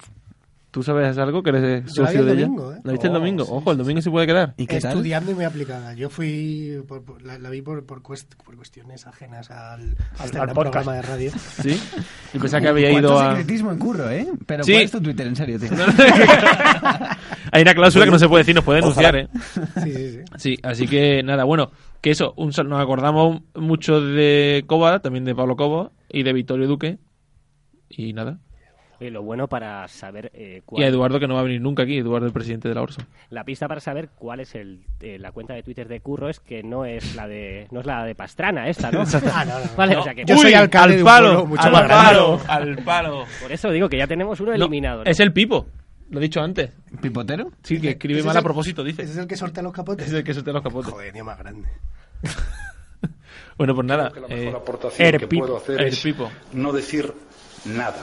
Speaker 2: ¿Tú sabes algo que eres
Speaker 3: Yo la vi
Speaker 2: socio
Speaker 3: el
Speaker 2: de ella?
Speaker 3: domingo, ¿eh?
Speaker 2: ¿La viste el
Speaker 3: Oh,
Speaker 2: domingo?
Speaker 3: sí,
Speaker 2: Ojo, el domingo se puede quedar.
Speaker 5: ¿Y qué tal?
Speaker 3: Estudiando y muy aplicada. Yo fui, por- por- la, la vi por, por, cuest- por cuestiones ajenas al,
Speaker 1: Al-
Speaker 3: este
Speaker 1: al
Speaker 3: gran
Speaker 1: podcast.
Speaker 3: programa de radio.
Speaker 2: ¿Sí? Yo pensaba que había ido
Speaker 5: ¿Cuánto
Speaker 2: a...
Speaker 5: secretismo en curro, ¿eh? Pero
Speaker 2: Sí.
Speaker 5: ¿cuál es tu Twitter, en serio, tío?
Speaker 2: (laughs) Hay una cláusula que no se puede decir, nos puede denunciar, ¿eh?
Speaker 3: Sí, sí, sí.
Speaker 2: Sí, así que nada, bueno, que eso, un sal- nos acordamos mucho de Coba, también de Pablo Cobo y de Vittorio Duque. Y nada.
Speaker 4: Oye, lo bueno para saber eh,
Speaker 2: Y
Speaker 4: cuál...
Speaker 2: a Eduardo, que no va a venir nunca aquí, Eduardo, el presidente de la Orso.
Speaker 4: La pista para saber cuál es el, eh, la cuenta de Twitter de Curro es que no es la de no es la de Pastrana esta,
Speaker 3: (laughs)
Speaker 4: ¿no?
Speaker 3: Ah, no, no, no.
Speaker 4: Vale,
Speaker 3: No,
Speaker 4: o sea que
Speaker 3: yo
Speaker 4: Uy,
Speaker 3: soy alcalde de un
Speaker 2: al palo,
Speaker 3: pueblo mucho
Speaker 2: al
Speaker 3: más grande. (laughs)
Speaker 2: palo, al palo.
Speaker 4: por eso digo que ya tenemos uno
Speaker 2: No,
Speaker 4: eliminado. ¿no?
Speaker 2: es el Pipo, lo he dicho antes.
Speaker 5: ¿Pipotero?
Speaker 2: Sí, que escribe
Speaker 3: Ese
Speaker 2: mal
Speaker 3: es
Speaker 2: a
Speaker 3: el-
Speaker 2: propósito, dice.
Speaker 3: Ese es el que sortea los capotes.
Speaker 2: Es el que se te los capotes.
Speaker 3: Joder, ni más grande.
Speaker 2: Bueno, pues nada.
Speaker 12: Creo que la
Speaker 2: eh,
Speaker 12: mejor aportación
Speaker 2: Air
Speaker 12: que
Speaker 2: Pipo.
Speaker 12: puedo hacer
Speaker 2: Air
Speaker 12: es
Speaker 2: Pipo.
Speaker 12: no decir nada.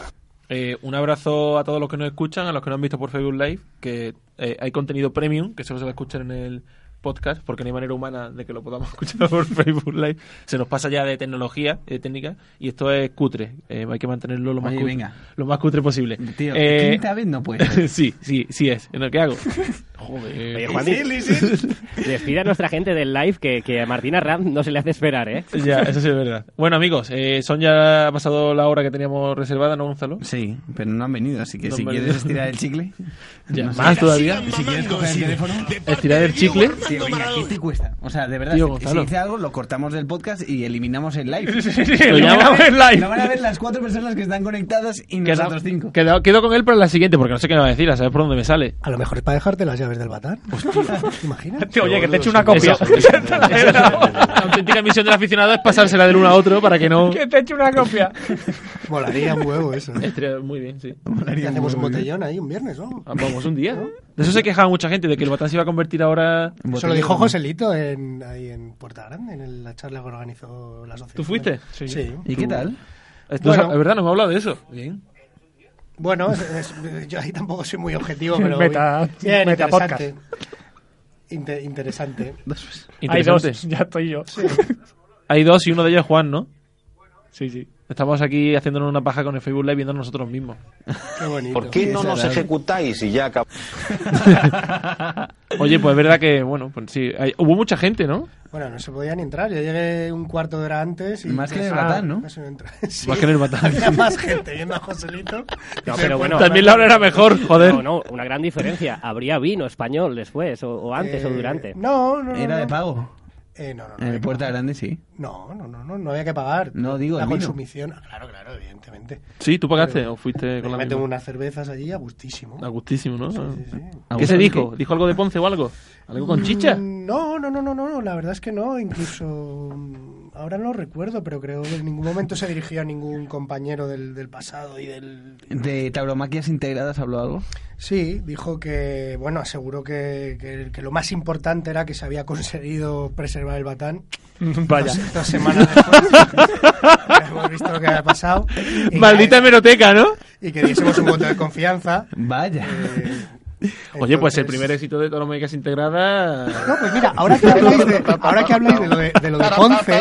Speaker 2: Eh, un abrazo a todos los que nos escuchan, a los que nos han visto por Facebook Live, que eh, hay contenido premium, que solo se va a escuchar en el podcast, porque no hay manera humana de que lo podamos (laughs) escuchar por Facebook Live. Se nos pasa ya de tecnología, de técnica, y esto es cutre. Eh, hay que mantenerlo lo más,
Speaker 5: Oye,
Speaker 2: cutre,
Speaker 5: venga.
Speaker 2: Lo más cutre posible.
Speaker 5: Tío,
Speaker 2: Eh,
Speaker 5: quinta vez no puede ser.
Speaker 2: (laughs) sí, sí, sí es. ¿En el que
Speaker 5: (laughs)
Speaker 2: hago? Joder.
Speaker 4: Oye, Juan, (laughs) despide a nuestra gente del live que, que a Martina Ram no se le hace esperar, ¿eh?
Speaker 2: Ya, eso sí es verdad. Bueno, amigos, eh, son ya ha pasado la hora que teníamos reservada, ¿no, Gonzalo?
Speaker 5: Sí, pero no han venido, así que
Speaker 2: No
Speaker 5: si
Speaker 2: han
Speaker 5: quieres
Speaker 2: venido.
Speaker 5: estirar el chicle.
Speaker 2: (laughs) Ya,
Speaker 5: no sé.
Speaker 2: más todavía.
Speaker 5: Si quieres coger el teléfono.
Speaker 2: Estirar el chicle.
Speaker 5: Sí, oye, ¿qué te cuesta? O sea, de verdad,
Speaker 2: Tío,
Speaker 5: si- si
Speaker 2: Gonzalo.
Speaker 5: dice algo, lo cortamos del podcast y eliminamos el
Speaker 2: (laughs)
Speaker 5: live.
Speaker 2: Lo
Speaker 5: van a
Speaker 2: llamamos
Speaker 5: ver-
Speaker 2: el live.
Speaker 5: Lo van a ver las cuatro personas que están conectadas y
Speaker 2: Queda-
Speaker 5: nosotros cinco.
Speaker 2: queda- quedo con él para la siguiente, porque no sé qué me va a decir, a saber por dónde me sale.
Speaker 3: A lo mejor es para dejarte las llaves del batán. ¿Te imaginas?
Speaker 1: Oye, que te eche una copia.
Speaker 2: Eso, eso. La auténtica misión del aficionado es pasársela del uno a otro para que
Speaker 1: (laughs)
Speaker 2: no.
Speaker 1: que te eche una copia.
Speaker 3: Molaría un huevo eso.
Speaker 2: Estaría Muy bien, sí.
Speaker 3: Y hacemos un botellón ahí un viernes, ¿no?
Speaker 2: Ah, Vamos, un día, ¿no? De eso se quejaba mucha gente, de que el Batán se iba a convertir ahora.
Speaker 3: Se lo dijo Joselito en, ahí en Puerta Grande, en el- la charla que organizó la asociación.
Speaker 2: ¿Tú fuiste?
Speaker 3: Sí.
Speaker 5: ¿Y qué tal?
Speaker 2: Esto
Speaker 3: Bueno.
Speaker 2: es- es verdad, no me ha hablado de eso. Bien.
Speaker 3: Bueno, es- es- yo ahí tampoco soy muy
Speaker 2: (laughs)
Speaker 3: objetivo, pero.
Speaker 1: Meta-
Speaker 3: bien,
Speaker 1: meta
Speaker 3: interesante. Inte-
Speaker 2: (laughs)
Speaker 3: interesante.
Speaker 1: Hay dos,
Speaker 2: Interesante.
Speaker 1: ya estoy yo.
Speaker 2: Hay dos y uno de ellos es Juan, ¿no?
Speaker 1: Sí, sí.
Speaker 2: Estamos aquí haciéndonos una paja con el Facebook Live viendo nosotros mismos.
Speaker 3: Qué bonito.
Speaker 12: ¿Por qué no
Speaker 3: ¿eh?
Speaker 12: nos ejecutáis y ya
Speaker 2: (laughs)
Speaker 12: acabamos?
Speaker 2: Oye, pues es verdad que, bueno, pues sí, hay- hubo mucha gente, ¿no?
Speaker 3: Bueno, no se podía ni entrar. Yo llegué un cuarto de hora antes. Y
Speaker 5: Más que en el
Speaker 3: Ah,
Speaker 5: Batán, ¿no?
Speaker 3: casi entré. (laughs) Sí.
Speaker 2: Más que en el Batán.
Speaker 3: Había más gente viendo a Joselito.
Speaker 4: No, pero bueno.
Speaker 2: También la hora era mejor, joder.
Speaker 4: No, no, una gran diferencia. Habría vino español después, o, o antes, o
Speaker 3: Eh,
Speaker 4: durante.
Speaker 3: No, no, no.
Speaker 5: Era
Speaker 3: no.
Speaker 5: de pago.
Speaker 3: Eh, no, no, no.
Speaker 5: En el Puerta Grande, sí.
Speaker 3: No, no, no, no, no había que pagar.
Speaker 5: No, digo,
Speaker 3: la
Speaker 5: el vino.
Speaker 3: consumición. Ah, Claro, claro, evidentemente.
Speaker 2: Sí, tú pagaste
Speaker 3: Pero-
Speaker 2: o fuiste con la
Speaker 3: Me tomo
Speaker 2: misma.
Speaker 3: unas cervezas allí a gustísimo.
Speaker 2: A gustísimo, ¿no?
Speaker 3: Sí, sí, sí.
Speaker 2: ¿Qué se
Speaker 5: ¿Qué?
Speaker 2: dijo? ¿Dijo algo de Ponce o algo? ¿Algo con chicha?
Speaker 3: Mm, No, no, no, no, no, no, la verdad es que no, incluso mm, ahora no recuerdo, pero creo que en ningún momento se dirigió a ningún compañero del, del pasado y del...
Speaker 5: ¿De tauromaquias integradas habló algo?
Speaker 3: Sí, dijo que, bueno, aseguró que, que- que lo más importante era que se había conseguido preservar el batán.
Speaker 1: Vaya.
Speaker 3: Dos, dos semanas después. (laughs) ya hemos visto lo que había pasado. Y
Speaker 2: Maldita
Speaker 3: que-
Speaker 2: hemeroteca, ¿no?
Speaker 3: Y que diésemos un voto de confianza.
Speaker 5: Vaya.
Speaker 3: Eh,
Speaker 2: (laughs) Oye, pues
Speaker 3: entonces-
Speaker 2: el primer éxito de Toromédicas Integrada.
Speaker 3: No, pues mira, ahora que habláis de, ahora que habláis de lo de, de lo de Ponce,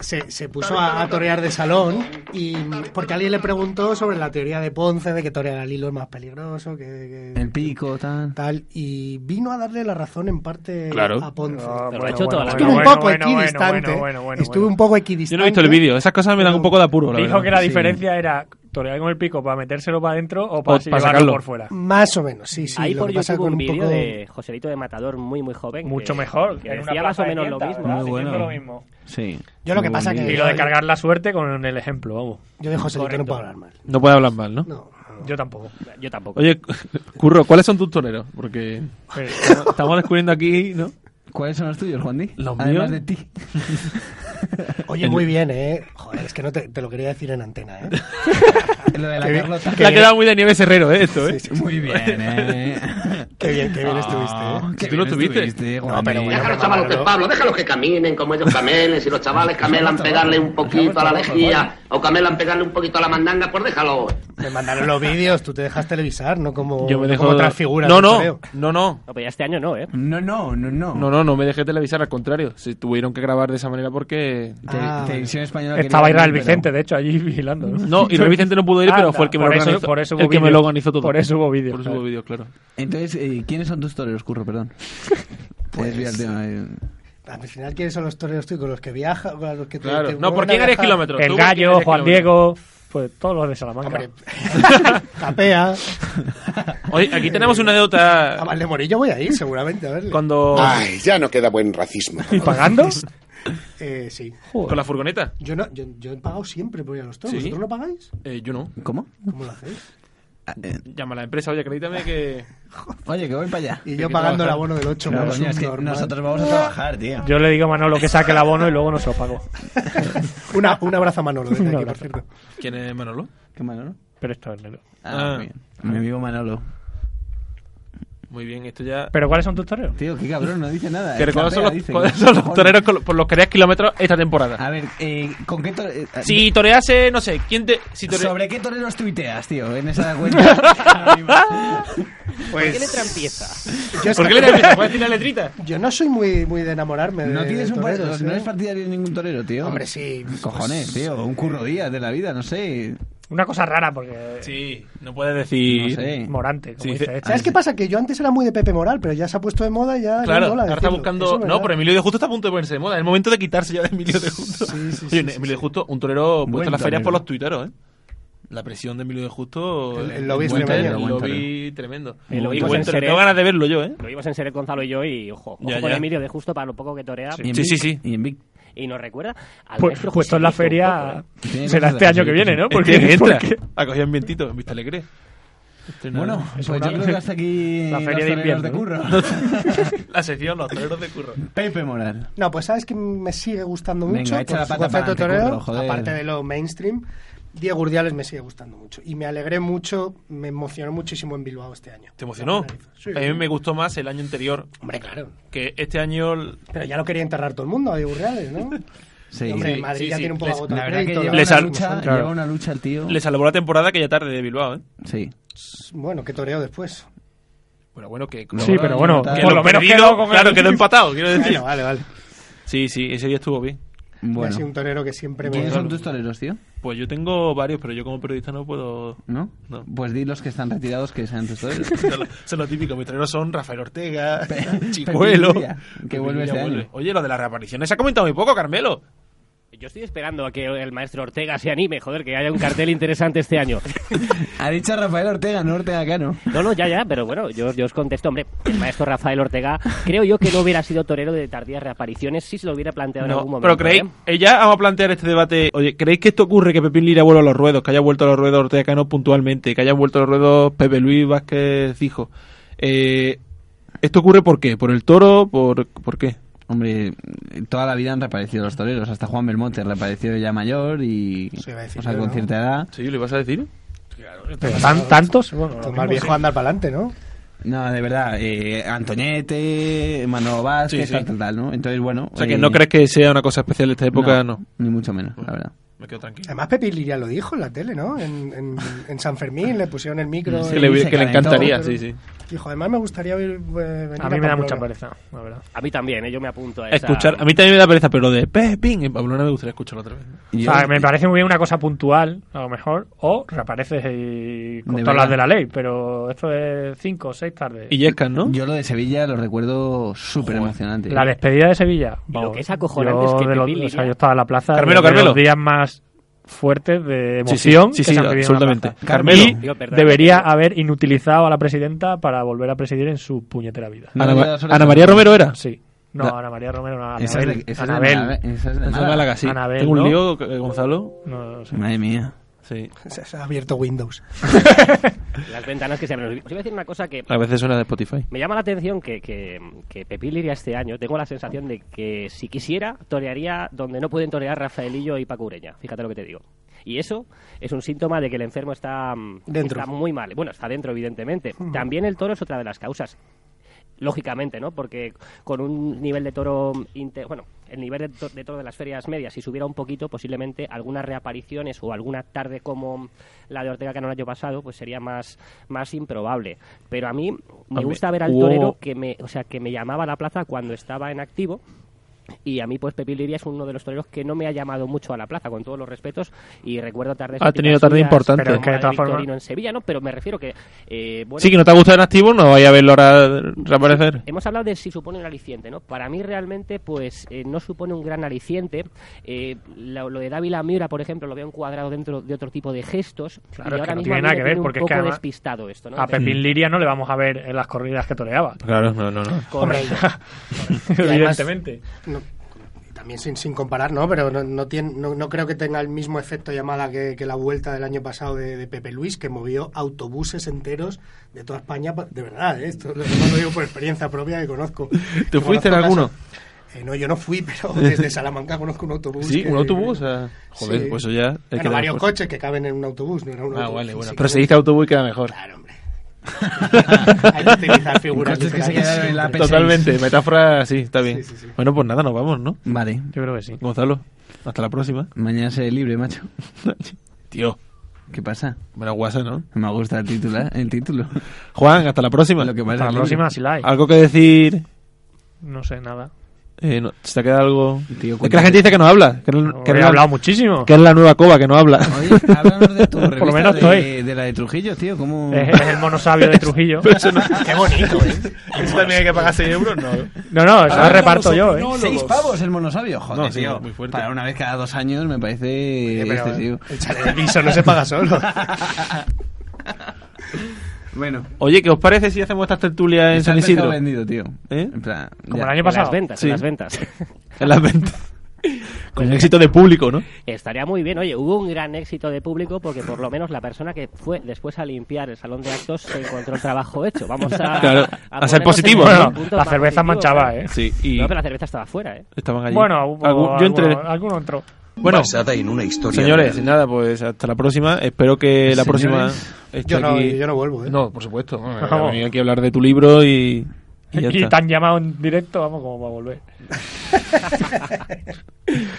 Speaker 3: se, se puso a, a torear de salón y porque alguien le preguntó sobre la teoría de Ponce de que torear al hilo es más peligroso, que, que
Speaker 5: El pico, tal.
Speaker 3: tal, y vino a darle la razón en parte
Speaker 2: Claro.
Speaker 3: a Ponce.
Speaker 4: Pero ha hecho toda la
Speaker 3: Estuve un
Speaker 1: Ah, bueno,
Speaker 3: poco
Speaker 1: bueno, bueno,
Speaker 3: equidistante.
Speaker 1: bueno, bueno, bueno,
Speaker 3: estuve
Speaker 1: bueno.
Speaker 3: un poco
Speaker 2: Yo
Speaker 3: equidistante.
Speaker 2: no he visto el vídeo, esas cosas me dan un poco de apuro, la
Speaker 1: Dijo
Speaker 2: verdad.
Speaker 1: que la
Speaker 5: sí.
Speaker 1: diferencia era torear con el pico para metérselo para adentro o para
Speaker 2: para
Speaker 1: llevarlo
Speaker 2: sacarlo.
Speaker 1: por fuera.
Speaker 3: Más o menos, sí, sí.
Speaker 4: Hay
Speaker 3: lo
Speaker 4: por
Speaker 3: que pasa
Speaker 4: YouTube
Speaker 3: con
Speaker 4: un vídeo
Speaker 3: poco-
Speaker 4: de Joselito de Matador Eh, muy, muy joven.
Speaker 1: Mucho
Speaker 4: que-
Speaker 1: mejor.
Speaker 4: Que
Speaker 1: en una
Speaker 4: decía más
Speaker 1: plaza
Speaker 4: o
Speaker 1: de
Speaker 4: menos lo
Speaker 1: tiendas,
Speaker 4: mismo.
Speaker 1: ¿verdad?
Speaker 5: Muy
Speaker 1: Diciendo
Speaker 5: bueno.
Speaker 1: lo mismo.
Speaker 5: Sí.
Speaker 3: Yo lo que
Speaker 5: Muy
Speaker 3: pasa
Speaker 5: buen
Speaker 3: que-
Speaker 1: Y
Speaker 5: vídeo.
Speaker 1: lo de cargar la suerte con el ejemplo, vamos.
Speaker 3: Yo de José Lito no
Speaker 4: Correcto.
Speaker 3: puedo hablar mal.
Speaker 2: No puede hablar mal, ¿no?
Speaker 3: No.
Speaker 1: Yo tampoco.
Speaker 4: Yo tampoco.
Speaker 2: Oye, Curro, ¿cuáles son tus toreros? Porque
Speaker 1: Pero-
Speaker 2: estamos descubriendo aquí, ¿no?
Speaker 5: ¿Cuáles son los tuyos, Juan Di?
Speaker 2: Los míos.
Speaker 5: Además de ti.
Speaker 3: (laughs) Oye, muy bien, ¿eh? Joder, es que no te, te lo quería decir en antena, ¿eh?
Speaker 5: (laughs) Lo de la
Speaker 3: Qué bien.
Speaker 5: Carlota.
Speaker 2: Le ha quedado muy de Nieves Herrero, ¿eh? Esto, ¿eh?
Speaker 3: Sí, sí,
Speaker 5: Muy bien, (laughs) eh.
Speaker 3: Qué bien, qué bien
Speaker 5: Ah,
Speaker 3: estuviste, ¿eh?
Speaker 5: qué
Speaker 2: Tú lo
Speaker 5: bien
Speaker 2: tuviste.
Speaker 5: estuviste, eh, Juan
Speaker 3: pero
Speaker 5: Di.
Speaker 3: bueno,
Speaker 14: Deja a los chavalos, Pedro Pablo, déjalos que caminen como ellos camelen. Si los chavales camelan pegarle un poquito a la lejía o camelan pegarle un poquito a la mandanga, pues déjalo.
Speaker 3: Me mandaron los vídeos, tú te dejas televisar, ¿no? Como,
Speaker 2: Yo me
Speaker 3: no
Speaker 2: dejo.
Speaker 3: como otras figuras.
Speaker 2: No,
Speaker 3: del
Speaker 2: no,
Speaker 3: toreo.
Speaker 2: no, no.
Speaker 4: No, pero ya este año no, ¿eh?
Speaker 5: No, no, no, no.
Speaker 2: No, no, no me dejé televisar, al contrario. Se tuvieron que grabar de esa manera porque.
Speaker 5: Te-
Speaker 3: Ah,
Speaker 5: televisión española.
Speaker 1: Estaba
Speaker 5: quería
Speaker 1: Israel
Speaker 5: venir,
Speaker 1: Vicente, de hecho, allí vigilando.
Speaker 2: No, y Luis Vicente no pudo ir, pero
Speaker 1: Anda,
Speaker 2: fue el que me,
Speaker 1: por
Speaker 2: lo
Speaker 1: eso-
Speaker 2: organizó,
Speaker 1: por eso hubo
Speaker 2: el que me
Speaker 1: vídeo.
Speaker 2: lo organizó todo.
Speaker 1: Por eso hubo vídeo,
Speaker 2: Por eso
Speaker 1: claro.
Speaker 2: hubo vídeo, claro.
Speaker 5: pero- Entonces, eh, ¿quiénes son tus toreros, Curro?
Speaker 1: (laughs)
Speaker 5: Perdón. Puedes
Speaker 1: Pues,
Speaker 5: ver el tema. eh.
Speaker 3: Al final, ¿quiénes son los toreros tú? ¿Con los que viaja? ¿Con los que te-
Speaker 2: Claro.
Speaker 3: te
Speaker 2: No, ¿por
Speaker 3: mueven a
Speaker 2: quién harías
Speaker 3: viajar?
Speaker 2: kilómetros?
Speaker 1: El
Speaker 2: ¿Tú por quién
Speaker 1: Gallo,
Speaker 2: harías
Speaker 1: Juan
Speaker 2: kilómetros?
Speaker 1: Diego, pues todos los de Salamanca.
Speaker 3: Hombre, capea. (laughs)
Speaker 2: Oye,
Speaker 1: (laughs)
Speaker 2: aquí tenemos una deuda.
Speaker 3: A Valdemorillo Morillo voy a ir, seguramente, a verle.
Speaker 2: Cuando.
Speaker 15: Ay, ya no queda buen racismo.
Speaker 3: (laughs)
Speaker 1: ¿Pagando?
Speaker 3: Eh, sí.
Speaker 2: Con la furgoneta.
Speaker 3: Yo, no, yo, yo he pagado siempre por ir a los toros.
Speaker 2: ¿Sí?
Speaker 3: ¿Vosotros no pagáis?
Speaker 2: Eh, yo no.
Speaker 5: ¿Cómo?
Speaker 3: ¿Cómo lo hacéis?
Speaker 5: Ah, eh,
Speaker 2: Llama a la empresa, oye, acredítame que.
Speaker 5: Oye, que voy para allá.
Speaker 3: Y
Speaker 2: que
Speaker 3: yo pagando el
Speaker 2: trabajar.
Speaker 3: abono del 8.
Speaker 5: No, coño, es que nosotros vamos a trabajar, tío.
Speaker 1: Yo le digo a Manolo que saque el abono y luego no se lo pago.
Speaker 3: Una, un abrazo a Manolo
Speaker 1: (laughs)
Speaker 3: desde
Speaker 1: Un
Speaker 3: aquí, por
Speaker 1: abrazo.
Speaker 3: cierto.
Speaker 2: ¿Quién es Manolo?
Speaker 5: ¿Qué Manolo?
Speaker 1: Pero esto es negro.
Speaker 5: Ah,
Speaker 2: Ah.
Speaker 5: bien. Mi amigo Manolo.
Speaker 2: Muy bien, esto ya.
Speaker 1: ¿Pero cuáles son tus toreros?
Speaker 5: Tío, qué cabrón, no dice nada.
Speaker 2: Que
Speaker 5: Es
Speaker 2: ¿Cuáles
Speaker 5: campera,
Speaker 2: son los,
Speaker 5: dice,
Speaker 2: cuáles
Speaker 5: que-
Speaker 2: son los toreros con- por los que harías kilómetros esta temporada?
Speaker 5: A ver, eh, ¿con qué tore- eh,
Speaker 2: Si torease, no sé, ¿quién te. Si tore-
Speaker 5: ¿Sobre qué toreros tuiteas, tío? En esa cuenta.
Speaker 4: ¿Por qué letra empieza?
Speaker 3: Pues, Yo es
Speaker 2: ¿Por
Speaker 3: que-
Speaker 2: qué le empiezas? ¿Puedes decir la letrita?
Speaker 3: Yo no soy muy, muy de enamorarme de
Speaker 5: No tienes un
Speaker 3: toreros,
Speaker 5: partido,
Speaker 3: ¿eh?
Speaker 5: no eres partidario de ningún torero, tío.
Speaker 3: Hombre, sí. Pues
Speaker 5: Cojones, tío, un curro día de la vida, no sé.
Speaker 1: Una cosa rara, porque.
Speaker 2: Sí, no puedes decir.
Speaker 5: No sé.
Speaker 1: Morante, como
Speaker 2: Sí,
Speaker 1: dice
Speaker 2: dice-
Speaker 1: este.
Speaker 3: ¿Sabes qué pasa? Que yo antes era muy de Pepe Moral, pero ya se ha puesto de moda y ya...
Speaker 2: Claro,
Speaker 3: no mola
Speaker 2: ahora está
Speaker 3: decirlo. Eso
Speaker 2: buscando.
Speaker 3: es
Speaker 2: no,
Speaker 3: verdad.
Speaker 2: pero Emilio de Justo está a punto de ponerse de moda. Es el momento de quitarse ya de Emilio de Justo. Oye, Emilio de Justo, un torero puesto en las ferias
Speaker 5: torero.
Speaker 2: por los tuiteros, ¿eh? La presión de Emilio de Justo.
Speaker 3: El- el
Speaker 2: eh,
Speaker 3: lobby Pues es
Speaker 2: en Twitter,
Speaker 3: tremendo.
Speaker 2: El
Speaker 3: Buen
Speaker 2: lobby tremendo.
Speaker 4: El lobby
Speaker 2: Y
Speaker 4: pues
Speaker 2: buen
Speaker 4: en
Speaker 2: torero.
Speaker 4: Jerez.
Speaker 2: Tengo ganas de verlo yo, ¿eh?
Speaker 4: Lo vimos en Seret Gonzalo y yo y ojo, ojo
Speaker 2: Ya,
Speaker 4: con
Speaker 2: ya.
Speaker 4: Emilio de justo para lo poco que torea.
Speaker 2: Sí, sí, sí. Pues, sí.
Speaker 5: Y en Vic.
Speaker 4: Y nos recuerda al
Speaker 1: Pu-
Speaker 4: maestro
Speaker 1: puesto en la
Speaker 4: Joselito un poco,
Speaker 1: feria
Speaker 4: ¿eh?
Speaker 5: Tiene
Speaker 1: será
Speaker 5: cosas
Speaker 1: este
Speaker 5: de
Speaker 1: año que
Speaker 5: Brasil,
Speaker 1: viene,
Speaker 5: sí.
Speaker 1: ¿no?
Speaker 2: El día que
Speaker 1: Porque,
Speaker 2: Este entra.
Speaker 1: porque-
Speaker 2: Ha cogido en vientito, en Vista Alegre.
Speaker 1: Este
Speaker 2: Estrenado.
Speaker 5: Bueno, pues yo
Speaker 1: una-
Speaker 5: creo que hasta aquí.
Speaker 1: (laughs) La feria de
Speaker 5: los toreros
Speaker 1: invierno,
Speaker 5: de
Speaker 1: ¿no?
Speaker 5: curro. (laughs)
Speaker 2: La sección, los toreros de curro.
Speaker 5: Pepe Moral.
Speaker 3: No, pues sabes que me sigue gustando
Speaker 5: Venga,
Speaker 3: mucho
Speaker 5: echa
Speaker 3: por
Speaker 5: la
Speaker 3: su
Speaker 5: pata
Speaker 3: concepto
Speaker 5: pa'lante,
Speaker 3: torero,
Speaker 5: curro, joder.
Speaker 3: aparte de lo mainstream. Diego Urdiales me sigue gustando mucho y me alegré mucho, me emocionó muchísimo en Bilbao este año.
Speaker 2: ¿Te emocionó?
Speaker 3: Sí.
Speaker 2: A mí me gustó más el año anterior.
Speaker 3: Hombre, claro.
Speaker 2: Que este año.
Speaker 3: Pero ya lo quería enterrar todo el mundo a Diego Urdiales, ¿no?
Speaker 5: (laughs) Sí.
Speaker 3: Hombre,
Speaker 2: Sí,
Speaker 3: Madrid
Speaker 2: sí,
Speaker 3: ya
Speaker 2: sí.
Speaker 3: tiene un poco
Speaker 2: Les-
Speaker 3: agotado
Speaker 5: La
Speaker 3: el
Speaker 5: verdad que
Speaker 3: crédito,
Speaker 5: lleva
Speaker 2: Le
Speaker 5: una,
Speaker 2: sal-
Speaker 5: lucha,
Speaker 1: claro.
Speaker 5: lleva una lucha el tío.
Speaker 2: Le salvó la temporada que ya tarde de Bilbao, ¿eh?
Speaker 5: Sí.
Speaker 3: Bueno, que toreo después.
Speaker 2: Pero bueno, que.
Speaker 1: Sí, pero bueno,
Speaker 5: Que
Speaker 1: por lo menos
Speaker 2: perdido,
Speaker 1: quedó con
Speaker 2: Claro,
Speaker 1: el-
Speaker 2: quedó empatado, quiero decir.
Speaker 3: Bueno, vale, vale.
Speaker 2: Sí, sí, ese día estuvo bien.
Speaker 3: Ha sido
Speaker 5: Bueno.
Speaker 3: un torero que siempre me...
Speaker 5: ¿Quiénes son tus toreros, tío?
Speaker 2: Pues yo tengo varios, pero yo como periodista no puedo.
Speaker 5: ¿No?
Speaker 2: No.
Speaker 5: Pues di los que están retirados que sean tus
Speaker 2: (laughs)
Speaker 5: toreros.
Speaker 2: Son lo- son los típicos. Mis toreros son Rafael Ortega,
Speaker 5: Pepillo
Speaker 2: Chicuelo.
Speaker 5: Villa, que vuelve
Speaker 2: Pepillo
Speaker 5: este
Speaker 2: vuelve.
Speaker 5: año.
Speaker 2: Oye, lo de las reapariciones se ha comentado muy poco, Carmelo.
Speaker 4: Yo estoy esperando a que el maestro Ortega se anime, joder, que haya un cartel interesante este año.
Speaker 5: (laughs) Ha dicho Rafael Ortega, no Ortega Cano.
Speaker 4: No, no, ya, ya, pero bueno, yo, yo os contesto, hombre, el maestro Rafael Ortega, creo yo que no hubiera sido torero de tardías reapariciones si se lo hubiera planteado en algún
Speaker 2: No,
Speaker 4: momento.
Speaker 2: pero creéis,
Speaker 4: ¿eh?
Speaker 2: ella vamos a plantear este debate. Oye, ¿creéis que esto ocurre que Pepín Lira vuelva a los ruedos, que haya vuelto a los ruedos Ortega Cano puntualmente, que haya vuelto a los ruedos Pepe Luis Vázquez Hijo? Eh, ¿Esto ocurre por qué? ¿Por el toro? ¿Por, por qué?
Speaker 5: Hombre, toda la vida han reaparecido los toreros. Hasta Juan Belmonte reapareció ya mayor y.
Speaker 3: Eso iba a decir
Speaker 5: o sea,
Speaker 3: yo,
Speaker 5: con
Speaker 3: ¿no?
Speaker 5: cierta edad.
Speaker 2: Sí, ¿lo ibas a decir?
Speaker 1: pero tan- tantos, bueno, lo
Speaker 3: Pues más
Speaker 1: mismo,
Speaker 3: viejo andar para adelante, ¿no?
Speaker 5: No, de verdad. eh, Antoñete, Manolo Vázquez,
Speaker 2: Sí, sí.
Speaker 5: tal, tal, tal, ¿no? Entonces, bueno.
Speaker 2: O sea, que
Speaker 5: eh,
Speaker 2: no crees que sea una cosa especial de esta época, no.
Speaker 5: Ni mucho menos, la verdad.
Speaker 2: Me quedo tranquilo.
Speaker 3: Además Pepe Liria lo dijo en la tele, ¿no? En, en- en San Fermín le pusieron el micro.
Speaker 5: Sí,
Speaker 2: Que
Speaker 3: y-
Speaker 2: le,
Speaker 5: se
Speaker 2: que le
Speaker 5: calentó.
Speaker 2: encantaría, sí, sí.
Speaker 3: Dijo, además me gustaría oír, eh, venir
Speaker 1: A mí me da
Speaker 3: Pamplona".
Speaker 1: mucha pereza, la verdad.
Speaker 4: A mí también, ¿eh? yo me apunto a esa...
Speaker 2: Escuchar, a mí también me da pereza, Eh, pero lo de Pepín en Pamplona me gustaría escucharlo otra vez.
Speaker 1: O
Speaker 5: Y yo-
Speaker 1: sea, me parece muy bien una cosa puntual, a lo mejor, o reapareces y con
Speaker 5: De
Speaker 1: todas las
Speaker 5: verdad.
Speaker 1: de la ley, pero esto es cinco o seis tardes.
Speaker 2: Y Yescas, ¿no?
Speaker 5: Yo lo de Sevilla lo recuerdo súper emocionante.
Speaker 1: La despedida de Sevilla.
Speaker 4: Y lo
Speaker 1: vamos,
Speaker 4: que es acojonante
Speaker 1: yo
Speaker 4: es que
Speaker 1: de los-
Speaker 4: Pepín
Speaker 1: o sea,
Speaker 4: Liria-
Speaker 1: yo estaba en la plaza.
Speaker 2: Carmelo,
Speaker 1: de
Speaker 2: Carmelo.
Speaker 1: Los días más fuertes de
Speaker 2: Sí, sí,
Speaker 1: emoción.
Speaker 2: sí,
Speaker 1: que
Speaker 2: sí,
Speaker 1: se han vivido en la
Speaker 2: absolutamente.
Speaker 1: plaza.
Speaker 2: Carmelo.
Speaker 1: Y
Speaker 4: Tío, perdón.
Speaker 1: debería haber inutilizado a la presidenta para volver a presidir en su puñetera vida.
Speaker 5: No
Speaker 2: Ana,
Speaker 5: me
Speaker 2: Ma-
Speaker 5: quedas horas
Speaker 2: Ana
Speaker 5: de-
Speaker 2: María Romero era.
Speaker 1: Sí. No,
Speaker 2: Da-
Speaker 1: Ana María Romero, no,
Speaker 5: Esa es de-
Speaker 1: Anabel.
Speaker 5: esa es de
Speaker 1: Anabel.
Speaker 5: Málaga, ¿eh? esa es de
Speaker 2: Es de
Speaker 5: Málaga.
Speaker 2: Málaga, sí.
Speaker 1: Anabel,
Speaker 2: Tengo un
Speaker 1: ¿no?
Speaker 2: lío, eh, Gonzalo.
Speaker 1: No, no sé.
Speaker 5: Madre mía.
Speaker 2: Sí.
Speaker 3: Se, se ha abierto
Speaker 2: (laughs)
Speaker 3: Windows.
Speaker 4: Las ventanas que se abren. Os iba a decir una cosa que
Speaker 2: A veces suena de Spotify.
Speaker 4: me llama la atención, que, que, que Pepín Liria este año, tengo la sensación de que si quisiera, torearía donde no pueden torear Rafaelillo y Pacureña. Fíjate lo que te digo. Y eso es un síntoma de que el enfermo está, mm,
Speaker 3: Dentro.
Speaker 4: está muy mal. Bueno, está dentro, evidentemente. También el toro es otra de las causas. Lógicamente, ¿no? Porque con un nivel de toro... inte- bueno, el nivel de, to- de toro de las ferias medias, si subiera un poquito, posiblemente algunas reapariciones o alguna tarde como la de Ortega Cano el año pasado, pues sería más, más improbable. Pero a mí me
Speaker 2: Hombre,
Speaker 4: gusta ver al
Speaker 2: hubo-
Speaker 4: torero que me, o sea, que me llamaba a la plaza cuando estaba en activo y a mí, pues, Pepín Liria es uno de los toreros que no me ha llamado mucho a la plaza, con todos los respetos. Y recuerdo tardes.
Speaker 2: Ha tenido tarde importante.
Speaker 4: Pero
Speaker 1: Pero es que de todas formas-
Speaker 4: en Sevilla, ¿no? Pero me refiero que. eh, bueno,
Speaker 2: Sí, que no te ha gustado en activo, no vaya a verlo ahora reaparecer.
Speaker 4: Hemos hablado de si supone un aliciente, ¿no? Para mí realmente, pues, eh, no supone un gran aliciente. Eh, lo, lo de Dávila Miura, por ejemplo, lo veo encuadrado dentro de otro tipo de gestos.
Speaker 1: Claro,
Speaker 4: y
Speaker 1: es que
Speaker 4: ahora
Speaker 1: no
Speaker 4: mismo a
Speaker 1: tiene
Speaker 4: mí
Speaker 1: nada
Speaker 4: me
Speaker 1: que ver,
Speaker 4: tiene un
Speaker 1: porque es
Speaker 4: poco
Speaker 1: que además-
Speaker 4: despistado esto, ¿no?
Speaker 1: A Pepín Liria no le vamos a ver en las corridas que toreaba.
Speaker 2: Claro, no, no, no.
Speaker 4: Con-
Speaker 1: (laughs) Evidentemente.
Speaker 3: No, también sin, sin comparar, ¿no? Pero no, no, tiene, no, no creo que tenga el mismo efecto llamada que, que la vuelta del año pasado de, de Pepe Luis, que movió autobuses enteros de toda España. pa- De verdad, ¿eh? esto lo- no lo digo por experiencia propia que conozco.
Speaker 2: ¿Te
Speaker 3: que
Speaker 2: fuiste en
Speaker 3: conozco
Speaker 2: alguno?
Speaker 3: casos. Eh, no, yo no fui, pero
Speaker 2: (laughs)
Speaker 3: desde Salamanca conozco un autobús.
Speaker 2: Sí,
Speaker 3: que-
Speaker 2: un autobús. ah, Joder,
Speaker 3: Sí.
Speaker 2: pues eso ya. es que
Speaker 3: Bueno, varios
Speaker 2: después-
Speaker 3: coches que caben en un autobús, no era un
Speaker 2: Ah,
Speaker 3: autobús
Speaker 2: vale, bueno.
Speaker 3: físico.
Speaker 2: (laughs) Pero se dice autobús y queda mejor.
Speaker 3: Claro, hombre.
Speaker 2: Hay que utilizar
Speaker 16: figuras Coches que se diferentes. quedaron en la AP6.
Speaker 2: Totalmente, metáfora, sí, está bien. Bueno, pues nada, nos vamos, ¿no?
Speaker 5: Vale.
Speaker 1: Yo creo que sí.
Speaker 2: Gonzalo, hasta la próxima.
Speaker 5: Mañana seré libre,
Speaker 2: (laughs)
Speaker 5: macho.
Speaker 2: Tío.
Speaker 5: ¿Qué pasa?
Speaker 2: Me la guasa, ¿no?
Speaker 5: Me gusta el título. ¿eh? El título.
Speaker 2: (laughs) Juan, hasta la próxima.
Speaker 5: Lo que pasa
Speaker 1: Hasta la
Speaker 5: es
Speaker 1: próxima, si la hay.
Speaker 2: ¿Algo que decir?
Speaker 1: No sé, nada.
Speaker 2: Eh, no, ¿Se te queda algo?
Speaker 5: Tío,
Speaker 2: es que la gente dice que no habla. Que, no- que
Speaker 1: he
Speaker 2: no-
Speaker 1: hablado muchísimo.
Speaker 2: Que es la nueva coba, que no habla.
Speaker 5: Oye,
Speaker 1: (laughs)
Speaker 5: háblanos de
Speaker 2: (laughs)
Speaker 5: tu
Speaker 1: Por lo
Speaker 5: revista
Speaker 1: menos
Speaker 5: de,
Speaker 1: estoy.
Speaker 5: de la de Trujillo, tío. ¿Cómo...
Speaker 1: Es, es el monosabio
Speaker 5: (laughs)
Speaker 1: de Trujillo. (laughs)
Speaker 2: Pero eso no- Qué
Speaker 16: bonito, ¿eh? Eso también hay que pagar 6 euros, ¿no?
Speaker 1: No, no, eso
Speaker 5: Ahora
Speaker 1: lo reparto
Speaker 5: los
Speaker 1: yo, ¿eh?
Speaker 5: opinólogos. Seis pavos el monosabio, joder,
Speaker 2: No, sí,
Speaker 5: tío.
Speaker 2: muy fuerte.
Speaker 5: Para una vez cada dos años me parece este,
Speaker 16: pero
Speaker 5: excesivo.
Speaker 16: el Chaleviso no se paga solo.
Speaker 5: (laughs) bueno.
Speaker 2: Oye, ¿qué os parece si hacemos estas tertulias en
Speaker 5: está
Speaker 2: San
Speaker 5: el mercado
Speaker 2: Isidro?
Speaker 5: vendido, tío.
Speaker 2: ¿Eh?
Speaker 5: En plan,
Speaker 1: Como
Speaker 5: ya.
Speaker 1: el año
Speaker 4: En
Speaker 1: pasado.
Speaker 4: las ventas,
Speaker 2: Sí.
Speaker 4: en las
Speaker 1: (laughs)
Speaker 4: ventas.
Speaker 2: En las ventas. Con éxito de público, ¿no?
Speaker 4: Estaría muy bien. Oye, hubo un gran éxito de público porque por lo menos la persona que fue después a limpiar el salón de actos se encontró el trabajo hecho. Vamos a,
Speaker 2: Claro, a
Speaker 4: ponernos
Speaker 2: ser positivo,
Speaker 4: en un
Speaker 2: ¿no?
Speaker 4: punto
Speaker 1: La
Speaker 4: más
Speaker 1: cerveza
Speaker 4: positivo,
Speaker 1: manchaba,
Speaker 4: claro.
Speaker 1: ¿eh?
Speaker 2: Sí, y
Speaker 4: No, pero la cerveza estaba fuera, ¿eh?
Speaker 2: estaban allí.
Speaker 1: Bueno, hubo
Speaker 2: Algún- yo entré.
Speaker 1: alguno, alguno entró.
Speaker 2: Bueno,
Speaker 12: Basada en una historia.
Speaker 2: señores,
Speaker 12: real.
Speaker 2: nada, pues hasta la próxima. Espero que eh, la
Speaker 5: Señores.
Speaker 2: próxima. esté
Speaker 16: Yo no,
Speaker 2: aquí-
Speaker 16: yo no vuelvo, ¿eh?
Speaker 2: No, por supuesto. Bueno,
Speaker 1: (laughs) Vamos.
Speaker 2: he venido aquí a hablar de tu libro y. Y, ya
Speaker 1: Y,
Speaker 2: está.
Speaker 1: tan llamado en directo, vamos, como va a
Speaker 4: (laughs)
Speaker 1: volver.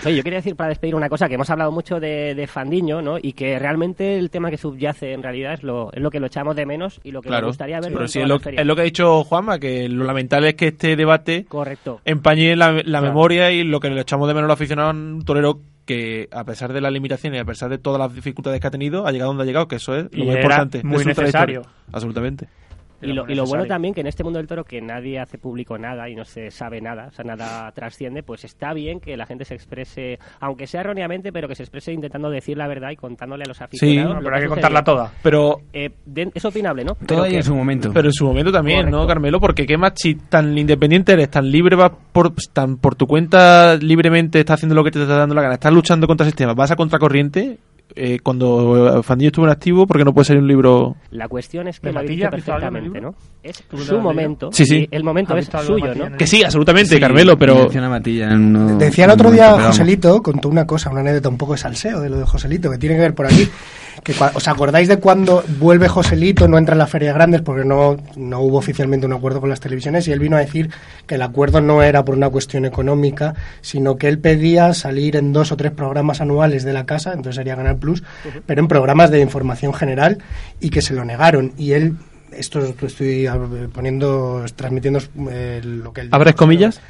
Speaker 4: Oye, yo quería decir para despedir una cosa, que hemos hablado mucho de, de Fandiño, ¿no? Y que realmente el tema que subyace en realidad es lo, es lo que lo echamos de menos y lo que
Speaker 2: Claro,
Speaker 4: nos gustaría ver.
Speaker 2: pero sí, es lo, es lo que ha dicho Juanma, que lo lamentable es que este debate
Speaker 4: Correcto.
Speaker 2: empañe la, la
Speaker 4: Claro.
Speaker 2: memoria y lo que le echamos de menos a los aficionados a un torero que, a pesar de las limitaciones y a pesar de todas las dificultades que ha tenido, ha llegado donde ha llegado, que eso es lo
Speaker 1: Y
Speaker 2: más
Speaker 1: era
Speaker 2: importante.
Speaker 1: muy
Speaker 2: Es ultra
Speaker 1: necesario.
Speaker 2: histórico. Absolutamente.
Speaker 4: Y lo,
Speaker 1: muy
Speaker 4: y lo bueno
Speaker 1: necesario.
Speaker 4: también que en este mundo del toro que nadie hace público nada y no se sabe nada, o sea, nada trasciende, pues está bien que la gente se exprese, aunque sea erróneamente, pero que se exprese intentando decir la verdad y contándole a los aficionados.
Speaker 1: No,
Speaker 4: lo
Speaker 1: pero hay que
Speaker 4: ha
Speaker 1: contarla
Speaker 4: sucedido.
Speaker 1: toda.
Speaker 2: Pero,
Speaker 4: Eh, de- es opinable, ¿no?
Speaker 5: Todo
Speaker 4: Pero
Speaker 5: ahí
Speaker 4: que-
Speaker 5: en su momento.
Speaker 2: pero en su momento también, ¿no,
Speaker 4: Correcto.
Speaker 2: Carmelo? Porque qué más si tan independiente eres, tan libre, vas por, tan por tu cuenta libremente, estás haciendo lo que te está dando la gana, estás luchando contra el sistema, vas a contracorriente. eh, cuando Fandillo estuvo en activo, porque no puede salir un libro
Speaker 4: La cuestión es que
Speaker 1: ¿De
Speaker 4: lo dijiste
Speaker 1: Matilla? ¿Has visto algo en el
Speaker 4: perfectamente,
Speaker 1: libro?
Speaker 4: ¿no? Es
Speaker 1: ¿Tú lo has
Speaker 4: su
Speaker 1: leído?
Speaker 4: momento.
Speaker 2: Sí, sí.
Speaker 4: y El momento
Speaker 1: ¿Has
Speaker 4: es
Speaker 1: visto algo de
Speaker 4: suyo,
Speaker 1: Matilla
Speaker 4: ¿no?
Speaker 1: en el-
Speaker 2: Que sí, absolutamente,
Speaker 5: Sí,
Speaker 2: Carmelo, pero.
Speaker 5: menciona Matilla en uno-
Speaker 3: Decía el
Speaker 5: en un
Speaker 3: otro
Speaker 5: Mm, momento,
Speaker 3: día
Speaker 5: pero vamos.
Speaker 3: Joselito, contó una cosa, una anécdota un poco de salseo de lo de Joselito, que tiene que ver por aquí. Que cua- ¿Os acordáis de cuando vuelve Joselito, no entra en las ferias grandes porque no, no hubo oficialmente un acuerdo con las televisiones? Y él vino a decir que el acuerdo no era por una cuestión económica, sino que él pedía salir en dos o tres programas anuales de la casa, entonces sería Ganar Plus, pero en programas de información general y que se lo negaron. Y él, esto lo estoy ah, poniendo, transmitiendo eh, lo que él
Speaker 2: ¿Abres comillas?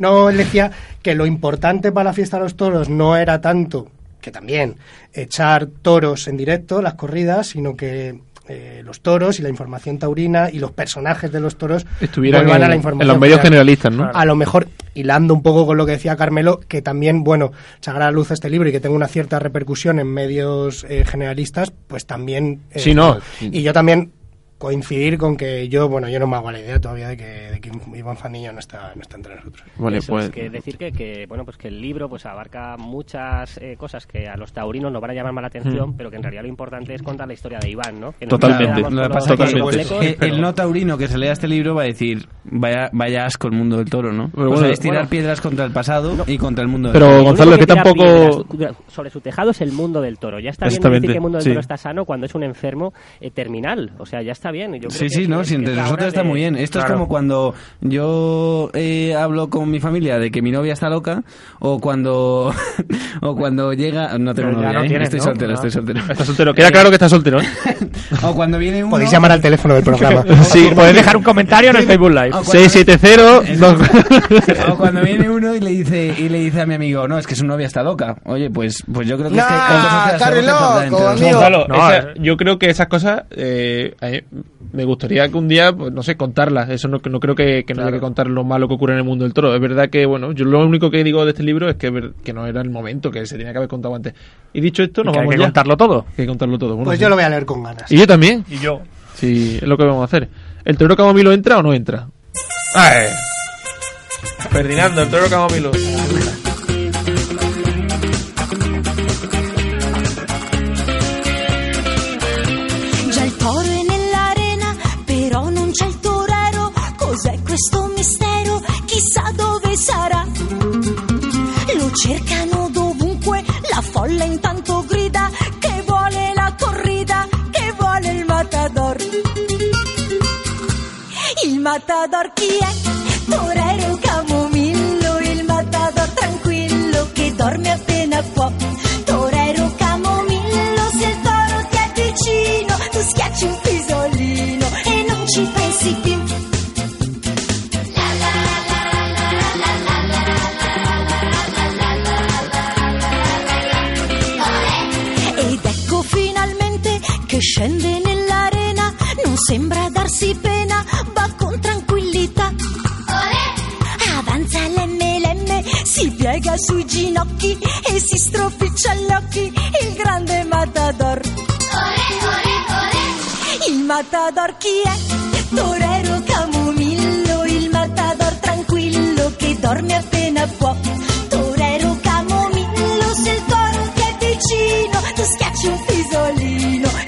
Speaker 3: no, él decía que lo importante para la fiesta de los toros no era tanto, que también, echar toros en directo, las corridas, sino que eh, los toros y la información taurina y los personajes de los toros
Speaker 2: Estuvieran
Speaker 3: vuelvan
Speaker 2: en,
Speaker 3: a la
Speaker 2: en
Speaker 3: información
Speaker 2: los medios
Speaker 3: general.
Speaker 2: generalistas, ¿no?
Speaker 3: A lo mejor, hilando un poco con lo que decía Carmelo, que también, bueno, sacar a la luz este libro y que tenga una cierta repercusión en medios eh, generalistas, pues también... eh,
Speaker 2: Sí, no.
Speaker 3: Y yo también coincidir con que yo, bueno, yo no me hago la idea todavía de que, de que Iván Fandiño no está, Ah, no está entre nosotros.
Speaker 2: Vale,
Speaker 4: Eso
Speaker 2: pues.
Speaker 4: es que decir que, que, bueno pues que el libro pues abarca muchas eh, cosas que a los taurinos nos van a llamar más la atención,
Speaker 2: Mm.
Speaker 4: pero que en realidad lo importante es contar la historia de Iván, ¿no? Que nos
Speaker 2: Totalmente.
Speaker 4: quedamos
Speaker 5: Lo que
Speaker 4: con
Speaker 5: pasa es que
Speaker 4: los
Speaker 2: Totalmente.
Speaker 4: complejos,
Speaker 5: el- el,
Speaker 4: pero-
Speaker 5: no taurino que se lea este libro va a decir vaya, vaya asco el mundo del toro, ¿no?
Speaker 2: Pero
Speaker 5: o
Speaker 2: bueno,
Speaker 5: sea, es tirar
Speaker 2: bueno.
Speaker 5: piedras contra el pasado y contra el mundo del
Speaker 2: Pero-
Speaker 5: toro.
Speaker 4: el único
Speaker 2: Gonzalo, que
Speaker 4: tira
Speaker 2: tampoco-
Speaker 4: piedras sobre su tejado es el mundo del toro. Ya está bien decir
Speaker 2: Exactamente,
Speaker 4: que el mundo del
Speaker 2: sí.
Speaker 4: toro está sano cuando es un enfermo eh, terminal. O sea, ya está bien. Yo creo
Speaker 5: Sí,
Speaker 4: que-
Speaker 5: sí, no,
Speaker 4: que-
Speaker 5: si
Speaker 4: que
Speaker 5: entre
Speaker 4: es la
Speaker 5: nosotros
Speaker 4: hora
Speaker 5: está
Speaker 4: de-
Speaker 5: muy bien. Esto
Speaker 4: Claro.
Speaker 5: es como cuando yo eh, hablo con mi familia de que mi novia está loca o cuando (laughs) o cuando llega no tengo
Speaker 1: Pero ya
Speaker 5: novia,
Speaker 1: no
Speaker 5: ¿eh?
Speaker 1: tienes,
Speaker 5: estoy
Speaker 1: ¿no?
Speaker 5: soltero,
Speaker 1: Ah.
Speaker 5: estoy soltero.
Speaker 2: Estás soltero. Queda claro que estás soltero. ¿eh?
Speaker 10: (laughs)
Speaker 5: o cuando viene uno
Speaker 3: Podéis llamar al teléfono del
Speaker 1: (laughs)
Speaker 3: programa.
Speaker 2: Sí,
Speaker 1: Podéis dejar un comentario en el Facebook
Speaker 2: (laughs)
Speaker 1: Live.
Speaker 5: Ah, cuando-
Speaker 2: 670.
Speaker 16: (laughs) Ah,
Speaker 2: dos- (laughs)
Speaker 5: o cuando viene uno y le dice y le dice a mi amigo, "No, es que su novia está loca." Oye, pues pues yo creo que es que
Speaker 9: Nah,
Speaker 5: con cosas de las
Speaker 9: está re
Speaker 5: que vamos a
Speaker 9: loco,
Speaker 5: hablar entre nosotros.
Speaker 9: amigo.
Speaker 2: Gonzalo,
Speaker 1: No,
Speaker 2: esa-
Speaker 1: eh.
Speaker 2: yo creo que esas cosas eh, a mí me gustaría que un día, pues, no sé, contarlas. Eso no, no creo que, que no haya que contar lo malo que ocurre en el mundo del toro. Es verdad que, bueno, yo lo único que digo de este libro es que, ver- que no era el momento, que se tenía que haber contado antes. Y dicho esto, nos
Speaker 1: Que hay
Speaker 2: vamos
Speaker 1: que
Speaker 2: ya.
Speaker 1: contarlo todo.
Speaker 2: Hay que contarlo todo. Bueno,
Speaker 3: Pues
Speaker 2: sí.
Speaker 3: yo lo voy a leer con ganas.
Speaker 2: Y yo también.
Speaker 1: Y yo.
Speaker 2: Sí, es lo que vamos a hacer. ¿El toro camomilo entra o no entra? ¡Ay! Ferdinando, el toro camomilo.
Speaker 6: Già il toro è nell'arena, però non c'è il torero. Cos'è questo mistero? Chissà dove sarà. Lo cercano dovunque, la folla intanto grida che vuole la corrida, che vuole il matador. matador chi è? Torero o camomillo, il matador tranquillo che dorme appena può. Torero o camomillo, se il toro ti è vicino, tu schiacci un pisolino e non ci pensi più. Ed ecco finalmente che scende nell'arena, non sembra darsi pena, va con tranquillità. Avanza l'MLM, si piega sui ginocchi e si stropiccia gli occhi il grande matador. Il matador chi è? Torero Camomillo, il matador tranquillo che dorme appena può. Torero Camomillo, se il toro ti è vicino, tu schiacci un pisolino